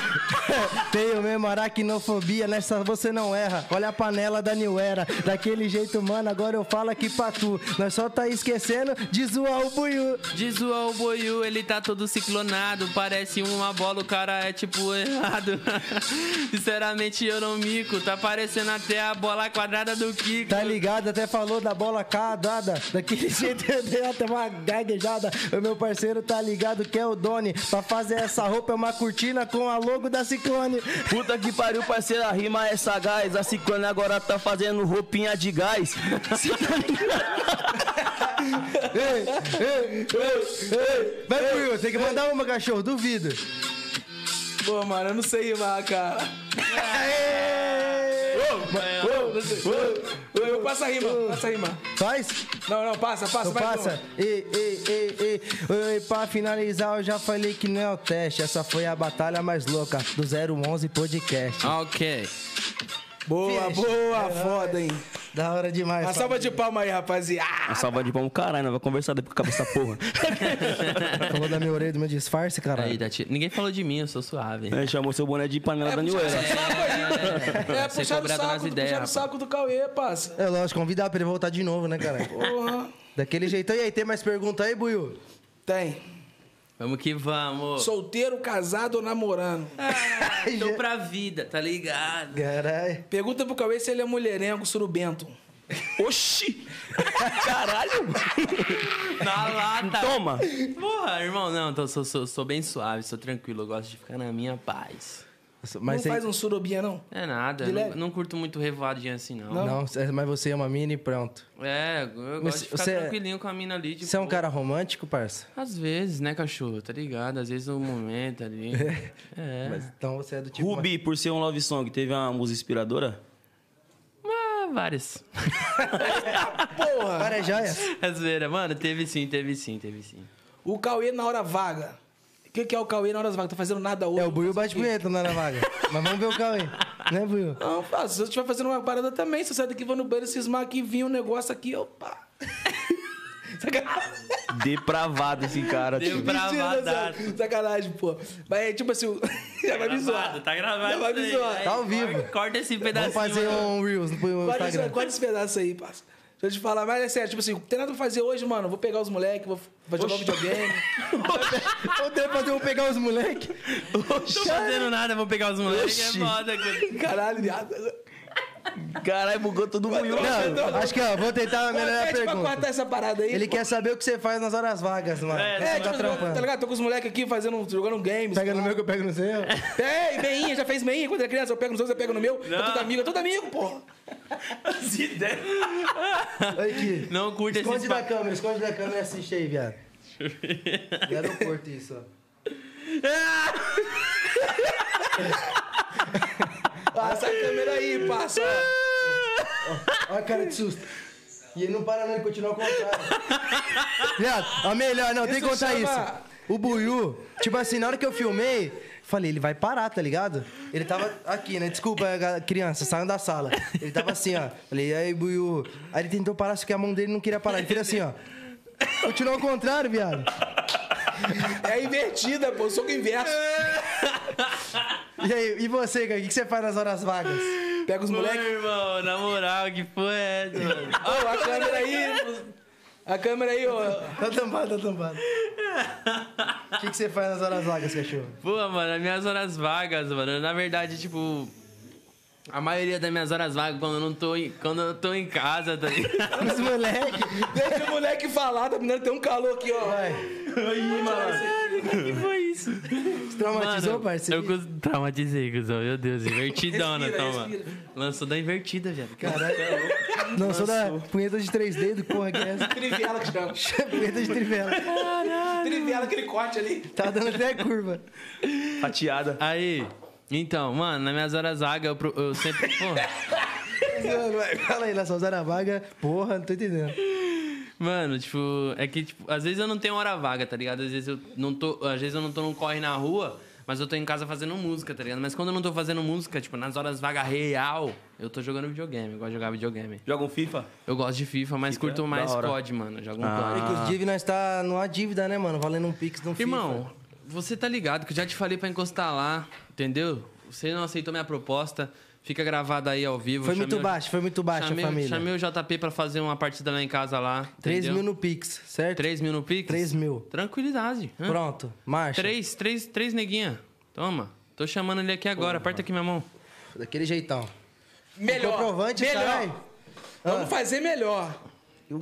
Speaker 1: Tenho mesmo aracnofobia, nessa você não erra. Olha a panela da New Era. Daquele jeito, mano, agora eu falo aqui pra tu. Nós só tá esquecendo de zoar o buiú.
Speaker 4: De zoar o boiú, ele tá todo ciclonado. Parece uma bola, o cara é tipo errado. Sinceramente, eu não mico. Tá parecendo até a bola quadrada do Kiko.
Speaker 1: Tá ligado? Até falou da bola cadada. Daquele jeito eu dei até uma gaguejada. O meu parceiro tá ligado que é o Doni. Pra fazer essa roupa é uma cortina com a logo da Ciclone.
Speaker 2: Puta que pariu, parceiro, a rima é sagaz. A Ciclone agora tá fazendo roupinha de gás. Cê tá
Speaker 1: Vai, Buiú, tem que mandar uma, cachorro, duvido.
Speaker 3: Pô, mano, eu não sei rimar, cara. Ô, Eu passo a rima, passa a rima.
Speaker 1: Faz?
Speaker 3: Não, não, passa, passa,
Speaker 1: Então
Speaker 3: mais
Speaker 1: passa.
Speaker 3: uma.
Speaker 1: Ei, ei, ei, ei. Oi, pra finalizar, eu já falei que não é o teste. Essa foi a batalha mais louca do 011 Podcast.
Speaker 4: Ok.
Speaker 3: Boa,
Speaker 1: Fecha.
Speaker 3: boa, foda, hein?
Speaker 1: Da hora demais.
Speaker 3: Ah, Uma salva de palma aí, rapaziada.
Speaker 2: Uma salva Um de palmo, caralho, nós vai conversar depois que acabar essa porra.
Speaker 1: Fábio. Falou da minha orelha, do meu disfarce,
Speaker 4: Tá Aí,
Speaker 1: caralho.
Speaker 4: Dati. Ninguém falou de mim, eu sou suave.
Speaker 2: Aí chamou seu boné de panela da New Era.
Speaker 3: É,
Speaker 4: É,
Speaker 3: puxaram
Speaker 4: ser
Speaker 3: o
Speaker 4: cobrado nas
Speaker 3: saco, puxaram
Speaker 4: ideias,
Speaker 3: o
Speaker 4: rapaz.
Speaker 3: saco do Cauê, passa.
Speaker 1: É lógico, convidar pra ele voltar de novo, né, cara?
Speaker 3: Porra.
Speaker 1: Daquele jeito. E aí, tem mais pergunta aí, Buiu?
Speaker 3: Tem.
Speaker 4: Vamos que vamos.
Speaker 3: Solteiro, casado ou namorando?
Speaker 4: Tô pra vida, tá ligado?
Speaker 1: Caralho.
Speaker 3: Pergunta pro Cauê se ele é mulherengo, surubento.
Speaker 2: é. Oxi! Caralho!
Speaker 4: Na lata.
Speaker 2: Toma!
Speaker 4: Porra, irmão, não, tô, sou, sou, sou bem suave, sou tranquilo, eu gosto de ficar na minha paz.
Speaker 1: Mas
Speaker 3: não
Speaker 1: você...
Speaker 3: faz um surubinha, não?
Speaker 4: É nada,
Speaker 3: De
Speaker 4: eu não,
Speaker 3: leve.
Speaker 4: não curto muito revoadinha assim, não.
Speaker 1: Não, cê- mas você é uma mina e pronto.
Speaker 4: É,
Speaker 1: Mas
Speaker 4: eu gosto de ficar
Speaker 1: você é-
Speaker 4: tranquilinho com a mina ali. de
Speaker 1: Você é um
Speaker 4: boa.
Speaker 1: cara romântico, parça?
Speaker 4: Às vezes, né, cachorro? Tá ligado? Às vezes no momento ali. é.
Speaker 1: Mas, então você é do tipo...
Speaker 2: Rubi, por ser um love song, teve uma música inspiradora?
Speaker 4: Ah, várias.
Speaker 1: Mas... Para joias.
Speaker 4: É zoeira. Mano, teve sim, teve sim, teve sim.
Speaker 3: O Cauê na hora vaga. O que, que é o Cauê na hora vaga? Tá fazendo nada hoje?
Speaker 1: É, o Buiu bate punheta na vaga. mas vamos ver o Cauê. Né, Buiu?
Speaker 3: Não, pá, se eu estiver fazendo uma parada também, se eu sair daqui, vou no banheiro, cismar aqui, vinha um negócio aqui, opa. Sacanagem.
Speaker 5: Depravado esse cara,
Speaker 4: Deu
Speaker 5: tio.
Speaker 4: pra-
Speaker 3: Mentira,
Speaker 4: Bravadaço.
Speaker 3: Zé. Sacanagem, pô. Mas é tipo assim, o- já vai me zoar.
Speaker 4: Gravado, Tá gravado.
Speaker 3: Já vai me
Speaker 4: isso aí. né?
Speaker 3: zoar.
Speaker 4: Aí,
Speaker 1: Tá ao vivo.
Speaker 4: corta- Corta esse pedacinho. né?
Speaker 1: Vamos fazer
Speaker 4: mano.
Speaker 1: um Reels no meu
Speaker 3: Corta esse,
Speaker 1: Instagram.
Speaker 3: corta esse pedaço aí, parça. Deixa eu te falar, mas é sério, tipo assim, tem nada pra fazer hoje, mano. Vou pegar os moleques, vou, vou jogar videogame.
Speaker 1: Ô, Deus, fazer eu pegar os moleque.
Speaker 4: Tô fazendo nada, vou pegar os moleques. É
Speaker 5: Oxi.
Speaker 4: foda, cara.
Speaker 3: Caralho, viado.
Speaker 5: Caralho, bugou todo mundo.
Speaker 3: é
Speaker 1: Não, acho que ó, vou tentar melhorar é a
Speaker 3: Repete pra
Speaker 1: pergunta.
Speaker 3: cortar essa parada aí.
Speaker 1: Ele
Speaker 3: pô.
Speaker 1: quer saber o que você faz nas horas vagas, mano.
Speaker 4: É,
Speaker 1: Quando você
Speaker 3: É, tipo,
Speaker 1: tá
Speaker 3: assim, tá
Speaker 1: trampando.
Speaker 3: ligado? Tô com os moleques aqui fazendo, jogando um games.
Speaker 1: Pega no meu que eu pego no seu.
Speaker 3: É, e meinha, já fez meinha quando era criança. Eu pego no seu, você pega no meu. É
Speaker 4: Não.
Speaker 3: tudo amigo, é tudo amigo, porra.
Speaker 2: As ideias.
Speaker 1: Olha aqui.
Speaker 4: Não curta esse
Speaker 1: Esconde
Speaker 4: espaço.
Speaker 1: da câmera, esconde da câmera e assiste aí, viado. De aeroporto isso, ó.
Speaker 3: Passa a câmera aí, passa.
Speaker 1: Olha a cara de susto. E ele não para não, ele continua a contar. Viado, a melhor, não, tem que
Speaker 3: Isso
Speaker 1: contar
Speaker 3: chama-
Speaker 1: isso. O Buiu, tipo assim, na hora que eu filmei, falei, ele vai parar, tá ligado? Ele tava aqui, né? Desculpa, ga- criança, saiam da sala. Ele tava assim, ó. Falei, e aí, Buiu. Aí ele tentou parar, só que a mão dele não queria parar. Ele fez assim, ó. Continuou ao contrário, viado.
Speaker 3: É invertida, pô, soco inverso.
Speaker 1: E aí, e você, cara, o que que você faz nas horas vagas?
Speaker 3: Pega os
Speaker 4: Ô,
Speaker 3: moleques.
Speaker 4: irmão, na moral, que foi essa, mano?
Speaker 3: Ó, a câmera aí. A câmera aí, ó.
Speaker 1: Tá tampado, tá tampado. O que, que você faz nas horas vagas, cachorro?
Speaker 4: Pô, mano, as minhas horas vagas, mano, na verdade, tipo. A maioria das minhas horas vagas quando eu não tô em, quando eu tô em casa, tá ligado?
Speaker 1: Os moleque.
Speaker 3: Deixa o moleque falar, tá menina tem um calor aqui, ó.
Speaker 1: Vai.
Speaker 4: que foi isso?
Speaker 1: Você traumatizou,
Speaker 4: mano,
Speaker 1: parceiro?
Speaker 4: Eu cus- traumatizei, cuzão. Meu Deus, invertidona,
Speaker 3: Respira,
Speaker 4: então, mano.
Speaker 3: respira.
Speaker 4: Lançou da invertida, velho. é
Speaker 1: Caralho. Não, sou da punheta de três dedos, que porra que é essa?
Speaker 3: Trivela que chama.
Speaker 1: punheta de trivela.
Speaker 3: Trivela, aquele corte ali.
Speaker 1: Tá dando até curva.
Speaker 2: tipo,
Speaker 5: Fatiada.
Speaker 4: Aí, então, mano, nas minhas horas vagas eu, pro- eu sempre. Porra.
Speaker 1: Mano, vai, Fala aí, na sua zara vaga. Porra, não tô entendendo.
Speaker 4: Mano, tipo, é que, tipo, às vezes eu não tenho hora vaga, tá ligado? Às vezes eu não tô. Às vezes eu não tô num corre na rua, mas eu tô em casa fazendo música, tá ligado? Mas quando eu não tô fazendo música, tipo, nas horas vaga real, eu tô jogando videogame, eu gosto de jogar videogame.
Speaker 2: Jogam um FIFA?
Speaker 4: Eu gosto de FIFA, mas curto mais
Speaker 5: hora.
Speaker 4: COD, mano. Jogo um
Speaker 1: Ah.
Speaker 4: COD.
Speaker 1: Inclusive, nós tá numa dívida, né, mano? Valendo um pix no FIFA.
Speaker 4: Irmão, você tá ligado que eu já te falei pra encostar lá, entendeu? Você não aceitou minha proposta, fica gravado aí ao vivo.
Speaker 1: Foi
Speaker 4: Chamei
Speaker 1: muito
Speaker 4: o-
Speaker 1: baixo, foi muito baixo,
Speaker 4: chamei,
Speaker 1: família.
Speaker 4: Chamei o JP pra fazer uma partida lá em casa lá.
Speaker 1: 3
Speaker 4: entendeu?
Speaker 1: mil no pix, certo?
Speaker 4: 3 mil no Pix?
Speaker 1: 3 mil.
Speaker 4: Tranquilidade. hã?
Speaker 1: Pronto, marcha.
Speaker 4: Três, três, três neguinha. Toma. Tô chamando ele aqui agora. Aperta aqui minha mão.
Speaker 1: Daquele jeitão.
Speaker 3: Melhor.
Speaker 1: Comprovante,
Speaker 3: melhor.
Speaker 1: caralho.
Speaker 3: Vamos fazer melhor.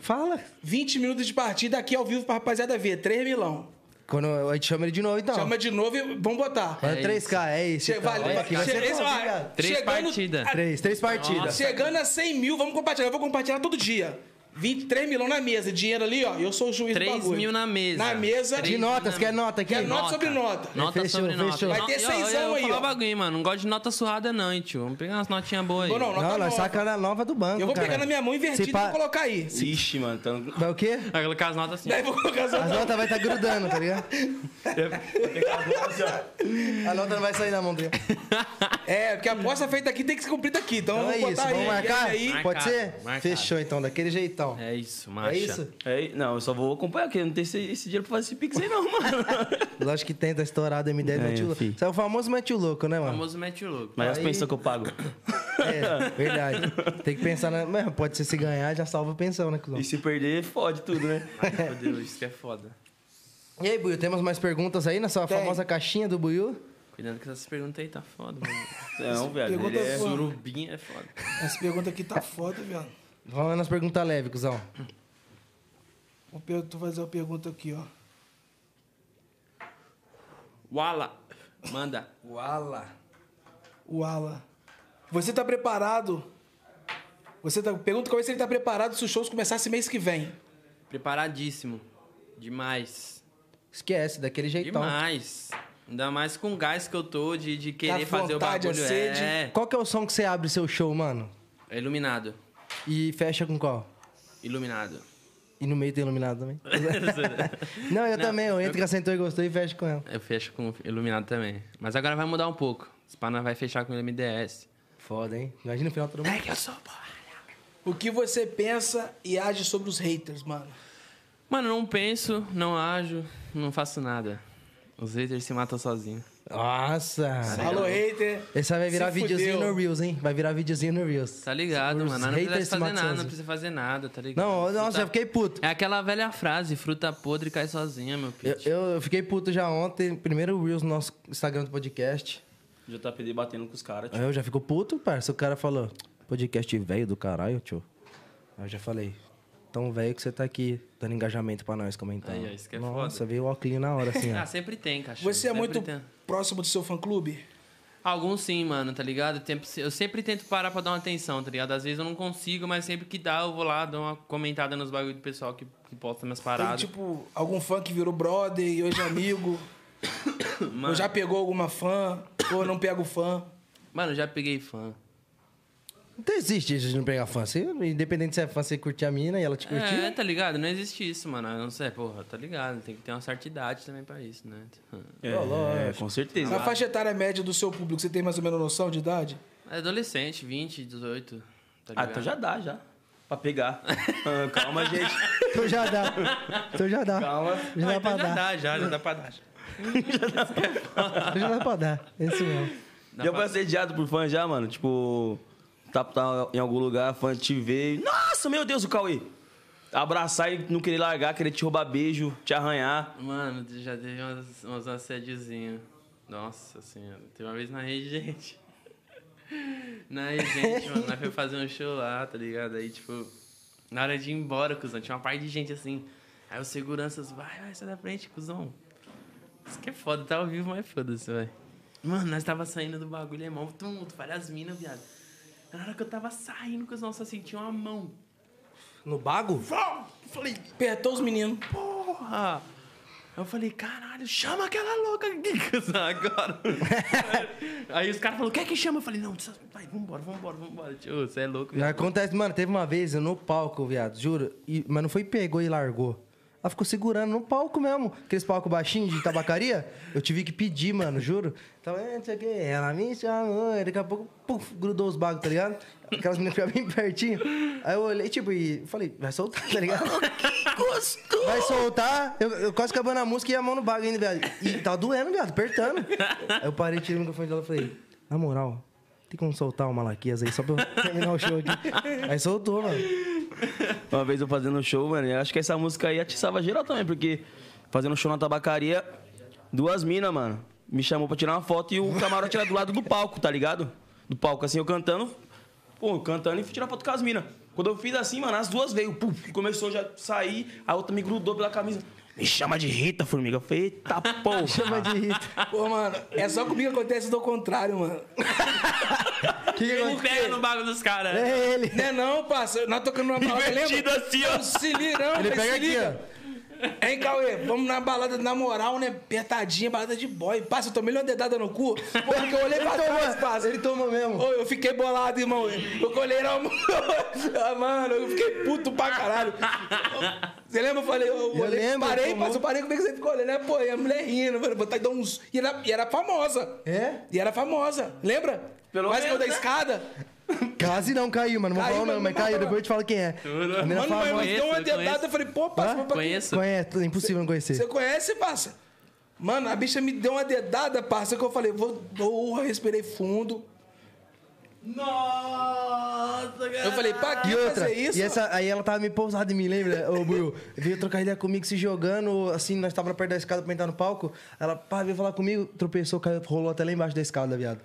Speaker 1: Fala.
Speaker 3: 20 minutos de partida aqui ao vivo pra rapaziada ver. 3 milão.
Speaker 1: Quando a gente chama ele de novo, então.
Speaker 3: Chama de novo e vamos botar.
Speaker 1: É 3K, é isso.
Speaker 3: Che-
Speaker 1: então.
Speaker 3: vale-
Speaker 1: Olha aqui, vai
Speaker 3: che-
Speaker 1: ser
Speaker 3: esse-
Speaker 1: bom,
Speaker 3: ó,
Speaker 1: obrigado.
Speaker 4: Três
Speaker 3: chegando-
Speaker 4: partidas.
Speaker 1: Três, três partidas.
Speaker 3: Tá Chegando a 100 mil, vamos compartilhar. Eu vou compartilhar todo dia. 23 milão na mesa, dinheiro ali, ó. Eu sou o juiz do
Speaker 4: 3
Speaker 3: bagulho.
Speaker 4: mil na mesa.
Speaker 3: Na mesa.
Speaker 1: De
Speaker 4: Três
Speaker 1: notas,
Speaker 4: mil na
Speaker 1: quer
Speaker 4: mesa.
Speaker 1: nota aqui?
Speaker 3: né? Quer É nota sobre nota.
Speaker 4: Nota
Speaker 1: Fechou,
Speaker 4: sobre nota.
Speaker 1: fechou.
Speaker 3: Vai ter
Speaker 4: E, ó,
Speaker 3: seisão
Speaker 4: eu,
Speaker 3: aí,
Speaker 4: vou falar
Speaker 3: ó.
Speaker 4: um bagulho, mano. Não gosto de nota surrada, não, hein, tio. Vamos pegar umas notinhas boas aí.
Speaker 3: Não, não,
Speaker 1: Não,
Speaker 3: nota
Speaker 1: nós
Speaker 3: nova.
Speaker 1: saca na nova do banco.
Speaker 3: Eu vou pegar
Speaker 1: cara.
Speaker 3: na minha mão invertida
Speaker 1: Se
Speaker 3: e
Speaker 1: pá-
Speaker 3: vou colocar aí.
Speaker 2: Ixi, mano. Tá...
Speaker 1: Vai o quê?
Speaker 4: Vai colocar as notas assim.
Speaker 3: Daí vou colocar as
Speaker 1: As
Speaker 3: outras.
Speaker 1: notas vai estar grudando, tá ligado? A nota não vai sair da mão dele.
Speaker 3: É, porque a aposta feita aqui tem que ser cumprida aqui. Então,
Speaker 1: Então é
Speaker 3: vamos
Speaker 1: isso,
Speaker 3: botar
Speaker 1: vamos
Speaker 3: aí.
Speaker 1: marcar?
Speaker 3: aí, aí.
Speaker 1: Pode
Speaker 4: Marcado,
Speaker 1: ser?
Speaker 4: marcado.
Speaker 1: Fechou então, daquele jeitão. É,
Speaker 4: É isso, macho.
Speaker 1: isso?
Speaker 5: É, não, eu só vou acompanhar aqui. eu Não tenho esse, esse dinheiro pra fazer esse pix aí, não, mano.
Speaker 1: Lógico que tem, tá estourado M10
Speaker 5: É,
Speaker 1: mete o louco.
Speaker 5: fi.
Speaker 1: Isso é o famoso mete o louco, né,
Speaker 4: O
Speaker 1: mano?
Speaker 4: famoso mete o louco.
Speaker 5: Mas as
Speaker 1: Aí-
Speaker 5: pensões que eu pago.
Speaker 1: É, verdade. Tem que pensar na. Mano, pode ser se ganhar, já salva a pensão, né, cuzão?
Speaker 5: E se perder, fode tudo, né?
Speaker 4: Meu Deus, isso é foda.
Speaker 1: E aí, Buiu, temos mais perguntas aí na sua
Speaker 3: Tem.
Speaker 1: famosa caixinha do Buiu?
Speaker 4: Cuidado que essas perguntas aí tá foda, mano.
Speaker 5: Não, velho.
Speaker 3: Pergunta
Speaker 5: Ele é...
Speaker 3: sua.
Speaker 4: Surubim é foda.
Speaker 3: Essa pergunta aqui tá foda, velho.
Speaker 1: Vamos nas perguntas leves, cuzão.
Speaker 3: Vou per- tu fazer uma pergunta aqui, ó.
Speaker 4: Wala. Manda.
Speaker 1: Uala.
Speaker 3: O Ala. Você tá preparado? Você tá... Pergunta qual é se ele tá preparado se os shows começassem mês que vem.
Speaker 4: Preparadíssimo. Demais.
Speaker 1: Esquece, daquele jeitão.
Speaker 4: Demais. Ainda mais com o gás que eu tô de, de querer fazer o
Speaker 3: vontade, a
Speaker 4: bagulho.
Speaker 3: sede.
Speaker 4: É,
Speaker 1: Qual que é o som que você abre seu show, mano?
Speaker 4: é iluminado.
Speaker 1: E fecha com qual?
Speaker 4: Iluminado.
Speaker 1: E no meio tem iluminado também? não, eu também. Eu entro com a Sentou e gostei e fecho com ela.
Speaker 4: Eu fecho com iluminado também. Mas agora vai mudar um pouco. Spana vai fechar com MDS.
Speaker 1: Foda, hein? Imagina o final todo mundo.
Speaker 4: que eu sou, porra.
Speaker 3: O que você pensa e age sobre os haters, mano?
Speaker 4: Mano, não penso, não ajo, não faço nada. Os haters se matam sozinhos.
Speaker 1: Nossa!
Speaker 3: Alô, hater.
Speaker 1: Esse aí vai virar
Speaker 3: Se
Speaker 1: videozinho
Speaker 3: fudeu.
Speaker 1: no Reels, hein? Vai virar videozinho no Reels.
Speaker 4: Tá ligado,
Speaker 1: Os
Speaker 4: mano? Não
Speaker 1: haters se
Speaker 4: precisa fazer
Speaker 1: matam
Speaker 4: nada, não
Speaker 1: sozinho.
Speaker 4: precisa fazer nada, tá ligado?
Speaker 1: Não, nossa, já fiquei puto.
Speaker 4: É aquela velha frase, fruta podre cai sozinha, meu
Speaker 1: Eu,
Speaker 4: pitch.
Speaker 1: eu- eu fiquei puto já ontem. Primeiro Reels no nosso Instagram do podcast.
Speaker 2: JPD tá batendo com os caras, tipo.
Speaker 1: Aí eu já fico puto, parça. O cara falou, podcast velho do caralho, tio. Aí eu já falei, tão velho que você tá aqui dando engajamento pra nós comentar.
Speaker 4: Aí, ó, isso que é
Speaker 1: Nossa,
Speaker 4: foda.
Speaker 1: veio o óculos na hora, assim,
Speaker 4: Ah,
Speaker 1: ó.
Speaker 4: sempre tem, cachorro.
Speaker 3: Você é
Speaker 4: sempre
Speaker 3: muito
Speaker 4: tem.
Speaker 3: próximo do seu fã-clube?
Speaker 4: Alguns sim, mano, tá ligado? Tempo- Eu sempre tento parar pra dar uma atenção, tá ligado? Às vezes eu não consigo, mas sempre que dá, eu vou lá, dou uma comentada nos bagulho do pessoal que, que posta minhas
Speaker 3: Tem,
Speaker 4: paradas.
Speaker 3: tipo, algum fã que virou brother e hoje é amigo? Ou já pegou alguma fã? Ou não pega o fã?
Speaker 4: Mano, já peguei fã.
Speaker 1: Não existe isso de não pegar fã. Você, independente se é fã, você curtir a mina e ela te curtir.
Speaker 4: É, tá ligado? Não existe isso, mano. Eu não sei, porra, tá ligado? Tem que ter uma certa idade também pra isso, né?
Speaker 2: É, com certeza.
Speaker 3: Na faixa etária média do seu público, você tem mais ou menos noção de idade?
Speaker 4: É Adolescente, 20, 18, tá ligado?
Speaker 2: Ah, então já dá, já. Pra pegar. Ah, calma, gente.
Speaker 1: Então já dá. Então já dá.
Speaker 2: Calma.
Speaker 1: Já
Speaker 4: Ah,
Speaker 1: dá
Speaker 4: então
Speaker 1: pra
Speaker 4: já
Speaker 1: dar.
Speaker 4: dá, já, já dá pra dar.
Speaker 1: Já dá pra dar. É isso mesmo.
Speaker 4: Dá
Speaker 5: Já
Speaker 4: pra-
Speaker 5: foi assediado por fã já, mano? Tipo, tá, tá em algum lugar, fã te vê. e, Nossa, meu Deus, o Cauê! Abraçar e não querer largar, querer te roubar beijo, te arranhar.
Speaker 4: Mano, já teve umas, umas assédiozinhas. Nossa senhora. Teve uma vez na Regente. Na Regente, mano. Nós fomos fazer um show lá, tá ligado? Aí, tipo, na hora de ir embora, cuzão, tinha uma parte de gente assim. Aí os seguranças, vai, vai, sai da frente, cuzão. Isso que é foda, tá ao vivo, mas foda-se, vai. Mano, nós tava saindo do bagulho, irmão, tumulto, várias minas, viado. Na hora que eu tava saindo, cuzão, só sentia uma mão.
Speaker 1: No bago?
Speaker 4: Vão! Falei,
Speaker 3: Apertou os meninos.
Speaker 4: porra! Eu falei, caralho, chama aquela louca Gigas agora. Aí os caras falaram, quer que chama? Eu falei, não, só- vai, vambora, vambora, vambora. Tio, você é louco.
Speaker 1: Já
Speaker 4: viado.
Speaker 1: acontece, mano, teve uma vez eu no palco, viado, juro. e- mas não foi pegou e largou. Ela ficou segurando no palco mesmo. Aqueles palco baixinho de tabacaria. Eu tive que pedir, mano, juro. Então, é, não sei o quê. Ela me chamou. e Daqui a pouco, puf, grudou os bagos, tá ligado? Aquelas meninas ficavam bem pertinho. Aí eu olhei, tipo, e falei, vai soltar, tá ligado?
Speaker 5: Gostou!
Speaker 1: Vai soltar. Eu, eu quase acabando a música e a mão no bago ainda, viado. E tava doendo, viado, apertando. Aí eu parei, tirei o microfone dela e falei, na moral, tem como soltar o Malaquias aí só pra eu terminar o show aqui. Aí soltou, mano.
Speaker 5: Uma vez eu fazendo um show, mano, eu acho que essa música aí atiçava geral também, porque fazendo um show na tabacaria, duas minas, mano, me chamou pra tirar uma foto e o camarote era do lado do palco, tá ligado? Do palco, assim, eu cantando, pô, cantando e fui tirar foto com as minas. Quando eu fiz assim, mano, as duas veio, pum, e começou já a sair, a outra me grudou pela camisa. Me chama de Rita, formiga. Eu falei, eita porra. É
Speaker 1: Chama de Rita.
Speaker 3: Pô, mano, é só comigo que acontece do contrário, mano.
Speaker 1: Que que
Speaker 4: Ele
Speaker 1: aconteceu?
Speaker 4: pega no bagulho dos caras.
Speaker 1: É ele.
Speaker 3: Não é não, parceiro. Nós tocando uma balada,
Speaker 5: Divertido
Speaker 3: lembra?
Speaker 5: assim, ó.
Speaker 3: Não, Se liga, não,
Speaker 1: Ele
Speaker 3: mas
Speaker 1: pega
Speaker 3: se
Speaker 1: aqui,
Speaker 3: liga. Hein, Cauê? Vamos na balada, na moral, né? Apertadinha, balada de boy. Passa, eu tomei uma dedada no cu. Porra, que eu olhei pra trás,
Speaker 1: Tomou,
Speaker 3: parceiro.
Speaker 1: ele tomou mesmo.
Speaker 3: Ô, eu fiquei bolado, irmão. Eu colhei na mão. Ah, Mano, eu fiquei puto pra caralho. Você lembra? Eu falei, eu, olhei,
Speaker 1: lembro,
Speaker 3: parei,
Speaker 1: tomou.
Speaker 3: parceiro, eu parei, como é que você ficou olhando? né? Pô, e a mulher rindo, mano, vou ter que dar uns... E era, e era famosa.
Speaker 1: É?
Speaker 3: E era famosa, lembra?
Speaker 2: Pelo
Speaker 3: Mais que eu da
Speaker 2: menos, né?
Speaker 3: escada.
Speaker 1: Quase não caiu, mano. Não vou
Speaker 3: Caiu,
Speaker 1: falar o nome, mas
Speaker 3: mas não
Speaker 1: caiu.
Speaker 3: dá pra-
Speaker 1: Depois eu te falo quem é. A mina
Speaker 3: Mano, mas
Speaker 1: famosa.
Speaker 3: mas deu uma
Speaker 4: Conheço, eu
Speaker 3: dedada, eu falei, pô, passa,
Speaker 1: Hã?
Speaker 3: vou pra quê?
Speaker 4: Conheço.
Speaker 1: Conhece, é impossível não
Speaker 3: Você
Speaker 1: conhecer.
Speaker 3: conhece, parça? Mano, a bicha me deu uma dedada, parça, que eu falei, vou, vou eu respirei fundo.
Speaker 4: Nossa, cara.
Speaker 3: Eu falei, pra que
Speaker 1: E outra,
Speaker 3: fazer isso?
Speaker 1: e essa, aí ela tava me pousada em mim, lembra? Ô, Will, veio trocar ideia comigo, se jogando, assim, nós tava perto da escada pra entrar no palco. Ela, pá, veio falar comigo, tropeçou, caiu, rolou até lá embaixo da escada, viado.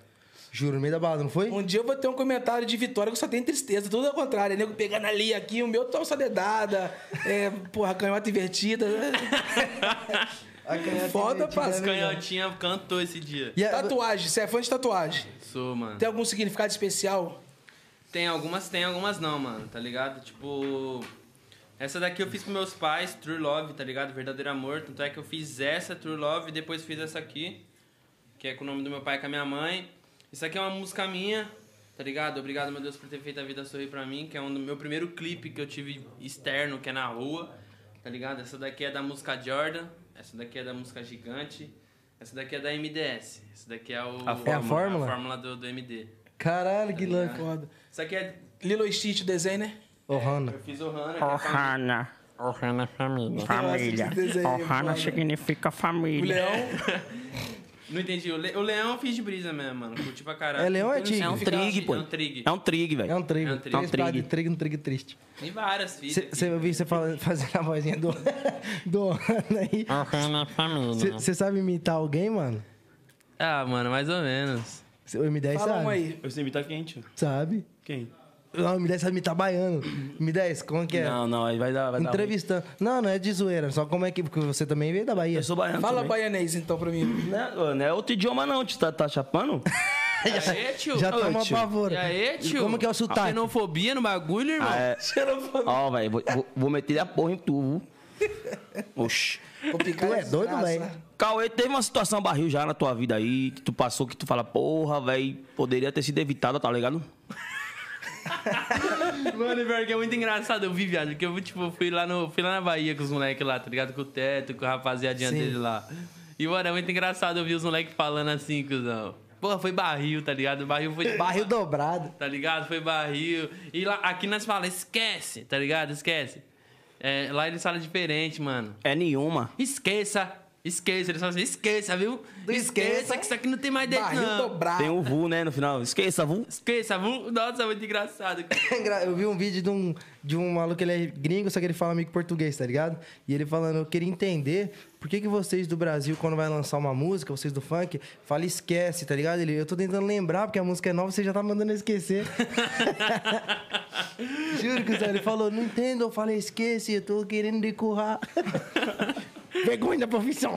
Speaker 1: Juro, no meio da balada, não foi?
Speaker 3: Um dia eu vou ter um comentário de vitória que só tem tristeza, tudo ao contrário. Nego pegando ali, aqui, o meu toma só dedada, é, porra, canhota invertida.
Speaker 1: A canhota
Speaker 3: Foda,
Speaker 1: invertida,
Speaker 3: parça.
Speaker 1: né?
Speaker 4: Canhotinha cantou esse dia.
Speaker 1: E a-
Speaker 3: Tatuagem, você é fã de tatuagem.
Speaker 4: Sou, mano.
Speaker 3: Tem algum significado especial?
Speaker 4: Tem algumas, tem algumas não, mano, tá ligado? Tipo. Essa daqui eu fiz com meus pais, True Love, tá ligado? Verdadeiro amor. Tanto é que eu fiz essa, True Love, e depois fiz essa aqui, que é com o nome do meu pai e com a minha mãe. Isso aqui é uma música minha, tá ligado? Obrigado, meu Deus, por ter feito a vida sorrir pra mim, que é um do meu primeiro clipe que eu tive externo, que é na rua, tá ligado? Essa daqui é da música Jordan, essa daqui é da música Gigante, essa daqui é da MDS, essa daqui é o,
Speaker 5: A
Speaker 1: É a fórmula?
Speaker 4: a fórmula do, do MD.
Speaker 1: Caralho, que louco.
Speaker 3: Foda.
Speaker 4: Isso aqui é
Speaker 3: Lilo e Stitch, o desenho, né?
Speaker 1: Ô, Hannah.
Speaker 4: eu fiz o Hana, que é pra-
Speaker 6: Honra na família.
Speaker 3: Família. Desenho,
Speaker 6: Honra
Speaker 3: foda.
Speaker 6: não significa
Speaker 3: O
Speaker 6: família.
Speaker 3: leão
Speaker 1: é.
Speaker 4: Não entendi. O, le... o leão eu fiz de brisa mesmo, mano. Curti pra caralho.
Speaker 1: É leão ou é
Speaker 4: Então,
Speaker 1: tigre?
Speaker 5: É um trig, pô.
Speaker 4: É um trig.
Speaker 5: É um trig, velho.
Speaker 1: É um trigo.
Speaker 4: É um trigo.
Speaker 1: Tem espada de trigo, um trigo triste.
Speaker 4: Tem várias, filho.
Speaker 1: Cê- cê- Eu vi você falando- fazendo a vozinha do, do Ana aí.
Speaker 6: Honra na família.
Speaker 1: Você sabe imitar alguém, mano?
Speaker 4: Ah, mano, mais ou menos.
Speaker 1: Cê- O M10
Speaker 3: fala um
Speaker 1: sabe?
Speaker 3: aí.
Speaker 2: Eu sei
Speaker 5: tá
Speaker 2: imitar quente.
Speaker 1: Sabe?
Speaker 2: Quem?
Speaker 1: Não, o M10 sabe imitar baiano. M10, como que é?
Speaker 5: Não, não, aí vai dar. um Vai dar ruim.
Speaker 1: Entrevistando. Não, não é de zoeira. Só como é que. Porque você também veio da Bahia.
Speaker 5: Eu sou baiano.
Speaker 3: Fala
Speaker 5: também.
Speaker 3: baianês então pra mim.
Speaker 5: Não, é- não é outro idioma, não. tio. Tá, tá chapando?
Speaker 4: E aí, tio?
Speaker 1: É,
Speaker 4: Ah,
Speaker 1: Já toma
Speaker 5: tio.
Speaker 1: pavor.
Speaker 4: E aí, tio?
Speaker 1: Como que é o sotaque?
Speaker 4: Xenofobia no bagulho, irmão?
Speaker 5: Ah, é. Ó, velho, vou, vou- vou meter a porra em tu. Oxi.
Speaker 3: Vou picar
Speaker 1: Tu é
Speaker 3: esse
Speaker 1: doido,
Speaker 3: braço,
Speaker 1: velho?
Speaker 3: né?
Speaker 5: Cauê, teve uma situação barril já na tua vida aí, que tu passou, que tu fala, porra, velho, poderia ter sido evitada, tá ligado?
Speaker 4: Mano, pior que é muito engraçado. Eu vi, viado, porque eu tipo, fui, lá no, fui lá na Bahia com os moleques lá, tá ligado? Com o teto, com a rapaziadinha
Speaker 1: Sim.
Speaker 4: dele lá. E, mano, é muito engraçado eu vi os moleques falando assim, cuzão. Porra, foi barril, tá ligado? Barril foi de
Speaker 1: Barril dobrado.
Speaker 4: tá ligado? Foi barril. E lá, aqui nós fala, esquece, tá ligado? Esquece. É, lá eles falam diferente, mano.
Speaker 5: É nenhuma.
Speaker 4: Esqueça, esqueça. Eles falam assim, esqueça, viu?
Speaker 1: Do esqueça.
Speaker 4: Esqueça que isso aqui não tem mais dentro,
Speaker 3: Barril
Speaker 4: não.
Speaker 3: dobrado.
Speaker 5: Tem o VU, né, no final. Esqueça, VU.
Speaker 4: Esqueça, viu? Nossa, muito engraçado. cara.
Speaker 1: Engra- Eu vi um vídeo de um, de um maluco, ele é gringo, só que ele fala meio que português, tá ligado? E ele falando, eu queria entender por que, que vocês do Brasil, quando vai lançar uma música, vocês do funk, fala esquece, tá ligado? Ele, eu tô tentando lembrar, porque a música é nova, você já tá mandando eu esquecer. Juro que o Zé, ele falou, não entendo, eu falei esquece, eu tô querendo decurrar. Vergonha da profissão.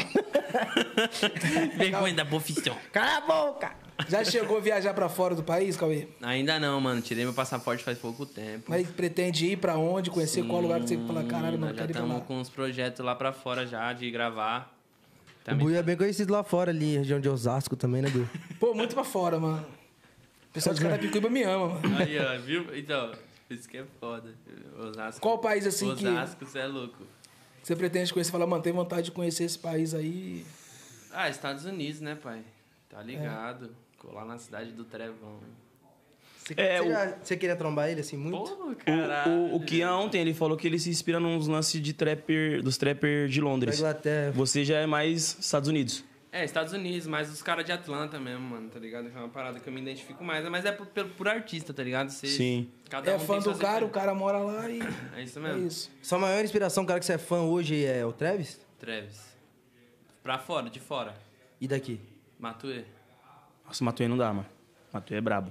Speaker 4: Vergonha da profissão.
Speaker 1: Cala a boca!
Speaker 3: Já chegou a viajar pra fora do país, Cauê?
Speaker 4: Ainda não, mano. Tirei meu passaporte faz pouco tempo.
Speaker 3: Mas pretende ir pra onde? Conhecer qual lugar que você fala, caralho,
Speaker 4: Nós
Speaker 3: mano,
Speaker 4: Hum,
Speaker 3: quero
Speaker 4: já
Speaker 3: ir pra
Speaker 4: estamos
Speaker 3: lá.
Speaker 4: com uns projetos lá pra fora já de gravar.
Speaker 1: O
Speaker 4: Também.
Speaker 1: Buio é bem conhecido lá fora, ali, região de Osasco também, né, Buio?
Speaker 3: Pô, muito pra fora, mano. O pessoal de Carapicuíba me ama, mano.
Speaker 4: Aí, ó, viu? Então, isso que é foda. Osasco.
Speaker 3: Qual país, assim, que-
Speaker 4: Osasco, você é louco.
Speaker 3: Você pretende conhecer, fala, mano, tem vontade de conhecer esse país aí.
Speaker 4: Ah, Estados Unidos, né, pai? Tá ligado. Colar na cidade do Trevão. né?
Speaker 1: Você,
Speaker 5: É,
Speaker 1: você
Speaker 5: o-
Speaker 1: já- você queria trombar ele, assim, muito?
Speaker 4: Porra,
Speaker 5: O,
Speaker 4: caralho.
Speaker 5: o, o Kian ontem, ele falou que ele se inspira nos lances de trapper, dos trappers de
Speaker 1: Da
Speaker 5: Londres.
Speaker 1: Inglaterra.
Speaker 5: Você já é mais Estados Unidos.
Speaker 4: É, Estados Unidos, mas os caras de Atlanta mesmo, mano, tá ligado? É uma parada que eu me identifico mais. Mas é por, pelo- por artista, tá ligado? Cê-
Speaker 5: Sim.
Speaker 4: Cada
Speaker 3: É
Speaker 4: um
Speaker 3: fã
Speaker 4: tem
Speaker 3: do
Speaker 4: suas
Speaker 3: cara, o
Speaker 4: influências.
Speaker 3: cara mora lá e.
Speaker 4: É isso
Speaker 3: É
Speaker 4: mesmo.
Speaker 3: isso.
Speaker 1: Sua maior inspiração, cara, que você é fã hoje é o Travis?
Speaker 4: Travis. Pra fora, de fora.
Speaker 1: E daqui?
Speaker 4: Matue.
Speaker 5: Nossa, Matuê não dá, mano. Matuê é brabo.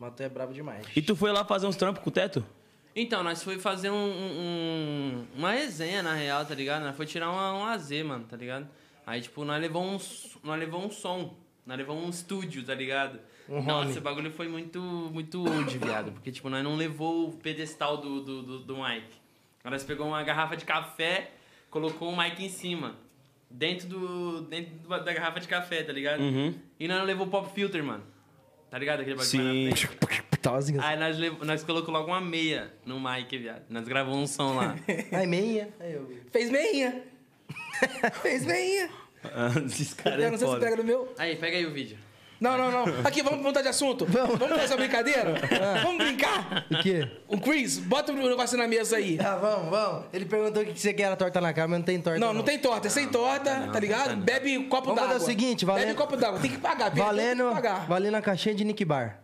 Speaker 1: Matou é brabo demais.
Speaker 5: E tu foi lá fazer uns trampos com o teto?
Speaker 4: Então, nós foi fazer um, um- um- uma resenha, na real, tá ligado? Nós foi tirar uma- um AZ, mano, tá ligado? Aí, tipo, nós levou um, s- nós levou um som. Nós levou um estúdio, tá ligado? Nossa, o bagulho foi muito, muito old, viado. Porque, tipo, nós não levou o pedestal do, do, do, do Mike. Nós pegou uma garrafa de café, colocou o Mike em cima. Dentro, do, dentro do- da garrafa de café, tá ligado? E nós não levou o pop filter, mano. Tá ligado aquele bagulho? que vai na
Speaker 5: Sim.
Speaker 4: frente?
Speaker 1: Pitosinha.
Speaker 4: Aí nós, lev- nós colocou logo uma meia no mic, viado. Nós gravamos um som lá.
Speaker 1: Ai, é meia. Aí eu-
Speaker 3: Fez meinha. Fez meinha.
Speaker 5: Esses caras
Speaker 3: Eu
Speaker 5: é
Speaker 3: não sei se
Speaker 5: foda.
Speaker 3: pega no meu.
Speaker 4: Aí, pega aí o vídeo.
Speaker 3: Não, não, não. Aqui, vamos mudar de assunto. Vamos, fazer uma brincadeira?
Speaker 4: Ah.
Speaker 3: Vamos brincar?
Speaker 1: O quê?
Speaker 3: O Chris, bota o negócio na mesa aí.
Speaker 1: Ah, vamos, vamos. Ele perguntou o que você quer era torta na cara, mas não tem torta.
Speaker 3: Não, não tem torta, é sem torta, tá ligado? Bebe um copo
Speaker 1: Vamos
Speaker 3: d'água.
Speaker 1: fazer o seguinte, valendo-
Speaker 3: Bebe um copo d'água, tem que pagar, Pedro,
Speaker 1: Valendo,
Speaker 3: tem que pagar.
Speaker 1: valendo a caixinha de Nick Bar.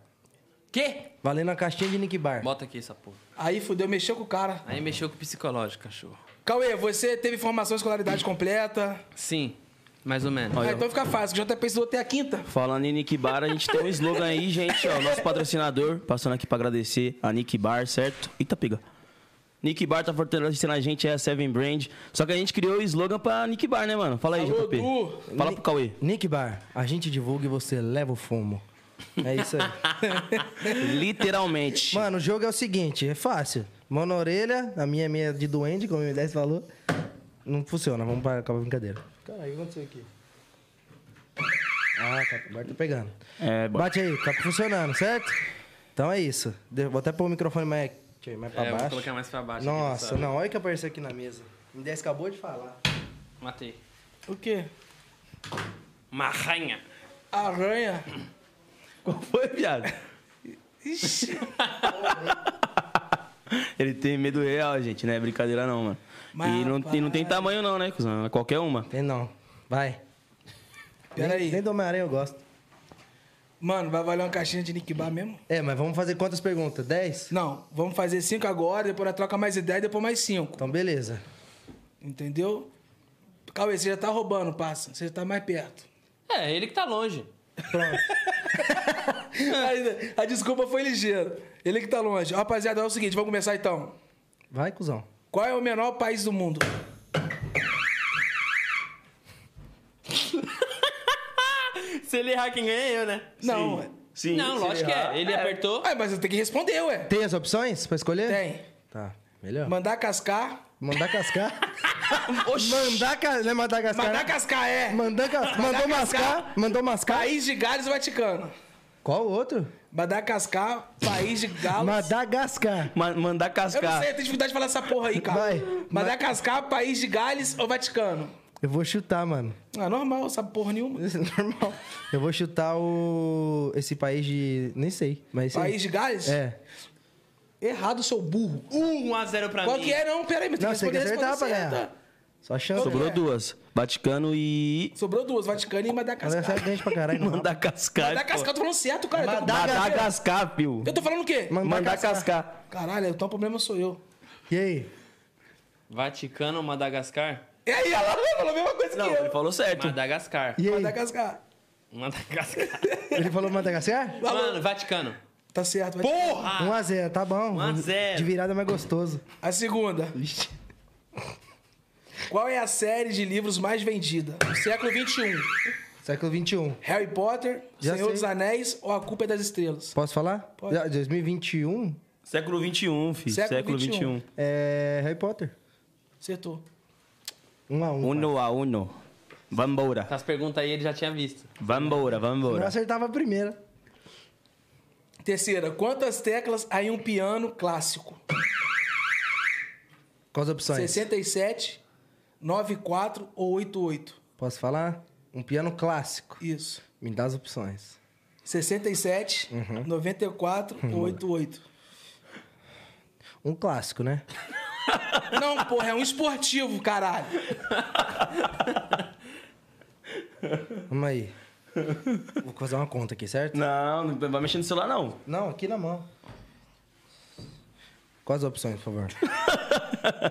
Speaker 4: Quê?
Speaker 1: Valendo a caixinha de Nick Bar.
Speaker 4: Bota aqui essa porra.
Speaker 3: Aí fudeu, mexeu com o cara.
Speaker 4: Aí mexeu com o psicológico, cachorro.
Speaker 3: Cauê, você teve formação escolaridade completa.
Speaker 4: Sim, mais ou menos.
Speaker 3: Ah, então fica fácil, que o JP estudou até a quinta.
Speaker 5: Falando em Nick Bar, a gente tem um slogan aí, gente, ó, nosso patrocinador, passando aqui pra agradecer a Nick Bar, certo? Eita, pega. Nick Bar tá fortalecendo a gente, é a Seven Brand. Só que a gente criou o slogan pra Nick Bar, né, mano? Fala aí,
Speaker 3: Alô,
Speaker 5: JP.
Speaker 3: Du.
Speaker 5: Fala pro Cauê.
Speaker 1: Nick Bar, a gente divulga e você leva o fumo. É isso aí.
Speaker 5: Literalmente.
Speaker 1: Mano, o jogo é o seguinte, é fácil. Mão na orelha, a minha é meia de duende, como o M10 falou. Não funciona, vamos para acabar a brincadeira. Caralho, o que aconteceu aqui? Ah, tá, agora tá pegando.
Speaker 5: É, bora.
Speaker 1: Bate aí, tá funcionando, certo? Então é isso. De- Vou até pôr o microfone mais, deixa eu ver, mais pra
Speaker 4: É, vou
Speaker 1: baixo.
Speaker 4: colocar mais pra baixo. aqui,
Speaker 1: Nossa,
Speaker 4: pessoal.
Speaker 1: não, olha o que apareceu aqui na mesa. O M10 acabou de falar.
Speaker 4: Matei.
Speaker 3: O quê?
Speaker 4: Uma ranha.
Speaker 3: Arranha.
Speaker 5: Qual foi, viado?
Speaker 3: Ixi.
Speaker 5: Ele tem medo real, gente, não é brincadeira não, mano.
Speaker 3: Mas,
Speaker 5: e, não, e não tem
Speaker 3: rapaz.
Speaker 5: tamanho não, né, cuzão? É Qualquer uma.
Speaker 1: Tem não. Vai.
Speaker 3: Peraí.
Speaker 1: Nem, nem do Homem-Aranha eu gosto.
Speaker 3: Mano, vai valer uma caixinha de Nikibar mesmo?
Speaker 1: É, mas vamos fazer quantas perguntas? 10?
Speaker 3: Não, vamos fazer cinco agora, depois nós troca mais ideia, depois mais cinco.
Speaker 1: Então, beleza.
Speaker 3: Entendeu? Cauê, você já tá roubando, passa. Você já tá mais perto.
Speaker 4: É, ele que tá longe.
Speaker 3: né, a, a desculpa foi ligeira. Ele que tá longe. Rapaziada, é o seguinte, vamos começar então.
Speaker 1: Vai, cuzão.
Speaker 3: Qual é o menor país do mundo?
Speaker 4: Se ele errar, quem ganha é eu, né?
Speaker 3: Não, ué.
Speaker 2: Sim.
Speaker 4: não,
Speaker 2: se
Speaker 4: lógico que
Speaker 2: errar.
Speaker 4: é. Ele apertou.
Speaker 3: Ah, mas eu tenho que responder, ué.
Speaker 1: Tem as opções pra escolher?
Speaker 3: Tem.
Speaker 1: Tá, melhor.
Speaker 3: Mandar cascar.
Speaker 1: Mandar cascar. mandar cascar. Não é mandar cascar?
Speaker 3: Mandar
Speaker 1: né?
Speaker 3: cascar é.
Speaker 1: Mandar ca- Mandou mascar. Mandou mascar.
Speaker 3: País de Gales e Vaticano.
Speaker 1: Qual o outro?
Speaker 3: Madagascar, país de galos.
Speaker 1: Madagascar.
Speaker 5: Ma- mandar
Speaker 3: Eu não
Speaker 5: cascar.
Speaker 3: sei, eu tenho dificuldade de falar essa porra aí, cara.
Speaker 1: Vai.
Speaker 3: Madagascar, país de Gales ou Vaticano?
Speaker 1: Eu vou chutar, mano.
Speaker 3: Não é normal, sabe porra nenhuma.
Speaker 1: Isso é normal. Eu vou chutar o. Esse país de. Nem sei, mas. sei.
Speaker 3: País de Gales?
Speaker 1: É.
Speaker 3: Errado, seu burro.
Speaker 4: Uh, 1x0 pra
Speaker 3: Qual
Speaker 4: mim.
Speaker 3: que é? Não, peraí, mas tem
Speaker 1: Não,
Speaker 3: que
Speaker 1: você tem que
Speaker 3: responder,
Speaker 1: acertar pra
Speaker 3: responder certa.
Speaker 1: ganhar. Só chance.
Speaker 5: Sobrou duas. Vaticano e...
Speaker 3: Sobrou duas, Vaticano e
Speaker 1: Madagascar é
Speaker 3: Madagascar.
Speaker 1: grande pra caralho, não.
Speaker 5: Mandar cascar.
Speaker 3: Madagascar, eu tô falando certo, cara. Eu tô-
Speaker 5: pô. Madagascar, pio.
Speaker 3: Eu tô falando o quê?
Speaker 1: Mandar
Speaker 5: Mandar cascar.
Speaker 3: Caralho, então o problema sou eu.
Speaker 1: E aí?
Speaker 4: Vaticano, Madagascar?
Speaker 3: E aí, ela falou a mesma coisa
Speaker 5: Não,
Speaker 3: que
Speaker 5: ele
Speaker 3: eu.
Speaker 5: falou
Speaker 4: É
Speaker 5: certo.
Speaker 4: Madagascar.
Speaker 1: E aí?
Speaker 3: Madagascar.
Speaker 4: Madagascar.
Speaker 1: Ele falou Madagascar?
Speaker 4: Mano, Vaticano.
Speaker 3: Tá certo, Vaticano.
Speaker 1: 1x0, tá bom.
Speaker 4: 1 a 0.
Speaker 1: De virada é mais gostoso.
Speaker 3: A segunda. Qual é a série de livros mais vendida? do século XXI.
Speaker 1: Século um. XXI.
Speaker 3: Harry Potter,
Speaker 1: Já
Speaker 3: Senhor
Speaker 1: sei.
Speaker 3: dos Anéis ou A Culpa é das Estrelas?
Speaker 1: Posso falar?
Speaker 3: Pode.
Speaker 1: Ah, 2021
Speaker 5: Século XXI, filho.
Speaker 3: Século
Speaker 5: Século
Speaker 3: XXI.
Speaker 5: XXI.
Speaker 1: é Harry Potter.
Speaker 3: Acertou.
Speaker 1: 1x1.
Speaker 5: Uno a uno. Vambora.
Speaker 4: Essas Tá, perguntas aí ele já tinha visto.
Speaker 5: Vambora,
Speaker 1: Eu
Speaker 5: vambora.
Speaker 1: acertava a primeira.
Speaker 3: Terceira, quantas teclas há em um piano clássico?
Speaker 1: Quais opções?
Speaker 3: 67, 94 ou 88?
Speaker 1: Posso falar? Um piano clássico.
Speaker 3: Isso.
Speaker 1: Me dá as opções.
Speaker 3: 67,
Speaker 1: Uhum.
Speaker 3: 94 ou 88?
Speaker 1: Um clássico, né?
Speaker 3: Não, porra, é um esportivo, caralho.
Speaker 1: Vamos aí. Vou fazer uma conta aqui, certo?
Speaker 5: Não, não vai mexer no celular, não.
Speaker 1: Não, aqui na mão. Quais as opções, por favor?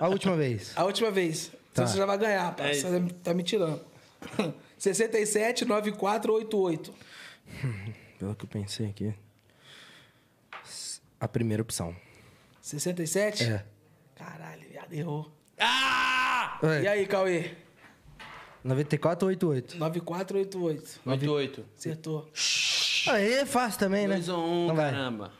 Speaker 1: a última vez.
Speaker 3: A última vez.
Speaker 1: Tá.
Speaker 3: Então você já vai ganhar, pá.
Speaker 4: É
Speaker 3: você tá me tirando. 67, 94 ou 88?
Speaker 1: Pelo que eu pensei aqui. A primeira opção.
Speaker 3: 67?
Speaker 1: É.
Speaker 3: Caralho, viado, errou. E
Speaker 1: Ué,
Speaker 3: aí, Cauê?
Speaker 1: 9488.
Speaker 3: 9488.
Speaker 4: 88.
Speaker 3: Acertou.
Speaker 1: Aê, fácil também, né?
Speaker 4: 2 ou 1,
Speaker 1: Então vai.
Speaker 4: caramba.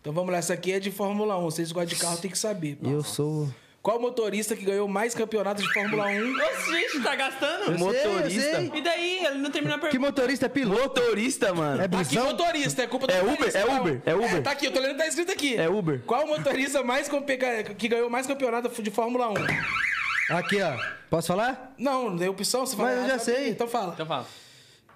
Speaker 3: Então vamos lá, essa aqui é de Fórmula 1. Vocês gostam de carro, tem que saber. pô.
Speaker 1: Eu sou.
Speaker 3: Qual motorista que ganhou mais campeonatos de Fórmula 1?
Speaker 4: Nossa, gente, tá gastando?
Speaker 1: Motorista.
Speaker 4: E daí? Ele não terminou a
Speaker 1: Que
Speaker 4: pergunta.
Speaker 1: motorista é piloto?
Speaker 5: Motorista, mano.
Speaker 1: É
Speaker 3: Aqui,
Speaker 1: busão?
Speaker 3: motorista, é culpa do
Speaker 5: É Uber?
Speaker 3: motorista,
Speaker 5: É
Speaker 3: não.
Speaker 5: Uber? É Uber?
Speaker 3: tá aqui, eu tô lendo, tá escrito aqui.
Speaker 5: É Uber?
Speaker 3: Qual motorista mais compe- que ganhou mais campeonatos de Fórmula 1?
Speaker 1: Aqui, ó. Posso falar?
Speaker 3: Não, não deu opção, você fala.
Speaker 1: Mas eu já
Speaker 3: errado,
Speaker 1: sei.
Speaker 3: Então fala.
Speaker 4: Então fala.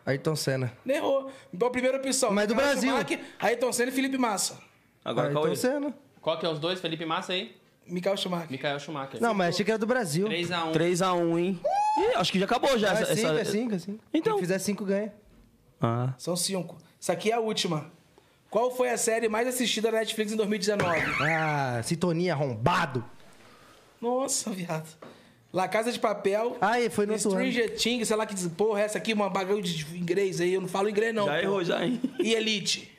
Speaker 1: Ayrton Senna.
Speaker 3: Não Errou. Então, a primeira opção.
Speaker 1: Mas do
Speaker 3: Carlos
Speaker 1: Brasil.
Speaker 3: Schumacher, Ayrton Senna e Felipe Massa.
Speaker 5: Agora
Speaker 1: Ayrton
Speaker 5: qual é?
Speaker 1: Senna.
Speaker 4: Qual que é os dois? Felipe Massa aí?
Speaker 3: Mikael Schumacher.
Speaker 4: Mikael Schumacher.
Speaker 1: Não, mas achei que era do Brasil.
Speaker 4: 3x1.
Speaker 5: 3x1, hein? Ih, acho que já acabou já
Speaker 1: Uh! Ah, é
Speaker 5: essa.
Speaker 1: 5,
Speaker 5: essa-
Speaker 1: é 5, é 5.
Speaker 5: Então.
Speaker 1: Quem fizer 5 ganha.
Speaker 5: Ah.
Speaker 3: São cinco. Isso aqui é a última. Qual foi a série mais assistida na Netflix em 2019?
Speaker 1: Ah, sintonia arrombado.
Speaker 3: Nossa, viado. La Casa de Papel.
Speaker 1: Ah, e foi no outro ano.
Speaker 3: Stranger Things, sei lá que diz. Porra, essa aqui é uma bagulho de inglês aí. Eu não falo inglês, não.
Speaker 5: Já
Speaker 3: pô.
Speaker 5: errou, já, hein?
Speaker 3: E Elite.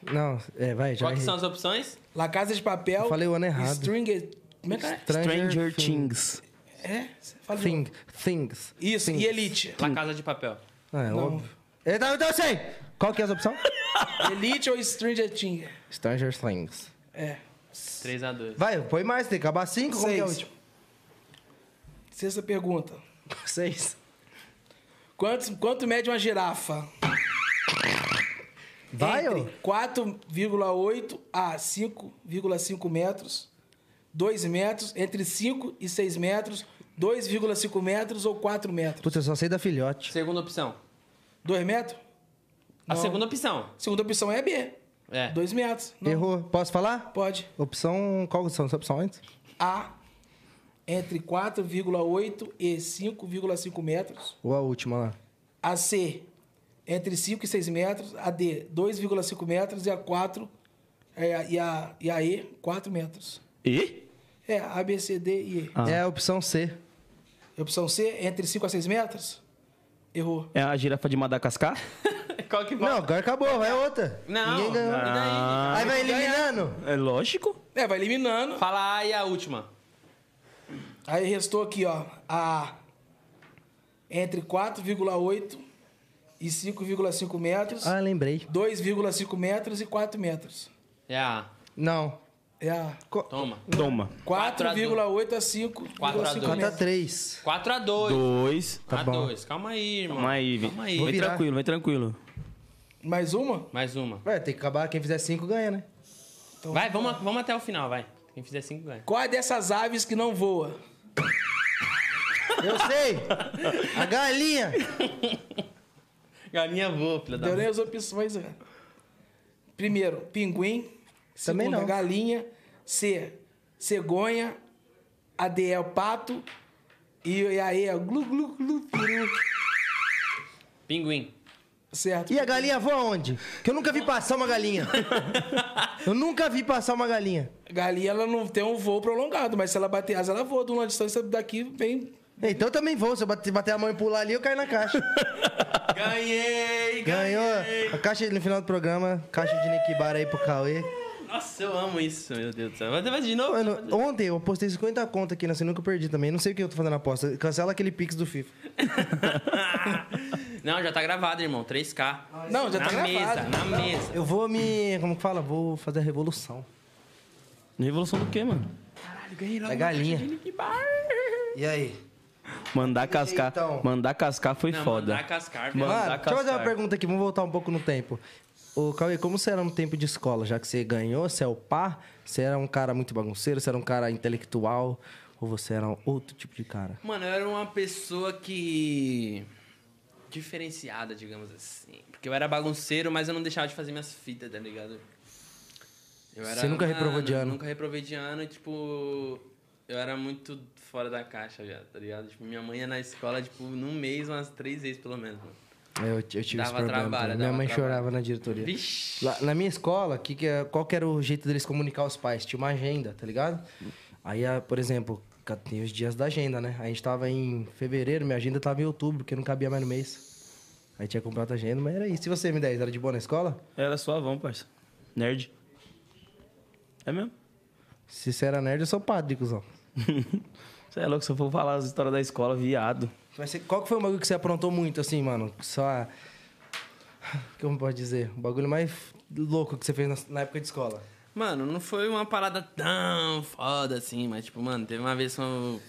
Speaker 1: Não, é, vai, já
Speaker 4: Qual que
Speaker 1: errei.
Speaker 4: são as opções?
Speaker 3: La Casa de Papel.
Speaker 1: Eu falei o ano errado.
Speaker 3: Stranger... Como é que é?
Speaker 5: Stranger Things.
Speaker 3: É? Você fala de
Speaker 1: Thing,
Speaker 3: novo.
Speaker 1: things.
Speaker 3: Isso,
Speaker 1: Things.
Speaker 3: e Elite.
Speaker 4: La Casa de Papel.
Speaker 1: Ah, é óbvio. Então, então eu sei. Qual que é as opções?
Speaker 3: Elite ou Stranger Things?
Speaker 1: Stranger Things.
Speaker 3: É.
Speaker 4: 3x2.
Speaker 1: Vai, põe mais, tem que acabar 5, como que é o
Speaker 3: Seis.
Speaker 1: último?
Speaker 3: Sexta pergunta.
Speaker 1: 6.
Speaker 3: Quanto, quanto mede uma girafa?
Speaker 1: Vai, ô.
Speaker 3: Entre 4,8 a 5,5 metros, 2 metros, entre 5 e 6 metros, 2,5 metros ou 4 metros?
Speaker 1: Puta, eu só sei da filhote.
Speaker 4: Segunda opção.
Speaker 3: 2 metros?
Speaker 4: A segunda opção.
Speaker 3: Segunda opção é a B.
Speaker 4: É.
Speaker 3: Dois meados. Não,
Speaker 1: Errou. Posso falar?
Speaker 3: Pode.
Speaker 1: Opção. Qual são as opções?
Speaker 3: A, entre 4,8 e 5,5 metros.
Speaker 1: Ou a última lá?
Speaker 3: A C, entre 5 e 6 metros. A D, 2,5 metros. E a 4, é, e, a, e a E, 4 metros.
Speaker 5: E?
Speaker 3: É, A, B, C, D e E.
Speaker 1: É a opção C.
Speaker 3: Opção C, entre 5 a 6 metros? Errou.
Speaker 5: É a girafa de Madagascar?
Speaker 4: Qual que
Speaker 1: Não,
Speaker 4: volta?
Speaker 1: agora acabou. Vai outra.
Speaker 4: Não. Ah.
Speaker 1: Ninguém ganhou.
Speaker 4: E daí?
Speaker 1: Aí vai eliminando.
Speaker 5: É lógico.
Speaker 3: É, vai eliminando.
Speaker 4: Fala a e a última.
Speaker 3: Aí restou aqui, ó. A entre 4,8 e 5,5 metros.
Speaker 1: Ah, lembrei.
Speaker 3: 2,5 metros e 4 metros.
Speaker 4: É a.
Speaker 1: Não.
Speaker 3: É a
Speaker 4: Toma.
Speaker 5: Toma.
Speaker 3: 4,8 a 5.
Speaker 4: Quatro a dois.
Speaker 1: 4 a 3.
Speaker 4: 4 a 2
Speaker 5: Dois.
Speaker 1: Tá
Speaker 4: a
Speaker 1: bom.
Speaker 4: 2 Calma aí, irmão.
Speaker 5: Calma aí, vem.
Speaker 4: Calma aí.
Speaker 1: Vou
Speaker 5: Vem
Speaker 1: virar.
Speaker 5: tranquilo, vem tranquilo.
Speaker 3: Mais uma?
Speaker 4: Mais uma.
Speaker 1: Ué, tem que acabar. Quem fizer 5 ganha, né?
Speaker 3: Então,
Speaker 4: Vai, vamos, vamos até o final, vai. Quem fizer 5 ganha.
Speaker 3: Qual é dessas aves que não voa?
Speaker 1: Eu sei. A galinha.
Speaker 4: Galinha voa, filha da
Speaker 3: Deu
Speaker 4: mãe.
Speaker 3: nem as opções, cara. Primeiro, pinguim.
Speaker 1: Também
Speaker 3: Segunda,
Speaker 1: não.
Speaker 3: galinha. C, cegonha. A D é o pato. E a E é glu, glu, glu, glu.
Speaker 4: Pinguim.
Speaker 3: Certo.
Speaker 1: E a galinha voa onde? Que eu nunca vi passar uma galinha. Eu nunca vi passar uma galinha.
Speaker 3: Galinha, ela não tem um voo prolongado, mas se ela bater asa, ela voa de uma distância daqui bem...
Speaker 1: Então eu também vou. Se eu bater, bater a mão e pular ali, eu caio na caixa.
Speaker 4: Ganhei!
Speaker 1: Ganhou a caixa no final do programa. Caixa de Nikibara aí pro Cauê.
Speaker 4: Nossa, eu amo isso, meu Deus do céu. Vai vai de novo?
Speaker 1: Mano, ontem eu postei 50 conto aqui na Sinuca, eu perdi também. Não sei o que eu tô fazendo na aposta. Cancela aquele Pix do FIFA.
Speaker 4: Não, já tá gravado, irmão. 3K.
Speaker 3: Não, já
Speaker 4: na
Speaker 3: tá
Speaker 4: mesa,
Speaker 3: gravado.
Speaker 4: na mesa.
Speaker 1: Eu vou me... Como que fala? Vou fazer a revolução.
Speaker 5: Revolução do quê, mano?
Speaker 1: É galinha. E aí?
Speaker 5: Mandar cascar.
Speaker 1: então?
Speaker 5: Mandar cascar foi
Speaker 4: Não,
Speaker 5: foda.
Speaker 4: mandar cascar, velho.
Speaker 5: Mano,
Speaker 1: Mano,
Speaker 5: dá
Speaker 1: deixa eu fazer uma
Speaker 5: cascar.
Speaker 1: pergunta aqui. Vamos voltar um pouco no tempo. Ô, Cauê, como você era no tempo de escola? Já que você ganhou, você é o pá? Você era um cara muito bagunceiro? Você era um cara intelectual? Ou você era um outro tipo de cara?
Speaker 4: Mano, eu era uma pessoa que. diferenciada, digamos assim. Porque eu era bagunceiro, mas eu não deixava de fazer minhas fitas, tá ligado? Eu
Speaker 1: Você nunca reprovou de ano?
Speaker 4: Nunca reprovei de ano e, tipo. Eu era muito fora da caixa, viado, tá ligado? Tipo, minha mãe ia na escola, tipo, num mês, umas três vezes pelo menos, mano.
Speaker 1: Eu, eu tive esse
Speaker 4: Dava
Speaker 1: problema.
Speaker 4: trabalho,
Speaker 1: também. Minha
Speaker 4: dava
Speaker 1: mãe
Speaker 4: trabalho.
Speaker 1: chorava na diretoria.
Speaker 4: Vixe!
Speaker 1: Lá- na minha escola, que que é- qual que era o jeito deles comunicar os pais? Tinha uma agenda, tá ligado? Aí, a- por exemplo, ca- tem os dias da agenda, né? A gente tava em fevereiro, minha agenda tava em outubro, porque não cabia mais no mês. Aí tinha comprado a agenda, mas era isso. E você, M10, era de boa na escola?
Speaker 5: Era suavão, parça. Nerd. É mesmo?
Speaker 1: Se você era nerd, eu sou padre, cuzão.
Speaker 5: Você é louco se eu for falar as histórias da escola, viado.
Speaker 1: Mas você- qual que foi o bagulho que você aprontou muito, assim, mano? Só... Como pode dizer? O bagulho mais louco que você fez na, na época de escola.
Speaker 4: Mano, não foi uma parada tão foda assim, mas tipo, mano, teve uma vez que, eu-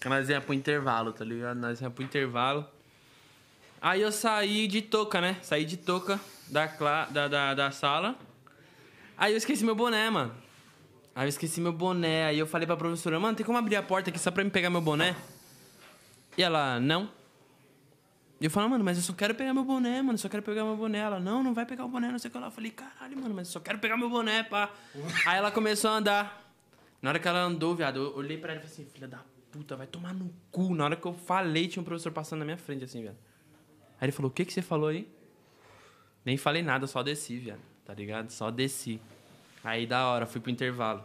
Speaker 4: que nós ia pro intervalo, tá ligado? Nós ia pro intervalo. Aí eu saí de touca, né? Saí de touca da, cla- da, da, da sala. Aí eu esqueci meu boné, mano. Aí eu esqueci meu boné. Aí eu falei pra professora, mano, tem como abrir a porta aqui só pra me pegar meu boné? E ela, não. E eu falo, mano, mas eu só quero pegar meu boné, mano, só quero pegar meu boné. Ela, não, não vai pegar o boné, não sei o que lá. Eu falei, caralho, mano, mas eu só quero pegar meu boné, pá. Aí ela começou a andar. Na hora que ela andou, viado, eu olhei pra ela e falei assim, filha da puta, vai tomar no cu. Na hora que eu falei, tinha um professor passando na minha frente, assim, viado. Aí ele falou, o que que você falou aí? Nem falei nada, só desci, viado, tá ligado? Só desci. Aí da hora, fui pro intervalo.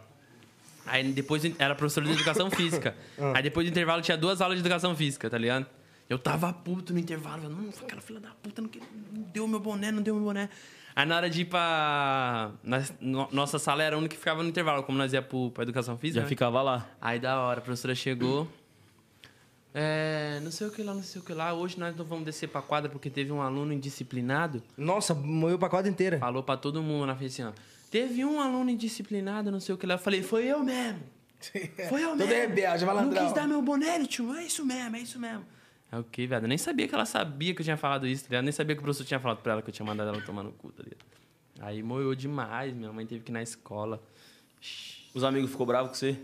Speaker 4: Aí depois era professor de educação física. Aí depois do intervalo tinha duas aulas de educação física, tá ligado? Eu tava puto no intervalo, eu, não, aquela filha da puta não, que- não deu meu boné, não deu meu boné. Aí na hora de ir pra. nós- no- nossa sala era a única que ficava no intervalo, como nós ia pro, pra educação física.
Speaker 5: Já
Speaker 4: né?
Speaker 5: ficava lá.
Speaker 4: Aí da hora, a professora chegou. É, não sei o que lá, não sei o que lá. Hoje nós não vamos descer pra quadra porque teve um aluno indisciplinado.
Speaker 1: Nossa, moeu pra quadra inteira.
Speaker 4: Falou pra todo mundo na frente assim, ó. Teve um aluno indisciplinado, não sei o que lá. Eu falei, foi eu mesmo. Foi eu
Speaker 3: Todo
Speaker 4: mesmo.
Speaker 3: rebelde,
Speaker 4: Não
Speaker 3: malandrão.
Speaker 4: quis dar meu boné, tio. É isso mesmo, é isso mesmo. É o que, velho? Eu nem sabia que ela sabia que eu tinha falado isso, tá ligado? Nem sabia que o professor tinha falado pra ela que eu tinha mandado ela tomar no cu, tá ligado? Aí moiou demais, minha mãe teve que ir na escola.
Speaker 5: Os amigos ficou bravo com você?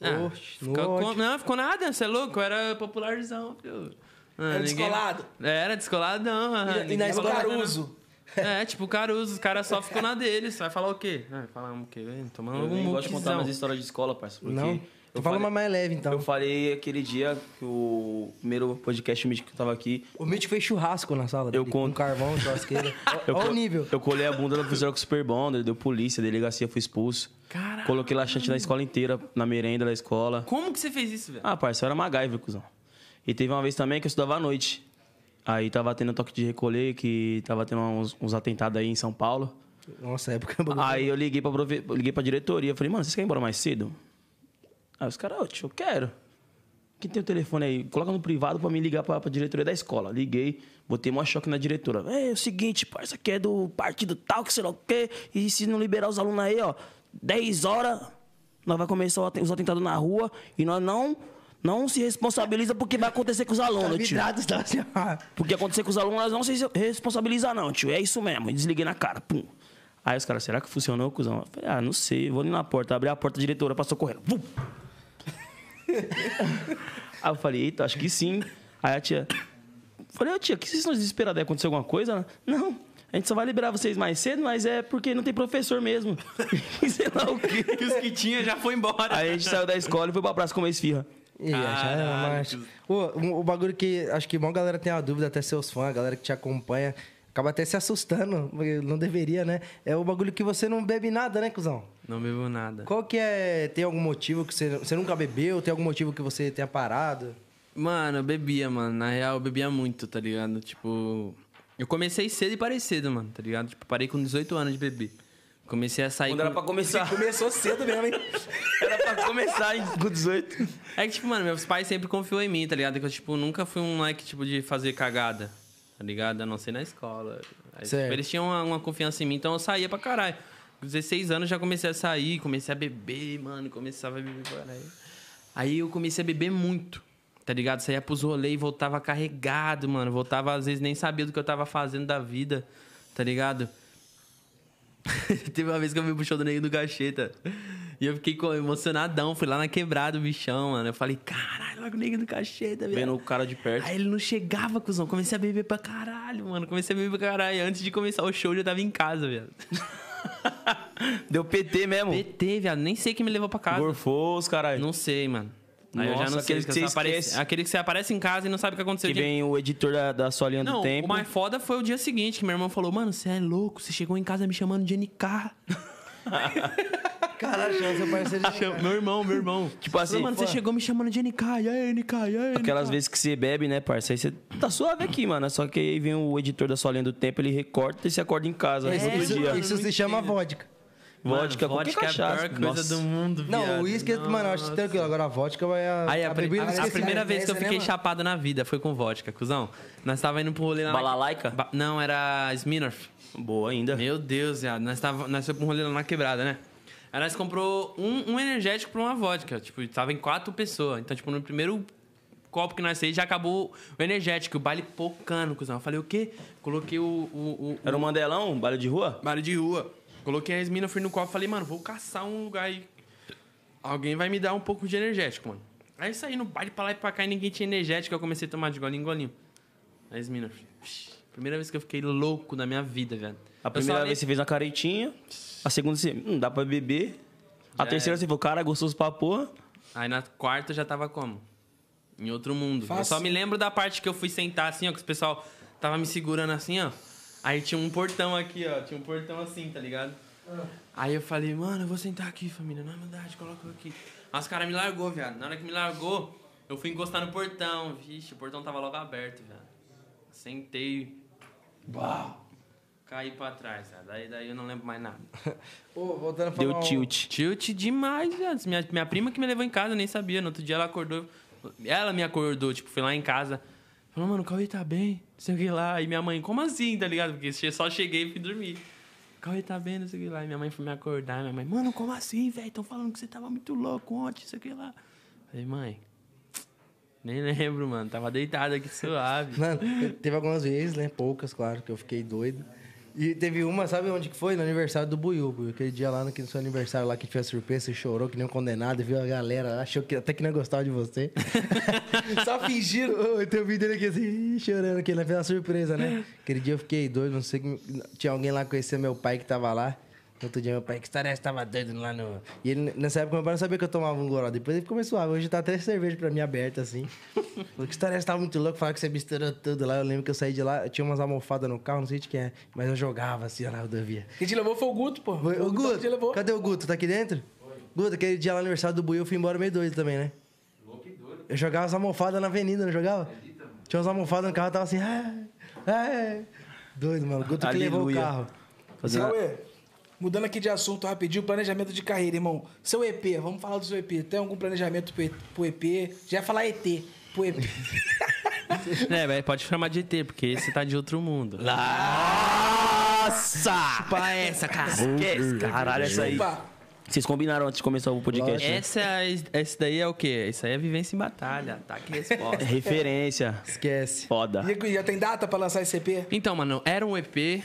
Speaker 4: Ah,
Speaker 1: Oxe,
Speaker 4: ficou
Speaker 1: no
Speaker 4: com-
Speaker 1: ódio.
Speaker 4: não, ficou nada, você é louco? Eu era popularzão, filho. Mano,
Speaker 3: Era descolado.
Speaker 4: Era descoladão. aham,
Speaker 3: E,
Speaker 4: ninguém
Speaker 3: na
Speaker 4: falou
Speaker 3: escola
Speaker 4: nada, não.
Speaker 3: Caruso.
Speaker 4: É, tipo, o Caruso, os caras só ficam na deles. Vai falar o quê? Ah, Vai falar o quê? Tomando
Speaker 2: Eu nem
Speaker 4: um
Speaker 2: gosto de contar
Speaker 4: muquizão.
Speaker 2: mais história de escola, parça. Porque
Speaker 1: Não? Tu
Speaker 2: Eu
Speaker 1: fala
Speaker 2: falei,
Speaker 1: uma mais leve, então.
Speaker 2: eu falei aquele dia que o primeiro podcast mítico que eu tava aqui.
Speaker 1: O Mitch fez churrasco na sala
Speaker 2: Eu
Speaker 1: dele, com
Speaker 2: conto.
Speaker 1: carvão, churrasqueira.
Speaker 2: Eu
Speaker 1: Olha
Speaker 2: co-
Speaker 1: o nível.
Speaker 2: Eu colei a bunda da professora com o Super Bonder, deu polícia, delegacia, fui expulso.
Speaker 4: Caralho.
Speaker 2: Coloquei laxante na escola inteira, na merenda da escola.
Speaker 4: Como que você fez isso, velho?
Speaker 2: Ah, parça, eu era MacGyver, cuzão. E teve uma vez também que eu estudava à noite. Aí tava tendo toque de recolher, que tava tendo uns, uns atentados aí em São Paulo.
Speaker 1: Nossa, a época... é um
Speaker 2: Aí eu liguei pra, prove- liguei pra diretoria, falei, mano, vocês querem ir embora mais cedo? Aí os caras, "Ô, tio, eu quero. Quem tem o telefone aí? Coloca no privado pra me ligar pra, pra diretoria da escola. Liguei, botei maior choque na diretora. É, é o seguinte, parça, que é do partido tal, que sei lá o quê. E se não liberar os alunos aí, ó, 10 horas, nós vai começar o aten- os atentados na rua e nós não, não se responsabiliza porque vai acontecer com os alunos, tio.
Speaker 1: Vidrados da senhora.
Speaker 2: Porque acontecer com os alunos, nós não se responsabilizar, não, tio. É isso mesmo. E Desliguei na cara, pum. Aí os caras, será que funcionou, cuzão? Eu falei, ah, não sei, vou ali na porta. Abri a porta, a diretora passou correndo. Vum! Aí eu falei, eita, acho que sim. Aí a tia. Falei, ô tia, que vocês estão desesperados? Aí Aconteceu alguma coisa? Ela, Não, a gente só vai liberar vocês mais cedo, mas é porque não tem professor mesmo. Sei lá o quê.
Speaker 4: Que os que tinha já foi embora.
Speaker 2: Aí a gente saiu da escola e foi pra praça comer esfirra.
Speaker 1: Ih, já era
Speaker 4: Caralho,
Speaker 1: macho.
Speaker 4: que-
Speaker 1: Ô, um- o bagulho que acho que maior galera tem uma dúvida, até seus fãs, a galera que te acompanha, acaba até se assustando, porque não deveria, né? É o bagulho que você não bebe nada, né, cuzão?
Speaker 4: Não bebo nada.
Speaker 1: Qual que é. Tem algum motivo que você, você nunca bebeu? Tem algum motivo que você tenha parado?
Speaker 4: Mano, eu bebia, mano. Na real, eu bebia muito, tá ligado? Tipo, eu comecei cedo e parei cedo, mano, tá ligado? Tipo, parei com 18 anos de beber. Comecei a sair
Speaker 2: Quando
Speaker 4: com...
Speaker 2: era pra começar.
Speaker 3: Começou cedo mesmo, hein?
Speaker 2: Era pra começar hein, com 18.
Speaker 4: É que, tipo, mano, meus pais sempre confiou em mim, tá ligado? Que eu, tipo, nunca fui um moleque, tipo, de fazer cagada, tá ligado? A não ser na escola. Aí, tipo,
Speaker 1: Certo.
Speaker 4: eles tinham uma, uma confiança em mim, então eu saía pra caralho. Com 16 anos já comecei a sair, comecei a beber, mano, começava a beber. Caralho. Aí eu comecei a beber muito, tá ligado? Saía pros rolês e voltava carregado, mano. Voltava, às vezes, nem sabia do que eu tava fazendo da vida, tá ligado? Teve uma vez que eu vi pro show do Nego do Cacheta. E eu fiquei co- emocionadão. Fui lá na quebrada, o bichão, mano. Eu falei, caralho, logo o Nego do Cacheta, velho.
Speaker 2: Vendo o cara de perto.
Speaker 4: Aí ele não chegava, cuzão. Comecei a beber pra caralho, mano. Comecei a beber pra caralho. Antes de começar o show, eu já tava em casa, velho.
Speaker 2: Deu PT mesmo.
Speaker 4: PT, viado. Nem sei quem me levou pra casa.
Speaker 2: Gorfou os caralho.
Speaker 4: Não sei, mano. Aí eu já
Speaker 2: Nossa,
Speaker 4: não sei.
Speaker 2: aquele
Speaker 4: porque
Speaker 2: que
Speaker 4: eu
Speaker 2: você
Speaker 4: só apare-
Speaker 2: esquece.
Speaker 4: Aquele que você aparece em casa e não sabe o que aconteceu.
Speaker 2: Que
Speaker 4: de-
Speaker 2: vem o editor da, da sua linha
Speaker 4: Não,
Speaker 2: do tempo.
Speaker 4: o mais foda foi o dia seguinte, que meu irmão falou, mano, você é louco, você chegou em casa me chamando de NK.
Speaker 1: Caralho, chama seu parceiro de.
Speaker 2: é
Speaker 4: Chama- meu irmão, meu irmão.
Speaker 2: Tipo assim,
Speaker 4: mano, você chegou me chamando de NK, e aí, NK, e aí, NK.
Speaker 2: aquelas vezes que você bebe, né, parça? Aí você tá suave aqui, mano. Só que aí vem o editor da sua linha do tempo, ele recorta e você acorda em casa.
Speaker 1: Isso,
Speaker 2: no outro
Speaker 1: isso-
Speaker 2: dia.
Speaker 1: isso se chama vodka.
Speaker 4: Mano,
Speaker 2: Vodka, qualquer cachaça.
Speaker 4: é a pior
Speaker 2: Nossa.
Speaker 4: coisa do mundo,
Speaker 1: Não,
Speaker 4: viado.
Speaker 1: o uísque, mano, eu acho tranquilo. Agora a vodka vai. a-
Speaker 4: Aí, a, pri-
Speaker 1: bebida
Speaker 4: a- a
Speaker 1: esquece,
Speaker 4: primeira
Speaker 1: né?
Speaker 4: vez que é eu
Speaker 1: Esquece, né,
Speaker 4: fiquei
Speaker 1: mano?
Speaker 4: chapado na vida foi com vodka, cuzão. Nós tava indo pro rolê lá... na-
Speaker 2: Balalaica?
Speaker 4: Ba- Não, era Smirnoff.
Speaker 2: Boa ainda.
Speaker 4: Meu Deus, viado. Nós, tava, nós foi pra um rolê lá na quebrada, né? Aí nós comprou um, um energético pra uma vodka. Tipo, tava em quatro pessoas. Então, tipo, no primeiro copo que nós saímos, já acabou o energético. O baile pocando, cuzão. Eu falei, o quê? Coloquei o... o, o-
Speaker 2: Era um mandelão, um baile de rua?
Speaker 4: Baile de rua. Coloquei as minas, fui no copo falei, mano, vou caçar um lugar aí. Alguém vai me dar um pouco de energético, mano. Aí saí no baile pra lá e pra cá e ninguém tinha energético. Eu comecei a tomar de golinho em golinho. Aí as minas. psh, Primeira vez que eu fiquei louco da minha vida, velho.
Speaker 2: A
Speaker 4: Eu
Speaker 2: primeira
Speaker 4: só
Speaker 2: vez você fez uma caretinha. A segunda você, hum, dá pra beber. A
Speaker 4: Já
Speaker 2: terceira
Speaker 4: era.
Speaker 2: você falou, cara, gostoso pra porra.
Speaker 4: Aí na quarta eu já tava como? Em outro mundo. Eu
Speaker 3: Fácil.
Speaker 4: só me lembro da parte que eu fui sentar assim, ó, que o pessoal tava me segurando assim, ó. Aí tinha um portão aqui, ó. Tinha um portão assim, tá ligado? Aí eu falei, mano, eu vou sentar aqui, família. Na verdade, coloca eu aqui. Aí os caras me largou, viado. Na hora que me largou, eu fui encostar no portão. Vixe, o portão tava logo aberto, viado. Sentei. Caí pra trás, viado. Daí, daí eu não lembro mais nada.
Speaker 1: Ô, voltando a falar.
Speaker 2: Deu
Speaker 1: um-
Speaker 2: tilt.
Speaker 4: Tilt demais, viado. Minha, minha prima que me levou em casa, eu nem sabia. No outro dia ela acordou. Ela me acordou, tipo, foi lá em casa. Falou, mano, o Cauê tá bem, não sei o que lá. E minha mãe, como assim, tá ligado? Porque eu só cheguei e fui dormir. Cauê tá bem, não sei o que lá. E minha mãe foi me acordar. Minha mãe, mano, como assim, velho? Tão falando que você tava muito louco ontem, não sei o que lá. Falei, mãe, nem lembro, mano. Tava deitado aqui suave.
Speaker 1: um- Mano, teve algumas vezes, né? Poucas, claro, que eu fiquei doido. E teve uma, sabe onde que foi? No aniversário do Buiu. Buiu. Aquele dia lá no, que- no seu aniversário lá que tiver surpresa, você chorou que nem um condenado, viu a galera, achou que até que não gostava de você. Só fingiram. Ô, Tem o vídeo dele aqui assim, ih, chorando, que ele fez uma surpresa, né? Aquele dia eu fiquei doido, não sei que. Tinha alguém lá que conhecia meu pai que tava lá. No Outro dia, meu pai, que história é essa? Tava doido lá no. E ele, nessa época, meu pai não sabia que eu tomava um goró. Depois ele ficou mais suave. Hoje tá três cervejas pra mim aberta, assim. Falou, que história é essa? Tava muito louco. Falaram que você misturou tudo lá. Eu lembro que eu saí de lá, eu tinha umas almofadas no carro, não sei de quem é. Mas eu jogava assim lá na rodovia.
Speaker 3: Quem te levou foi o Guto, pô.
Speaker 1: Foi, Ô,
Speaker 3: que te então, levou.
Speaker 1: Guto, cadê o Guto? Tá aqui dentro? Guto, aquele dia lá no aniversário do Buiu, eu fui embora meio doido também, né? Eu jogava as almofadas na avenida, não jogava? Tinha umas almofadas no carro, eu tava assim... Ah, ah. Doido, mano. Guto que levou o
Speaker 2: Aleluia.
Speaker 1: carro.
Speaker 2: Fazer uma-
Speaker 3: Cauê, mudando aqui de assunto rapidinho, planejamento de carreira, irmão. Seu EP, vamos falar do seu EP. Tem algum planejamento pro E- pro EP? Já ia falar ET, pro EP.
Speaker 6: É, velho, pode chamar de ET, porque você tá de outro mundo.
Speaker 2: Nossa!
Speaker 4: Pá, essa, cara.
Speaker 2: Esquece, caralho, essa aí.
Speaker 3: Pá,
Speaker 2: Vocês combinaram antes de começar o podcast, né?
Speaker 4: Essa, esse daí é o quê? Isso aí é vivência em batalha, tá? ataque e resposta.
Speaker 2: né? É Referência.
Speaker 1: Esquece.
Speaker 2: Foda.
Speaker 3: e já tem data pra lançar esse EP?
Speaker 4: Então, mano, era um EP,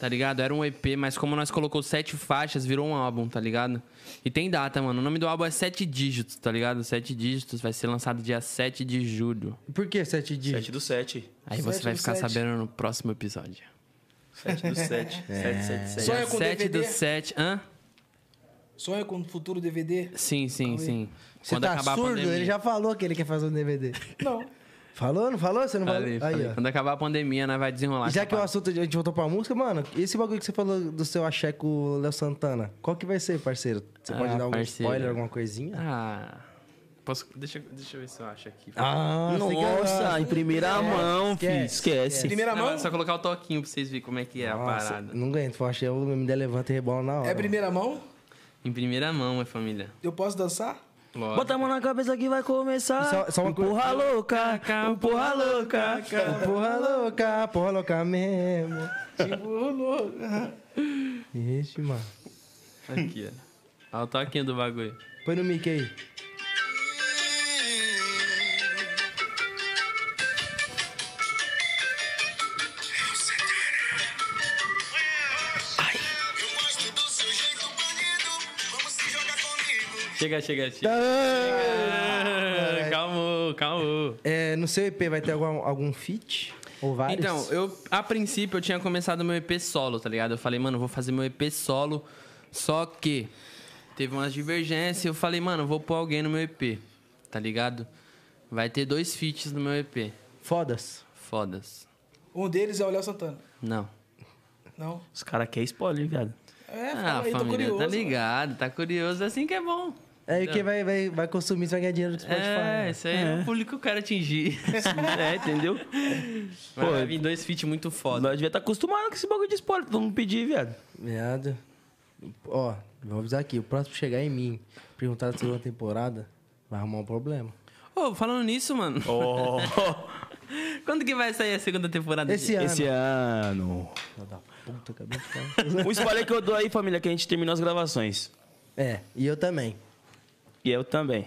Speaker 4: tá ligado? Era um EP, mas como nós colocou sete faixas, virou um álbum, tá ligado? E tem data, mano. O nome do álbum é Sete Dígitos, tá ligado? Sete Dígitos vai ser lançado dia 7 de julho.
Speaker 1: Por que sete dias?
Speaker 2: 7 do 7.
Speaker 4: Aí você
Speaker 3: Sete
Speaker 4: vai
Speaker 3: do
Speaker 4: ficar
Speaker 3: sete.
Speaker 4: sabendo no próximo episódio.
Speaker 2: 7 do 7. 7, 7, 7.
Speaker 1: É
Speaker 3: Sonha
Speaker 4: Dia
Speaker 3: com
Speaker 4: 7 do
Speaker 3: DVD?
Speaker 4: 7. Hã?
Speaker 3: Sonha com um futuro DVD?
Speaker 4: Sim, sim, sim.
Speaker 1: Você tá surdo?
Speaker 4: pandemia.
Speaker 1: Ele já falou que ele quer fazer um DVD.
Speaker 3: Não.
Speaker 1: Falou? Não falou? Você não falou?
Speaker 4: Falei,
Speaker 1: Aí,
Speaker 4: falei.
Speaker 1: ó.
Speaker 4: Quando acabar a pandemia, nós vai desenrolar.
Speaker 1: E já
Speaker 4: essa
Speaker 1: que o
Speaker 4: parada.
Speaker 1: assunto a gente voltou pra música, mano, esse bagulho que você falou do seu axé com o Léo Santana, qual que vai ser, parceiro? Você pode
Speaker 4: Ah,
Speaker 1: dar algum
Speaker 4: parceiro.
Speaker 1: spoiler, alguma coisinha?
Speaker 4: Ah. Posso... Deixa, deixa eu ver se eu acho aqui.
Speaker 1: Ah, você
Speaker 2: Nossa, em primeira mão, filho. Esquece.
Speaker 3: Primeira
Speaker 4: Não,
Speaker 3: mão?
Speaker 4: é só colocar o toquinho pra vocês verem como é que é a
Speaker 1: Nossa,
Speaker 4: parada.
Speaker 1: não aguento, o axé, o MD levanta e rebola na hora.
Speaker 3: É primeira mão?
Speaker 4: Em primeira mão, é família.
Speaker 3: Eu posso dançar?
Speaker 4: Lógico.
Speaker 2: Bota a mão na cabeça que vai começar.
Speaker 1: Só- só uma coisa-
Speaker 2: Porra louca, porra louca.
Speaker 1: mano. Porra Tá louca, porra louca mesmo.
Speaker 3: Tipo, louco.
Speaker 1: Ixi, mano.
Speaker 4: Aqui, ó. Olha o toquinho do bagulho.
Speaker 1: Põe no mic aí.
Speaker 4: Chega, chega, chega.
Speaker 3: Tá.
Speaker 1: Ah,
Speaker 4: Calma, calma.
Speaker 1: É, no seu EP vai ter algum, algum feat? Ou vários?
Speaker 4: Então, eu, a princípio, eu tinha começado meu EP solo, tá ligado? Eu falei, mano, eu vou fazer meu EP solo. Só que teve umas divergências. Eu falei, mano, eu vou pôr alguém no meu EP, tá ligado? Vai ter dois feats no meu EP.
Speaker 1: Fodas.
Speaker 4: Fodas.
Speaker 3: Um deles é o Léo Santana.
Speaker 4: Não.
Speaker 3: Não?
Speaker 2: Os caras querem spoiler, viado.
Speaker 3: É, fala
Speaker 4: Ah,
Speaker 3: aí, tô
Speaker 4: família,
Speaker 3: curioso.
Speaker 4: tá ligado? Tá curioso, assim que é bom.
Speaker 1: Aí quem vai, vai, vai consumir, você vai ganhar dinheiro do Spotify.
Speaker 4: É,
Speaker 1: né?
Speaker 4: isso aí é o público que eu quero atingir.
Speaker 2: É, entendeu?
Speaker 4: Mas
Speaker 2: Pô,
Speaker 4: vai vir dois feats muito foda.
Speaker 2: Nós devia estar acostumado com esse bagulho de spoiler, todo mundo pedir, viado.
Speaker 1: Viado. Ó, vou avisar aqui. O próximo chegar em mim, perguntar da segunda temporada, vai arrumar um problema.
Speaker 4: Ô, falando nisso, mano. Quando que vai sair a segunda temporada?
Speaker 1: Esse ano.
Speaker 2: Esse ano.
Speaker 1: Filha da puta, acabei de falar.
Speaker 2: O spoiler que eu dou aí, família, é que a gente terminou as gravações.
Speaker 1: é, e eu também.
Speaker 2: E eu também.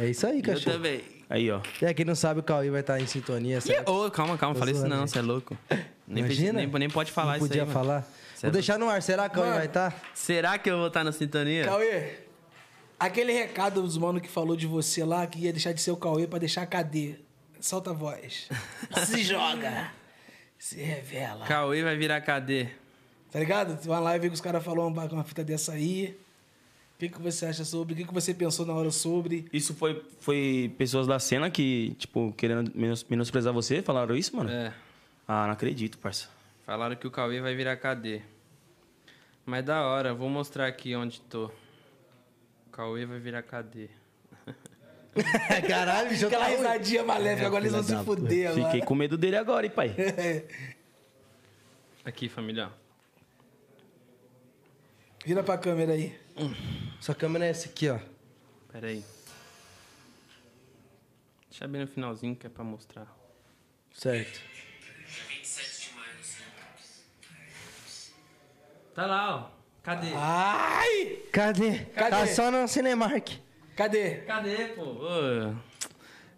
Speaker 1: É isso aí,
Speaker 4: Eu
Speaker 1: cachorro.
Speaker 4: também.
Speaker 2: Aí, ó.
Speaker 1: É, quem não sabe, o Cauê vai estar em sintonia. sabe?
Speaker 4: Ô, calma, calma,
Speaker 1: Tô
Speaker 4: falei isso
Speaker 1: zoando,
Speaker 4: não,
Speaker 1: né?
Speaker 4: você é louco. Nem, precisa-
Speaker 1: Imagina?
Speaker 4: nem, nem pode falar
Speaker 1: não
Speaker 4: isso
Speaker 1: podia
Speaker 4: aí. mano.
Speaker 1: falar. Vou
Speaker 4: é
Speaker 1: deixar no ar. Será que o Cauê
Speaker 3: Mano.
Speaker 1: vai tá? estar?
Speaker 4: Será que eu vou estar na sintonia?
Speaker 3: Cauê, aquele recado dos mano que falou de você lá, que ia deixar de ser o Cauê pra deixar a cadê? Solta a voz. Se joga. Se revela.
Speaker 4: Cauê vai virar cadê?
Speaker 3: Tá ligado? Uma live que os caras falaram uma, uma fita dessa aí. O que, que você acha sobre? O que, que você pensou na hora sobre?
Speaker 2: Isso foi, foi pessoas da cena que, tipo, querendo menos, menosprezar você, falaram isso, mano?
Speaker 4: É.
Speaker 2: Ah, não acredito, parça.
Speaker 4: Falaram que o Cauê vai virar cadê? Mas da hora, vou mostrar aqui onde tô. Cauê vai virar cadê?
Speaker 1: Caralho, tá bicho, eu
Speaker 3: Aquela
Speaker 1: tava-
Speaker 3: risadinha
Speaker 1: é,
Speaker 3: maléfica, agora eles vão se fuder agora.
Speaker 2: Fiquei com medo dele agora, hein, pai?
Speaker 4: Aqui, família.
Speaker 3: Vira pra câmera aí.
Speaker 1: Sua câmera é essa aqui, ó.
Speaker 4: Pera aí. Deixa bem no finalzinho que é pra mostrar.
Speaker 1: Certo.
Speaker 4: Tá lá, ó. Cadê?
Speaker 5: Ah.
Speaker 3: Ai!
Speaker 1: Cadê?
Speaker 3: Cadê?
Speaker 1: Tá só no Cinemark.
Speaker 3: Cadê?
Speaker 4: Cadê, pô? Ô.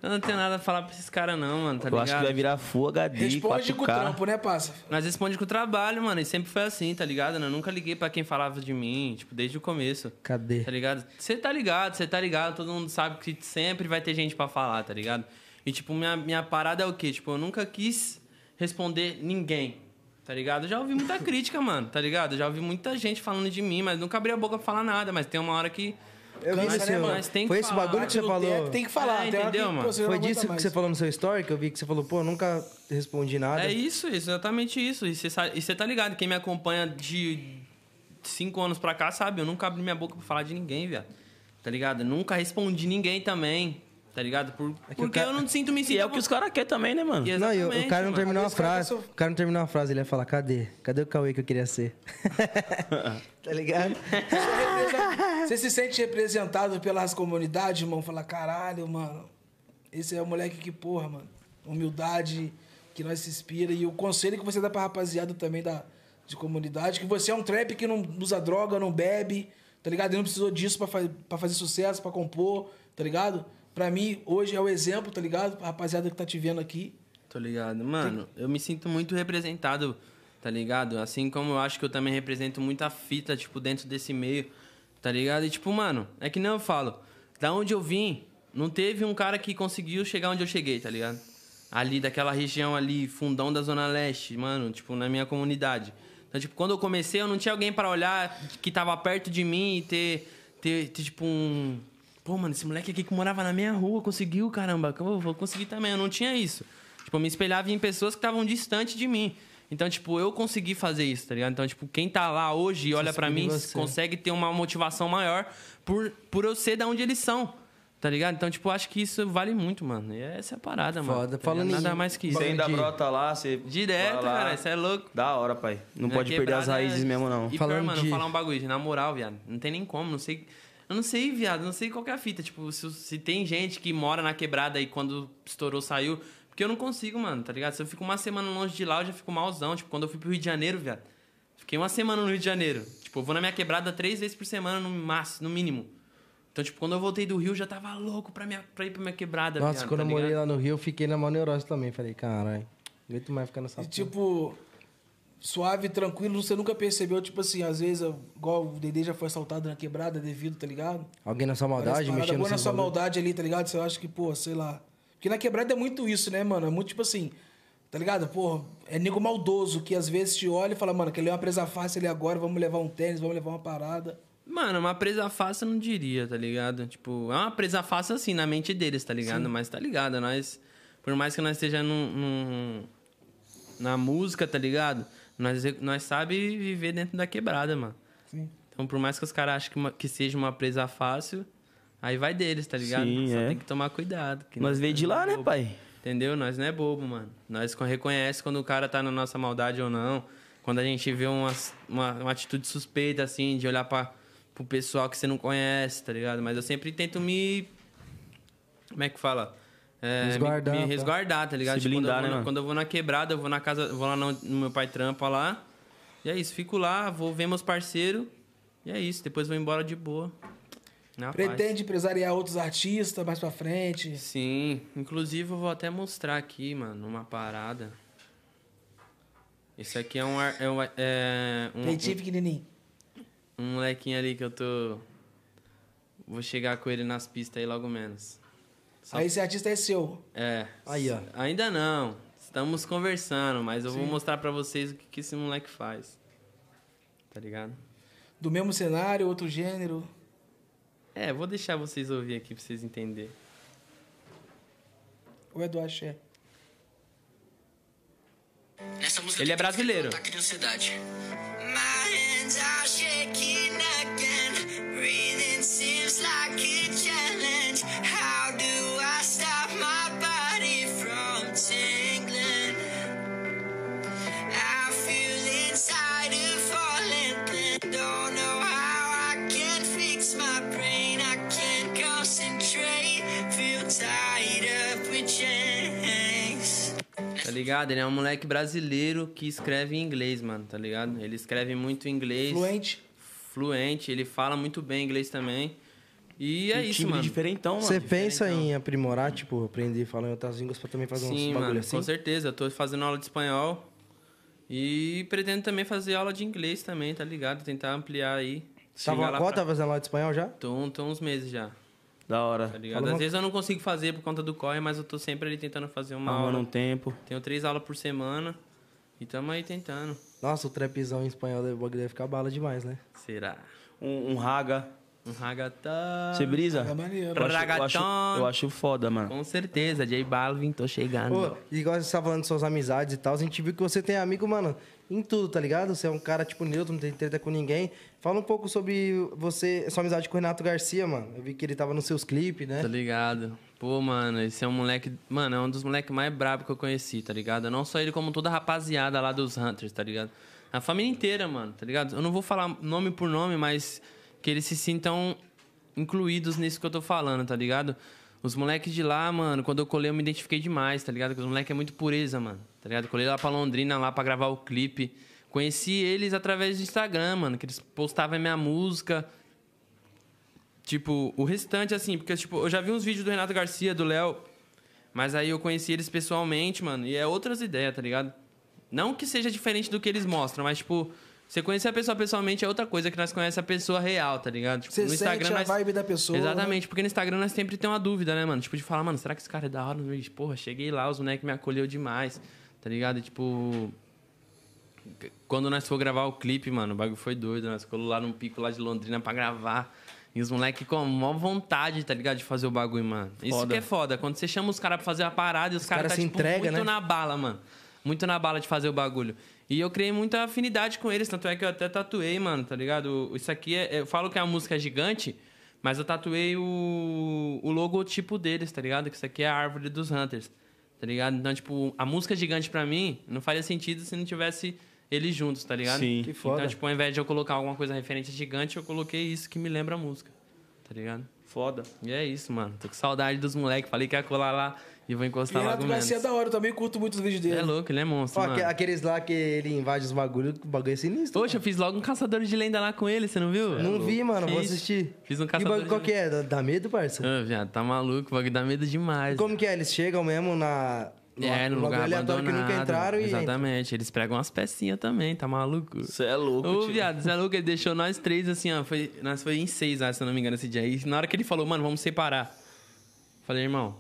Speaker 4: Eu não tenho nada a falar pra esses caras, não, mano, tá
Speaker 5: Eu
Speaker 4: ligado?
Speaker 5: acho que vai virar Full HD,
Speaker 3: Responde com o
Speaker 5: 4K.
Speaker 3: trampo, né, passa?
Speaker 4: Nós responde com o trabalho, mano. E sempre foi assim, tá ligado? Eu nunca liguei pra quem falava de mim, tipo, desde o começo.
Speaker 1: Cadê?
Speaker 4: Tá ligado? Você tá ligado, você tá ligado. Todo mundo sabe que sempre vai ter gente pra falar, tá ligado? E, tipo, minha, minha parada é o quê? Tipo, eu nunca quis responder ninguém, tá ligado? Eu já ouvi muita crítica, mano, tá ligado? Eu já ouvi muita gente falando de mim, mas nunca abri a boca pra falar nada. Mas tem uma hora que...
Speaker 1: Eu vi
Speaker 4: nós-
Speaker 1: no seu.
Speaker 4: nós tem que
Speaker 1: Foi esse
Speaker 4: falar. tá
Speaker 1: bagulho que você
Speaker 3: Bate no
Speaker 1: falou. Ah,
Speaker 3: teto, Tem que falar,
Speaker 4: É,
Speaker 3: tem hora
Speaker 4: entendeu,
Speaker 3: que,
Speaker 4: mano?
Speaker 3: pô, você
Speaker 1: Foi
Speaker 3: não aguenta
Speaker 1: disso que
Speaker 3: mais.
Speaker 1: você falou no seu story, que eu vi que você falou, pô, nunca respondi nada.
Speaker 4: É isso, isso, exatamente isso. E você tá ligado, quem me acompanha de cinco anos pra cá sabe, eu nunca abri minha boca pra falar de ninguém, viado. Tá ligado? Eu Nunca respondi ninguém também, tá ligado?
Speaker 2: É
Speaker 4: Por-
Speaker 1: que o
Speaker 4: porque
Speaker 1: cara-
Speaker 4: eu não sinto me
Speaker 2: E
Speaker 4: sinto...
Speaker 2: é o que os caras querem também, né, mano?
Speaker 1: Não, e o- o cara não
Speaker 4: Exatamente,
Speaker 1: terminou a
Speaker 3: Às vezes o cara
Speaker 1: frase.
Speaker 3: só-
Speaker 1: O cara não terminou a frase, ele ia falar, cadê? Cadê o Cauê que eu queria ser? tá ligado?
Speaker 3: Você se sente representado pelas comunidades, irmão? Fala, caralho, mano. Esse é o moleque que, porra, mano. Humildade que nós se inspira. E o conselho que você dá pra rapaziada também da, de comunidade, que você é um trap que não usa droga, não bebe, tá ligado? E não precisou disso pra, fa- pra fazer sucesso, pra compor, tá ligado? Pra mim, hoje é o exemplo, tá ligado? Pra rapaziada que tá te vendo aqui.
Speaker 4: Tô ligado. Mano, eu me sinto muito representado, tá ligado? Assim como eu acho que eu também represento muita fita, tipo, dentro desse meio, tá ligado? E tipo, mano, é que nem eu falo, da onde eu vim, não teve um cara que conseguiu chegar onde eu cheguei, tá ligado? Ali, daquela região ali, fundão da Zona Leste, mano, tipo, na minha comunidade. Então, tipo, quando eu comecei, eu não tinha alguém pra olhar que tava perto de mim e ter, ter, ter tipo, um... Pô, mano, esse moleque aqui que morava na minha rua conseguiu, caramba. Eu vou conseguir também. Eu não tinha isso. Tipo, eu me espelhava em pessoas que estavam distante de mim. Então, tipo, eu consegui fazer isso, tá ligado? Então, tipo, quem tá lá hoje e olha pra mim
Speaker 1: inspira em você.
Speaker 4: consegue ter uma motivação maior por, por eu ser da onde eles são, tá ligado? Então, tipo, eu acho que isso vale muito, mano. E essa é a parada, mano.
Speaker 1: Foda.
Speaker 4: tá
Speaker 1: Falando
Speaker 4: ligado? Nada
Speaker 1: em-
Speaker 4: mais que isso.
Speaker 2: Você ainda
Speaker 1: Entendi.
Speaker 2: brota lá, você.
Speaker 4: Direto,
Speaker 2: vai lá.
Speaker 4: cara. Isso é louco.
Speaker 2: Da hora, pai. Não
Speaker 4: Na
Speaker 2: pode perder as
Speaker 4: É quebrada,
Speaker 2: raízes mesmo, não.
Speaker 4: E
Speaker 1: Falando
Speaker 4: pior, mano,
Speaker 1: de-
Speaker 4: falar um bagulho, na moral, viado. Não tem nem como, não sei. Eu não sei, viado, não sei qual que é a fita. Tipo, se, se tem gente que mora na quebrada e quando estourou saiu. Porque eu não consigo, mano, tá ligado? Se eu fico uma semana longe de lá, eu já fico malzão. Tipo, quando eu fui pro Rio de Janeiro, viado. Fiquei uma semana no Rio de Janeiro. Tipo, eu vou na minha quebrada três vezes por semana, no máximo, no mínimo. Então, tipo, quando eu voltei do Rio, eu já tava louco pra, minha, pra ir pra minha quebrada,
Speaker 1: Nossa,
Speaker 4: viado,
Speaker 1: quando
Speaker 4: tá
Speaker 1: eu morei
Speaker 4: ligado?
Speaker 1: lá no Rio, eu fiquei na maior neurose também. Falei, caralho, não aguento mais ficar nessa
Speaker 3: E
Speaker 1: porra.
Speaker 3: tipo, suave, tranquilo, você nunca percebeu, tipo assim, às vezes, igual o Dede já foi assaltado na quebrada devido, tá ligado?
Speaker 1: Alguém na sua
Speaker 3: Parece
Speaker 1: maldade,
Speaker 3: parada
Speaker 1: mexendo
Speaker 3: boa
Speaker 1: no seu
Speaker 3: na sua
Speaker 1: bagulho.
Speaker 3: maldade ali, tá ligado? Você acha que, pô, sei lá. Porque na quebrada é muito isso, né, mano? É muito tipo assim, tá ligado? Pô, é nego maldoso que às vezes te olha e fala, mano, quer levar uma presa fácil ali agora, vamos levar um tênis, vamos levar uma parada.
Speaker 4: Mano, uma presa fácil eu não diria, tá ligado? Tipo, é uma presa fácil assim, na mente deles, tá ligado? Mas tá ligado, nós. Por mais que nós esteja num, num- na música, tá ligado? Nós, nós sabe viver dentro da quebrada, mano. Então, por mais que os caras achem que, uma- que seja uma presa fácil, aí vai deles, tá ligado?
Speaker 2: Sim,
Speaker 4: Só
Speaker 2: é.
Speaker 4: tem que tomar cuidado. que
Speaker 2: Nós veio de
Speaker 4: não é
Speaker 2: lá, né,
Speaker 4: bobo.
Speaker 2: pai?
Speaker 4: Entendeu? Nós não é bobo, mano. Nós co- reconhece quando o cara tá na nossa maldade ou não. Quando a gente vê uma, uma, uma atitude suspeita, assim, de olhar pra, pro pessoal que você não conhece, tá ligado? Mas eu sempre tento me. Como é que fala? É, me-
Speaker 1: Resguardar,
Speaker 4: Me,
Speaker 1: tá.
Speaker 4: resguardar, tá ligado?
Speaker 2: Se blindar,
Speaker 4: quando eu vou
Speaker 2: né,
Speaker 4: na-
Speaker 2: mano?
Speaker 4: Quando eu vou na quebrada, eu vou na casa, vou lá no, no meu pai trampa lá. E é isso, fico lá, vou ver meus parceiros. E é isso, depois vou embora de boa. Na paz.
Speaker 3: Pretende empresariar outros artistas mais pra frente.
Speaker 4: Sim, inclusive eu vou até mostrar aqui, mano, uma parada. Esse aqui é um ar- é um, é um,
Speaker 3: Peitinho pequenininho.
Speaker 4: um, um molequinho ali que eu tô vou chegar com ele nas pistas aí logo menos. Só-
Speaker 3: Aí esse artista é seu.
Speaker 4: É.
Speaker 1: Aí, ó.
Speaker 4: Ainda não. Estamos conversando, mas eu vou mostrar pra vocês o que, que esse moleque faz. Tá ligado?
Speaker 3: Do mesmo cenário, outro gênero.
Speaker 4: É, vou deixar vocês ouvir aqui pra vocês entenderem.
Speaker 3: Ou é do axé?
Speaker 7: Nessa música
Speaker 4: Ele é
Speaker 7: tem que ter
Speaker 4: brasileiro.
Speaker 7: um ataque de ansiedade. My hands are shaking again. Breathing seems like a challenge. How do I stop my body from tingling? I feel inside of falling. Don't know how I can fix my brain. I can't concentrate. Feel tied up with checks.
Speaker 4: Tá ligado? Ele é um moleque brasileiro que escreve em inglês, mano, tá ligado? Ele escreve muito em inglês.
Speaker 3: Fluente.
Speaker 4: fluente, ele fala muito bem inglês também. E é
Speaker 2: um
Speaker 4: isso,
Speaker 2: timbre
Speaker 4: mano.
Speaker 2: diferentão, mano.
Speaker 1: Você pensa
Speaker 4: diferentão.
Speaker 1: em aprimorar, tipo, aprender falar em outras línguas pra também fazer
Speaker 4: então. Sim,
Speaker 1: uns bagulho
Speaker 4: mano,
Speaker 1: assim?
Speaker 4: com certeza. Eu tô fazendo aula de espanhol. E pretendo também fazer aula de inglês também, tá ligado? Tentar ampliar aí.
Speaker 1: Tava
Speaker 4: Chegar
Speaker 1: uma
Speaker 4: lá
Speaker 1: cota
Speaker 4: pra-
Speaker 1: fazendo aula de espanhol já?
Speaker 4: Tô, tô uns meses já,
Speaker 2: Da
Speaker 4: tá
Speaker 2: hora.
Speaker 4: ligado?
Speaker 1: Fala
Speaker 4: Às
Speaker 1: uma-
Speaker 4: vezes eu não consigo fazer por conta do corre, mas eu tô sempre ali tentando fazer
Speaker 1: Ah,
Speaker 4: uma
Speaker 2: Arrumando um
Speaker 4: aula.
Speaker 2: tempo.
Speaker 4: Tenho três aulas por semana. E tamo aí tentando.
Speaker 1: Nossa, o trapzão em espanhol deve, o bagulho deve ficar bala demais, né?
Speaker 4: Será?
Speaker 2: Um, um raga.
Speaker 4: Um ragatá.
Speaker 2: Você brisa?
Speaker 3: É maneiro.
Speaker 2: Eu acho, eu, acho,
Speaker 4: Ragatón.
Speaker 2: eu acho foda, mano.
Speaker 4: Com certeza, J Balvin, tô chegando.
Speaker 1: Pô, e igual você tá falando de suas amizades e tal, a gente viu que você tem amigo, mano, em tudo, tá ligado? Você é um cara, tipo, neutro, não tem treta com ninguém. Fala um pouco sobre você, sua amizade com o Renato Garcia, mano. Eu vi que ele tava nos seus clipes, né?
Speaker 4: Tá ligado? Pô, mano, esse é um moleque. Mano, é um dos moleques mais brabo que eu conheci, tá ligado? Não só ele, como toda a rapaziada lá dos Hunters, tá ligado? A família inteira, mano, tá ligado? Eu não vou falar nome por nome, mas que eles se sintam incluídos nisso que eu tô falando, tá ligado? Os moleques de lá, mano, quando eu colei, eu me identifiquei demais, tá ligado? Porque os moleques é muito pureza, mano, tá ligado? Colei lá pra Londrina, lá pra gravar o clipe. Conheci eles através do Instagram, mano, que eles postavam minha música, Tipo, o restante, assim, porque, tipo, eu já vi uns vídeos do Renato Garcia, do Léo, mas aí eu conheci eles pessoalmente, mano, e é outras ideias, tá ligado? Não que seja diferente do que eles mostram, mas, tipo, você conhecer a pessoa pessoalmente é outra coisa que nós conhece a pessoa real, tá ligado? Tipo,
Speaker 3: Você sente a vibe da pessoa, né?
Speaker 4: Exatamente, porque no Instagram nós sempre tem uma dúvida, né, mano? Tipo, de falar, mano, será que esse cara é da hora? Ixi, Porra, cheguei lá, os moleques me acolheu demais, tá ligado? E, tipo, quando nós for gravar o clipe, mano, o bagulho foi doido. né? Nós colou lá num pico lá de Londrina pra gravar. E os moleques com a maior vontade, tá ligado? De fazer o bagulho, mano. Isso
Speaker 2: Foda.
Speaker 4: que é foda. Quando você chama os caras pra fazer a parada e os, caras
Speaker 1: cara
Speaker 4: tá,
Speaker 1: se
Speaker 4: tipo,
Speaker 1: entrega,
Speaker 4: muito
Speaker 1: né?
Speaker 4: na bala, mano. Muito na bala de fazer o bagulho. E eu criei muita afinidade com eles, tanto é que eu até tatuei, mano, tá ligado? Isso aqui é. Eu falo que a música é gigante, mas eu tatuei o, o logotipo deles, tá ligado? Que isso aqui é a árvore dos Hunters. Tá ligado? Então, tipo, a música gigante pra mim não faria sentido se não tivesse eles juntos, tá ligado?
Speaker 2: Sim.
Speaker 1: Que foda.
Speaker 4: Então, tipo, ao invés de eu colocar alguma coisa referente a gigante, eu coloquei isso que me lembra a música. Tá ligado?
Speaker 2: Foda.
Speaker 4: E é isso, mano. Tô com saudade dos moleques. Falei que ia colar lá e vou
Speaker 3: E
Speaker 4: encostar lá
Speaker 3: Renato
Speaker 4: com
Speaker 3: Garcia é
Speaker 4: menos.
Speaker 3: da hora, eu também curto muito os vídeos dele.
Speaker 4: É louco, ele é monstro,
Speaker 1: Ó, aque-
Speaker 4: mano.
Speaker 1: aqueles lá que ele invade os bagulhos, o bagulho é sinistro.
Speaker 4: Poxa, eu fiz logo um caçador de lenda lá com ele, você não viu?
Speaker 1: não vi, mano, vou
Speaker 4: Fiz.
Speaker 1: assistir.
Speaker 4: Fiz um
Speaker 1: E o
Speaker 4: caçador
Speaker 1: bagulho
Speaker 4: de
Speaker 1: qual que é? Dá- Dá medo, parça?
Speaker 4: Ah, viado, tá maluco, o bagulho dá medo demais.
Speaker 1: Como que é? Eles chegam mesmo na...
Speaker 4: É, no lugar
Speaker 1: aleatório
Speaker 4: abandonado.
Speaker 1: que nunca entraram e... entram.
Speaker 4: Exatamente, eles pregam umas pecinhas também, tá maluco?
Speaker 2: Você é louco,
Speaker 4: Ô,
Speaker 2: tio.
Speaker 4: viado, você é louco? Ele deixou nós três assim, ó. Foi, nós foi em seis, acho, se eu não me engano, esse dia. E na hora que ele falou, mano, vamos separar. Falei, irmão.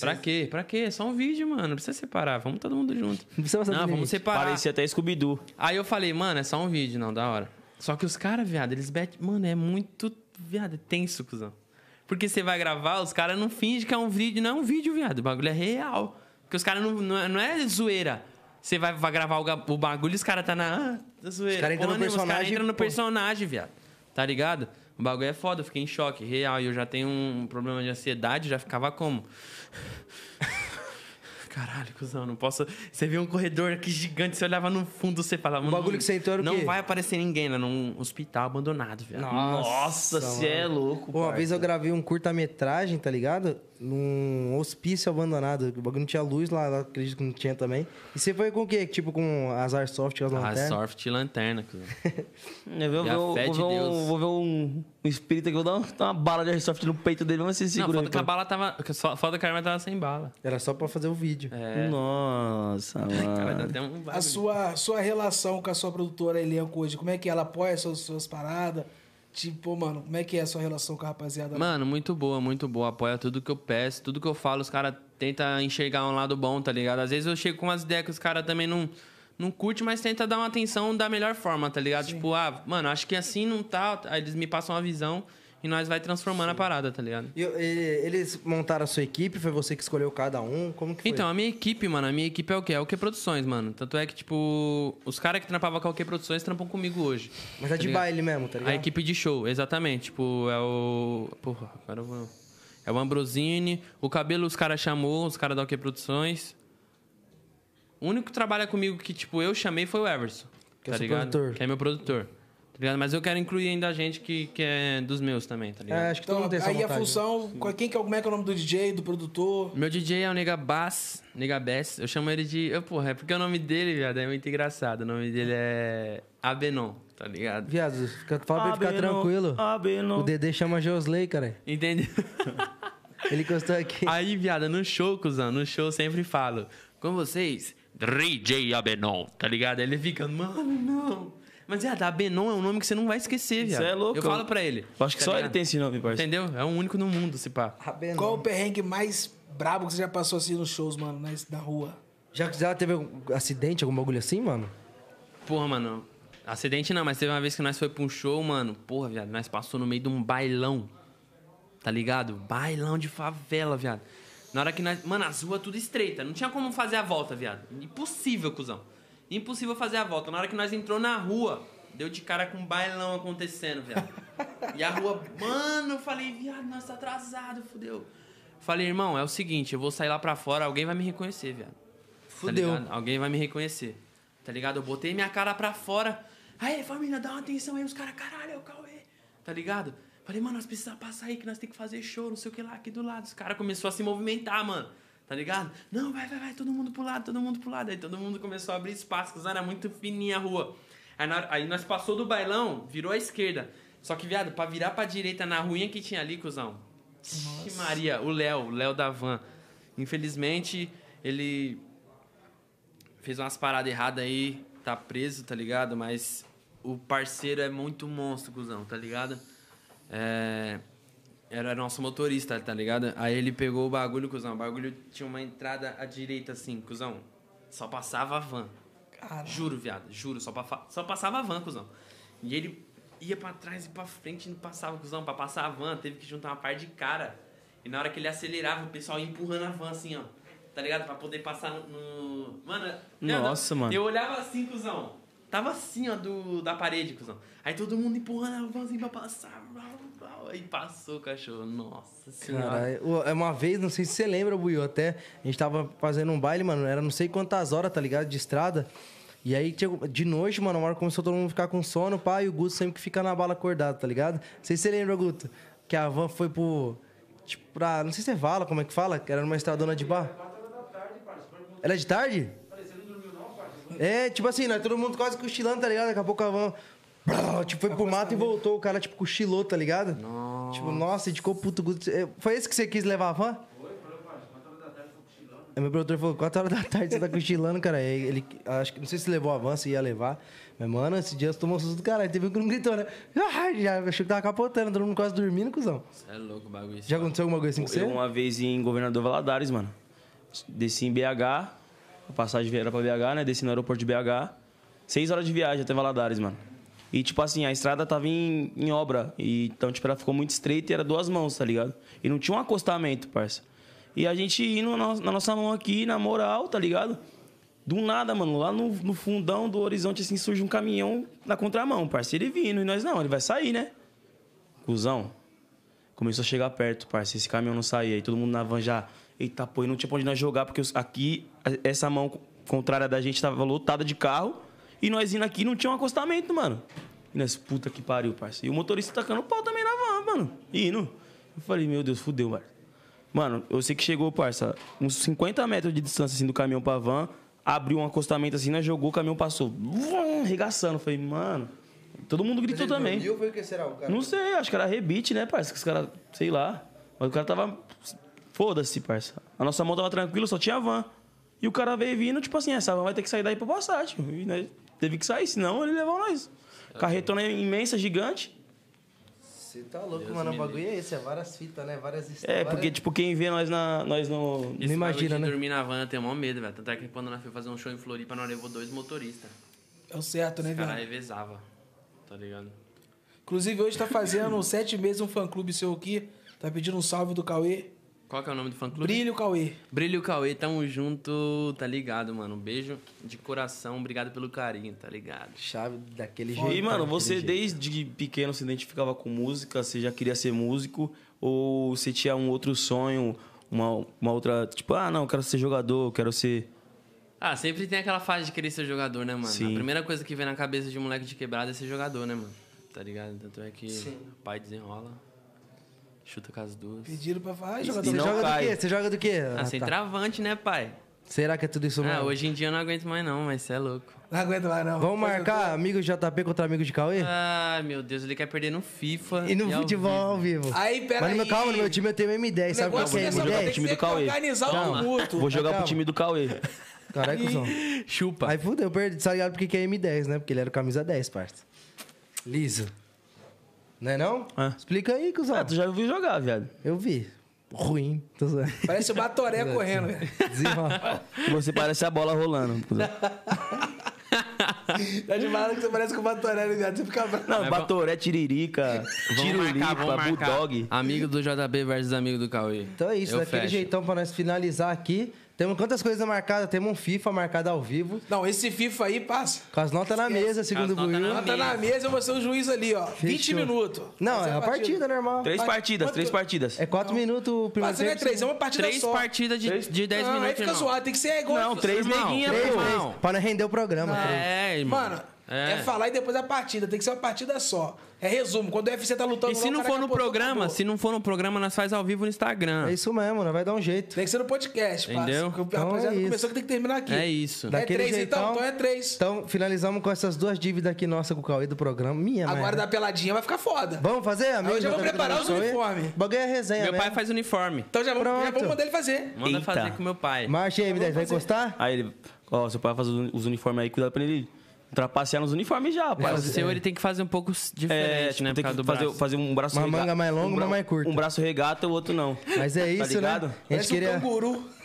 Speaker 4: pra quê? Pra quê? É só um vídeo, mano. Não precisa separar. Vamos todo mundo junto. Não
Speaker 1: precisa passar do
Speaker 4: Não, vamos
Speaker 1: limite.
Speaker 4: separar.
Speaker 2: Parecia até Scooby-Doo.
Speaker 4: Aí eu falei, mano, é só um vídeo, não, da hora. Só que os caras, viado, eles bet Mano, é muito. Viado, é tenso, cuzão. Porque você vai gravar, os caras não fingem que é um vídeo. Não é um vídeo, viado. O bagulho é real. Porque os caras não, não, é- não é zoeira. Você vai, vai gravar o, ga- o bagulho e os caras tá na. Ah, zoeira.
Speaker 1: Os cara entra
Speaker 4: Porra
Speaker 1: no
Speaker 4: nenhuma, Os caras
Speaker 1: personagem,
Speaker 4: entram no
Speaker 1: pô.
Speaker 4: personagem, viado. Tá ligado? O bagulho é foda, eu fiquei em choque, real. E eu já tenho um problema de ansiedade, já ficava como? Caralho, cuzão, não posso. Você vê um corredor aqui gigante, você olhava no fundo, você falava. O
Speaker 1: bagulho que você entrou era o
Speaker 4: Não
Speaker 1: quê?
Speaker 4: vai aparecer ninguém lá num hospital abandonado, viado.
Speaker 2: Nossa, você é louco,
Speaker 1: Uma
Speaker 2: parça.
Speaker 1: vez eu gravei um curta-metragem, tá ligado? Num hospício abandonado. O bagulho não tinha luz lá, lá, acredito que não tinha também. E você foi com o quê? Tipo, com as Airsoft, com as
Speaker 4: Ah,
Speaker 1: lanternas?
Speaker 4: soft lanterna, cuzão.
Speaker 2: Eu vou,
Speaker 4: E a
Speaker 2: ver, um-
Speaker 4: fé
Speaker 2: vou,
Speaker 4: de
Speaker 2: ver um,
Speaker 4: Deus.
Speaker 2: vou ver um, um espírito aqui, vou dar uma, dar uma bala de airsoft no peito dele, vamos ver se
Speaker 4: Não,
Speaker 2: segura.
Speaker 4: foda que a
Speaker 2: aí, pô.
Speaker 4: bala tava. só- Foda que a arma tava sem bala.
Speaker 1: Era só pra fazer o vídeo.
Speaker 4: É.
Speaker 2: Nossa,
Speaker 1: Ah.
Speaker 4: Cara, dá
Speaker 2: mano.
Speaker 4: até um
Speaker 3: A sua, sua relação com a sua produtora elenco hoje, como é que é? ela apoia suas, suas paradas? Tipo, mano, como é que é a sua relação com a rapaziada?
Speaker 4: Mano, muito boa, muito boa. Apoia tudo que eu peço, tudo que eu falo, os caras tentam enxergar um lado bom, tá ligado? Às vezes eu chego com umas ideias que os caras também não, não curte, mas tenta dar uma atenção da melhor forma, tá ligado? Tipo, ah, mano, acho que assim não tá. Aí eles me passam uma visão e nós vai transformando a parada, tá ligado?
Speaker 1: E, e- eles montaram a sua equipe, foi você que escolheu cada um? Como que foi?
Speaker 4: Então, a minha equipe, mano, a minha equipe é o quê? É o que Produções, mano. Tanto é que, tipo, os caras que trampavam com o que Produções trampam comigo hoje.
Speaker 1: Mas é de
Speaker 4: ligado?
Speaker 1: baile mesmo, tá ligado?
Speaker 4: A equipe de show, exatamente. Tipo, é o. Porra, agora eu vou. É o Ambrosini. O cabelo os caras chamou, os caras da OK Produções. O único que trabalha comigo que, tipo, eu chamei foi o Everson.
Speaker 1: Que é
Speaker 4: tá
Speaker 1: seu
Speaker 4: ligado?
Speaker 1: produtor.
Speaker 4: Que é meu produtor. Tá ligado? Mas eu quero incluir ainda a gente que, que é dos meus também, tá ligado?
Speaker 1: É, acho que todo
Speaker 3: então,
Speaker 1: mundo tem essa
Speaker 3: aí a
Speaker 1: vontade.
Speaker 3: função, qual, quem que é, como é que é o nome do DJ, do produtor?
Speaker 4: Meu DJ é o Nega Bass, Nega Bass. Eu chamo ele de. Eu, porra, é porque o nome dele, viado, é muito engraçado. O nome dele é Abenon. tá ligado?
Speaker 1: Viado, fica- fala pra ele ficar
Speaker 2: Abeno,
Speaker 1: tranquilo.
Speaker 2: Abeno.
Speaker 1: O Dedê chama Josley, cara.
Speaker 4: Entendeu?
Speaker 1: Ele encostou aqui.
Speaker 6: Aí, viada, no show, cuzão, no show eu sempre falo.
Speaker 4: Com vocês,
Speaker 6: DJ Abenon, tá ligado? Aí Ele fica, mano, não. Mas, viada, Abenon é um nome que você não vai esquecer, viado.
Speaker 2: é louco.
Speaker 6: Eu falo pra ele.
Speaker 2: Eu acho que
Speaker 4: Tá
Speaker 2: só ele
Speaker 4: ligado?
Speaker 2: tem esse nome, parceiro.
Speaker 6: Entendeu? É o único no mundo, se pá.
Speaker 1: Rabendo.
Speaker 3: Qual o perrengue mais brabo que você já passou assim nos shows, mano, na, na rua?
Speaker 1: Já que já teve algum acidente, algum bagulho assim, mano?
Speaker 6: Porra, mano.
Speaker 4: Mano, acidente não, mas teve uma vez que nós foi pra um show, mano. Porra, viado, nós passou no meio de um bailão. Tá ligado? Bailão de favela, viado. Na hora que nós. Mano, as ruas tudo estreita. Não tinha como fazer a volta, viado. Impossível, cuzão. Impossível fazer a volta. Na hora que nós entrou na rua, deu de cara com um bailão acontecendo, viado. E a rua. Mano, eu falei, viado, nós tá atrasado, fudeu. Falei, irmão, é o seguinte, eu vou sair lá pra fora, alguém vai me reconhecer, viado.
Speaker 1: Fudeu.
Speaker 4: Tá ligado? Alguém vai me reconhecer. Tá ligado? Eu botei minha cara pra fora. Aí, família, dá uma atenção aí. Os caras, caralho, é o Cauê. Tá ligado? Falei, mano, nós precisamos passar aí, que nós tem que fazer show, não sei o que lá, aqui do lado. Os caras começaram a se movimentar, mano. Tá ligado? Não, vai, vai, vai, todo mundo pro lado, todo mundo pro lado. Aí todo mundo começou a abrir espaço, que era muito fininha a rua. Aí, na hora- aí nós passou do bailão, virou à esquerda. Só que, viado, pra virar pra direita na ruinha que tinha ali, cuzão. Ixi, Maria, o Léo, o Léo da van. Infelizmente, ele fez umas paradas erradas aí, tá preso, tá ligado? Mas o parceiro é muito monstro, cuzão, tá ligado? É, Era nosso motorista, tá ligado? Aí ele pegou o bagulho, cuzão. O bagulho tinha uma entrada à direita, assim, cuzão. Só passava a van.
Speaker 3: Ah,
Speaker 4: Juro, viado, juro. Só, pa- só passava a van, cuzão. E ele ia pra trás e pra frente e não passava, cuzão. Pra passar a van, teve que juntar uma par de cara. E na hora que ele acelerava, o pessoal ia empurrando a van, assim, ó. Tá ligado? Pra poder passar no- no... Mano...
Speaker 2: Nossa,
Speaker 4: eu-
Speaker 2: mano.
Speaker 4: Eu olhava assim, cuzão. Tava assim, ó, do, da parede, cuzão. Aí todo mundo empurrando a vanzinha pra passar. Aí passou o cachorro. Nossa senhora.
Speaker 1: Cara, é uma vez, não sei se você lembra, Buiu, até a gente tava fazendo um baile, mano, era não sei quantas horas, tá ligado, de estrada. E aí, tinha- de noite, mano, uma hora começou todo mundo a ficar com sono, pá, e o Guto sempre que fica na bala acordado, tá ligado? Não sei se você lembra, Guto, que a van foi pro. Tipo, pra. Não sei se é vala, como é que fala? Que era numa estradona de bar. Era de tarde? É, tipo assim, nós todo mundo quase cochilando, tá ligado? Daqui a pouco a van. brrr, Tipo, foi pro mato e voltou. O cara, tipo, cochilou, tá ligado? Nossa. Tipo, nossa, indicou puto. Guto. É, Foi esse que você quis levar a van? Aí meu produtor falou, 4 horas da tarde você tá cochilando, cara. Aí Ele, acho que, não sei se levou a van, se ia levar. Mas, mano, esse dia você tomou susto do caralho. Teve um que não gritou, né? Ah, já achou que tava capotando, todo mundo quase dormindo, cuzão.
Speaker 4: É louco o bagulho.
Speaker 1: Já aconteceu alguma coisa assim com você?
Speaker 2: Eu uma vez em Governador Valadares, mano. Desci em BH, a passagem era pra BH, né? Desci no aeroporto de BH. Seis horas de viagem até Valadares, mano. E, tipo assim, a estrada tava em, em obra. E, então, tipo, ela ficou muito estreita e era duas mãos, tá ligado? E não tinha um acostamento, parça. E a gente indo na, na nossa mão aqui, na moral, tá ligado? Do nada, mano, lá no, no fundão do horizonte, assim, surge um caminhão na contramão, parceiro, ele vindo. E nós, não, ele vai sair, né? Cusão, Começou a chegar perto, parceiro. Esse caminhão não saía. Aí todo mundo na van já. Eita, pô, e não tinha pra onde nós jogar, porque os- aqui, a- essa mão contrária da gente tava lotada de carro. E nós indo aqui não tinha um acostamento, mano. E nós, puta que pariu, parceiro. E o motorista tacando pau também na van, mano. E Indo. Eu falei, meu Deus, fudeu, mano. Mano, eu sei que chegou, parça, uns 50 metros de distância, assim, do caminhão pra van. Abriu um acostamento assim, nós jogou, o caminhão passou. Vum, Arregaçando. Eu Falei, mano. Todo mundo gritou
Speaker 4: um-
Speaker 2: também.
Speaker 1: foi o que será, o cara?
Speaker 2: Não sei, acho que era rebite, né, parça? Que os caras, sei lá. Mas o cara tava. Foda-se, parça. A nossa mão tava tranquila, só tinha van. E o cara veio vindo, tipo assim, essa van vai ter que sair daí pra passar, tio. E nós teve que sair, senão ele levou nós. Carretona imensa, gigante.
Speaker 1: Você tá louco, mano. O bagulho é esse, é várias fitas, né? Várias
Speaker 2: É, porque, tipo, quem vê nós, na, nós no.
Speaker 4: Esse
Speaker 1: Não
Speaker 4: bagulho
Speaker 1: imagina,
Speaker 4: de
Speaker 1: né?
Speaker 4: dormir na van, eu tenho maior medo, velho. Tanto é que quando nós fomos fazer um show em Floripa, nós levou dois motoristas.
Speaker 3: É o certo, né,
Speaker 4: Os caras
Speaker 3: viado?
Speaker 1: um-
Speaker 4: revezava, tá ligado?
Speaker 3: Inclusive, hoje tá fazendo sete meses um fã-clube seu aqui. Tá pedindo um salve do Cauê.
Speaker 4: Qual que é o nome do fã clube?
Speaker 3: Brilho, Cauê.
Speaker 4: Brilho Cauê, tamo junto, tá ligado, mano? Um beijo de coração, obrigado pelo carinho, tá ligado?
Speaker 1: Chave daquele jeito.
Speaker 2: E, mano,
Speaker 1: daquele
Speaker 2: você
Speaker 1: jeito.
Speaker 2: desde pequeno se identificava com música? Você já queria ser músico? Ou você tinha um outro sonho? Uma, uma outra. Tipo, ah, não, eu quero ser jogador, eu quero ser.
Speaker 4: Ah, sempre tem aquela fase de querer ser jogador, né, mano?
Speaker 2: Sim.
Speaker 4: A primeira coisa que vem na cabeça de um moleque de quebrada é ser jogador, né, mano? Tá ligado? Tanto é que o pai desenrola, chuta com as duas.
Speaker 3: Pediram pra falar, ah,
Speaker 1: Você
Speaker 3: jogador.
Speaker 2: não
Speaker 1: joga do
Speaker 2: cai.
Speaker 1: quê? Você joga do quê?
Speaker 4: Ah, sem travante, né, pai?
Speaker 1: Será que é tudo isso
Speaker 4: Ah,
Speaker 1: mesmo?
Speaker 4: hoje em dia eu não aguento mais não, mas você é louco.
Speaker 3: Não aguento mais, não.
Speaker 1: Vamos marcar amigos de JP contra amigos de Cauê?
Speaker 4: Ai, meu Deus, ele quer perder no FIFA.
Speaker 1: e no
Speaker 4: Ah, ao
Speaker 1: futebol
Speaker 4: vivo.
Speaker 1: ao vivo.
Speaker 3: Aí, pera
Speaker 1: Mas no meu,
Speaker 3: aí.
Speaker 1: calma, no meu time eu tenho M10. Sabe qual que é
Speaker 3: é só
Speaker 2: jogar pro
Speaker 3: tem
Speaker 1: M10?
Speaker 2: time do
Speaker 3: que
Speaker 2: Cauê.
Speaker 3: organizar
Speaker 2: Calma.
Speaker 3: o culto.
Speaker 2: Vou jogar pro
Speaker 1: calma.
Speaker 2: time do Cauê.
Speaker 1: Caraca, cuzão.
Speaker 4: Chupa.
Speaker 1: Aí fudeu, eu perdi. Tá ligado porque que é M10, né? Porque ele era o camisa 10, parça. Liso. Não é não?
Speaker 2: É.
Speaker 1: Explica aí, cuzão.
Speaker 2: Ah, tu já viu jogar, viado.
Speaker 1: Eu vi. Ruim. Tô zoando.
Speaker 3: Parece o Batoré
Speaker 1: é
Speaker 3: correndo, velho.
Speaker 1: assim. Desenrola.
Speaker 2: Você parece a bola rolando.
Speaker 3: Tá de maluco que você parece com o Batoré, né, viado? Você fica bravo.
Speaker 4: é
Speaker 2: Não, Batoré, Tiririca, Tirulipa, Bulldog.
Speaker 4: Amigo do JB versus amigo do Cauê.
Speaker 1: Então é isso,
Speaker 4: Eu
Speaker 1: daquele
Speaker 4: fecho.
Speaker 1: jeitão pra nós finalizar aqui. Temos quantas coisas marcadas? Temos um FIFA marcado ao vivo.
Speaker 3: Não, esse FIFA aí passa.
Speaker 1: Com as notas na mesa, segundo o
Speaker 4: notas na
Speaker 1: Buiu.
Speaker 4: mesa.
Speaker 3: Tá na mesa, eu vou ser o juiz ali, ó. 20
Speaker 1: Fechou.
Speaker 3: minutos.
Speaker 1: Não,
Speaker 3: Essa
Speaker 1: é a partida normal.
Speaker 2: Três partidas, três partidas.
Speaker 1: É quatro minutos o
Speaker 3: Ah,
Speaker 1: primeiro
Speaker 3: você não é
Speaker 1: tempo.
Speaker 3: três, é uma partida
Speaker 4: Três
Speaker 3: só.
Speaker 4: partidas de, de 10
Speaker 3: não,
Speaker 4: minutos,
Speaker 3: aí fica
Speaker 4: irmão.
Speaker 3: zoado, tem que ser igual.
Speaker 2: Não, três
Speaker 4: Irmão,
Speaker 2: neguinha,
Speaker 4: três,
Speaker 2: pô.
Speaker 4: três.
Speaker 1: Pra não render o programa. três.
Speaker 4: É, irmão.
Speaker 3: Mano,
Speaker 4: é.
Speaker 3: é. falar e depois a partida. Tem que ser uma partida só. É resumo. Quando o UFC tá lutando...
Speaker 4: E se
Speaker 3: lá, o
Speaker 4: não
Speaker 3: cara
Speaker 4: for no
Speaker 3: capotou,
Speaker 4: programa,
Speaker 3: acabou.
Speaker 4: se não for no programa, nós faz ao vivo no Instagram.
Speaker 1: É isso mesmo, nós vai dar um jeito.
Speaker 3: Tem que ser no podcast, parça.
Speaker 4: Entendeu?
Speaker 3: Porque o
Speaker 1: Então é
Speaker 3: rapaziada
Speaker 1: isso.
Speaker 3: começou que tem que terminar aqui.
Speaker 4: É isso.
Speaker 3: É três, então? Então é três.
Speaker 1: Então, finalizamos com essas duas dívidas aqui nossa com o Cauê do programa. Minha,
Speaker 3: Agora
Speaker 1: mãe.
Speaker 3: da peladinha vai ficar foda.
Speaker 1: Vamos fazer, amigo?
Speaker 3: Hoje eu vou
Speaker 1: Tá
Speaker 3: preparar os
Speaker 1: com o Cauê?
Speaker 3: uniformes.
Speaker 1: O Bagulho é resenha,
Speaker 4: Meu
Speaker 1: né?
Speaker 4: pai faz uniforme.
Speaker 3: Então já vamos, já
Speaker 1: Pronto.
Speaker 3: vamos mandar ele fazer.
Speaker 4: Manda
Speaker 2: Eita.
Speaker 4: fazer com meu pai.
Speaker 1: Marcha aí, M10, vai encostar?
Speaker 2: Aí ele, ó, seu pai faz os uni- os uniformes aí, cuidado pra ele trapacear nos uniformes já,
Speaker 4: Mas
Speaker 2: rapaz.
Speaker 4: o seu ele tem que fazer um pouco s-
Speaker 2: É,
Speaker 4: diferente,
Speaker 2: tipo,
Speaker 4: né? Por
Speaker 2: tem
Speaker 4: causa
Speaker 2: que
Speaker 4: do
Speaker 2: fazer,
Speaker 4: braço.
Speaker 2: fazer um braço
Speaker 1: Uma
Speaker 2: regata.
Speaker 1: manga mais longa,
Speaker 2: um
Speaker 1: uma
Speaker 2: bra-
Speaker 1: mais curta.
Speaker 2: Um braço regata, o outro não.
Speaker 1: Mas é isso, né?
Speaker 2: Tá ligado?
Speaker 1: A gente
Speaker 3: Parece
Speaker 1: queria,
Speaker 3: um canguru.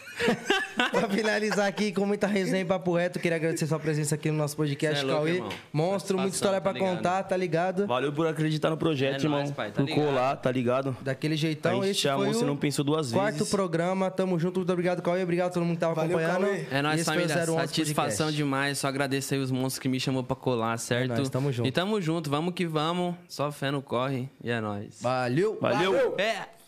Speaker 1: pra finalizar aqui com muita resenha e papo reto, queria agradecer sua presença aqui no nosso podcast,
Speaker 4: Cê é louco,
Speaker 1: Cauê.
Speaker 4: irmão.
Speaker 1: Monstro, muita
Speaker 4: Satisfação,
Speaker 1: história pra
Speaker 4: tá ligado?
Speaker 1: contar, tá ligado?
Speaker 2: Valeu por acreditar no projeto,
Speaker 4: É
Speaker 2: irmão.
Speaker 4: nóis, pai, tá
Speaker 2: por colar, tá ligado?
Speaker 1: Daquele
Speaker 2: A
Speaker 1: jeitão,
Speaker 2: gente
Speaker 1: esse
Speaker 2: chamou,
Speaker 1: foi
Speaker 2: você
Speaker 1: o
Speaker 2: não pensou duas
Speaker 1: quarto
Speaker 2: vezes.
Speaker 1: programa. Tamo junto, muito obrigado, Cauê. Obrigado a todo mundo que tava
Speaker 3: Valeu,
Speaker 1: acompanhando.
Speaker 3: Cauê.
Speaker 4: É nóis,
Speaker 1: Esse foi o
Speaker 4: família.
Speaker 1: 011
Speaker 4: Satisfação
Speaker 1: Podcast.
Speaker 4: demais. Só agradecer aí os monstros que me chamou pra colar, certo?
Speaker 1: nóis, tamo junto.
Speaker 4: E tamo junto, vamos que vamos. Só fé no corre. E é nóis.
Speaker 1: Valeu!
Speaker 2: Valeu.
Speaker 4: É.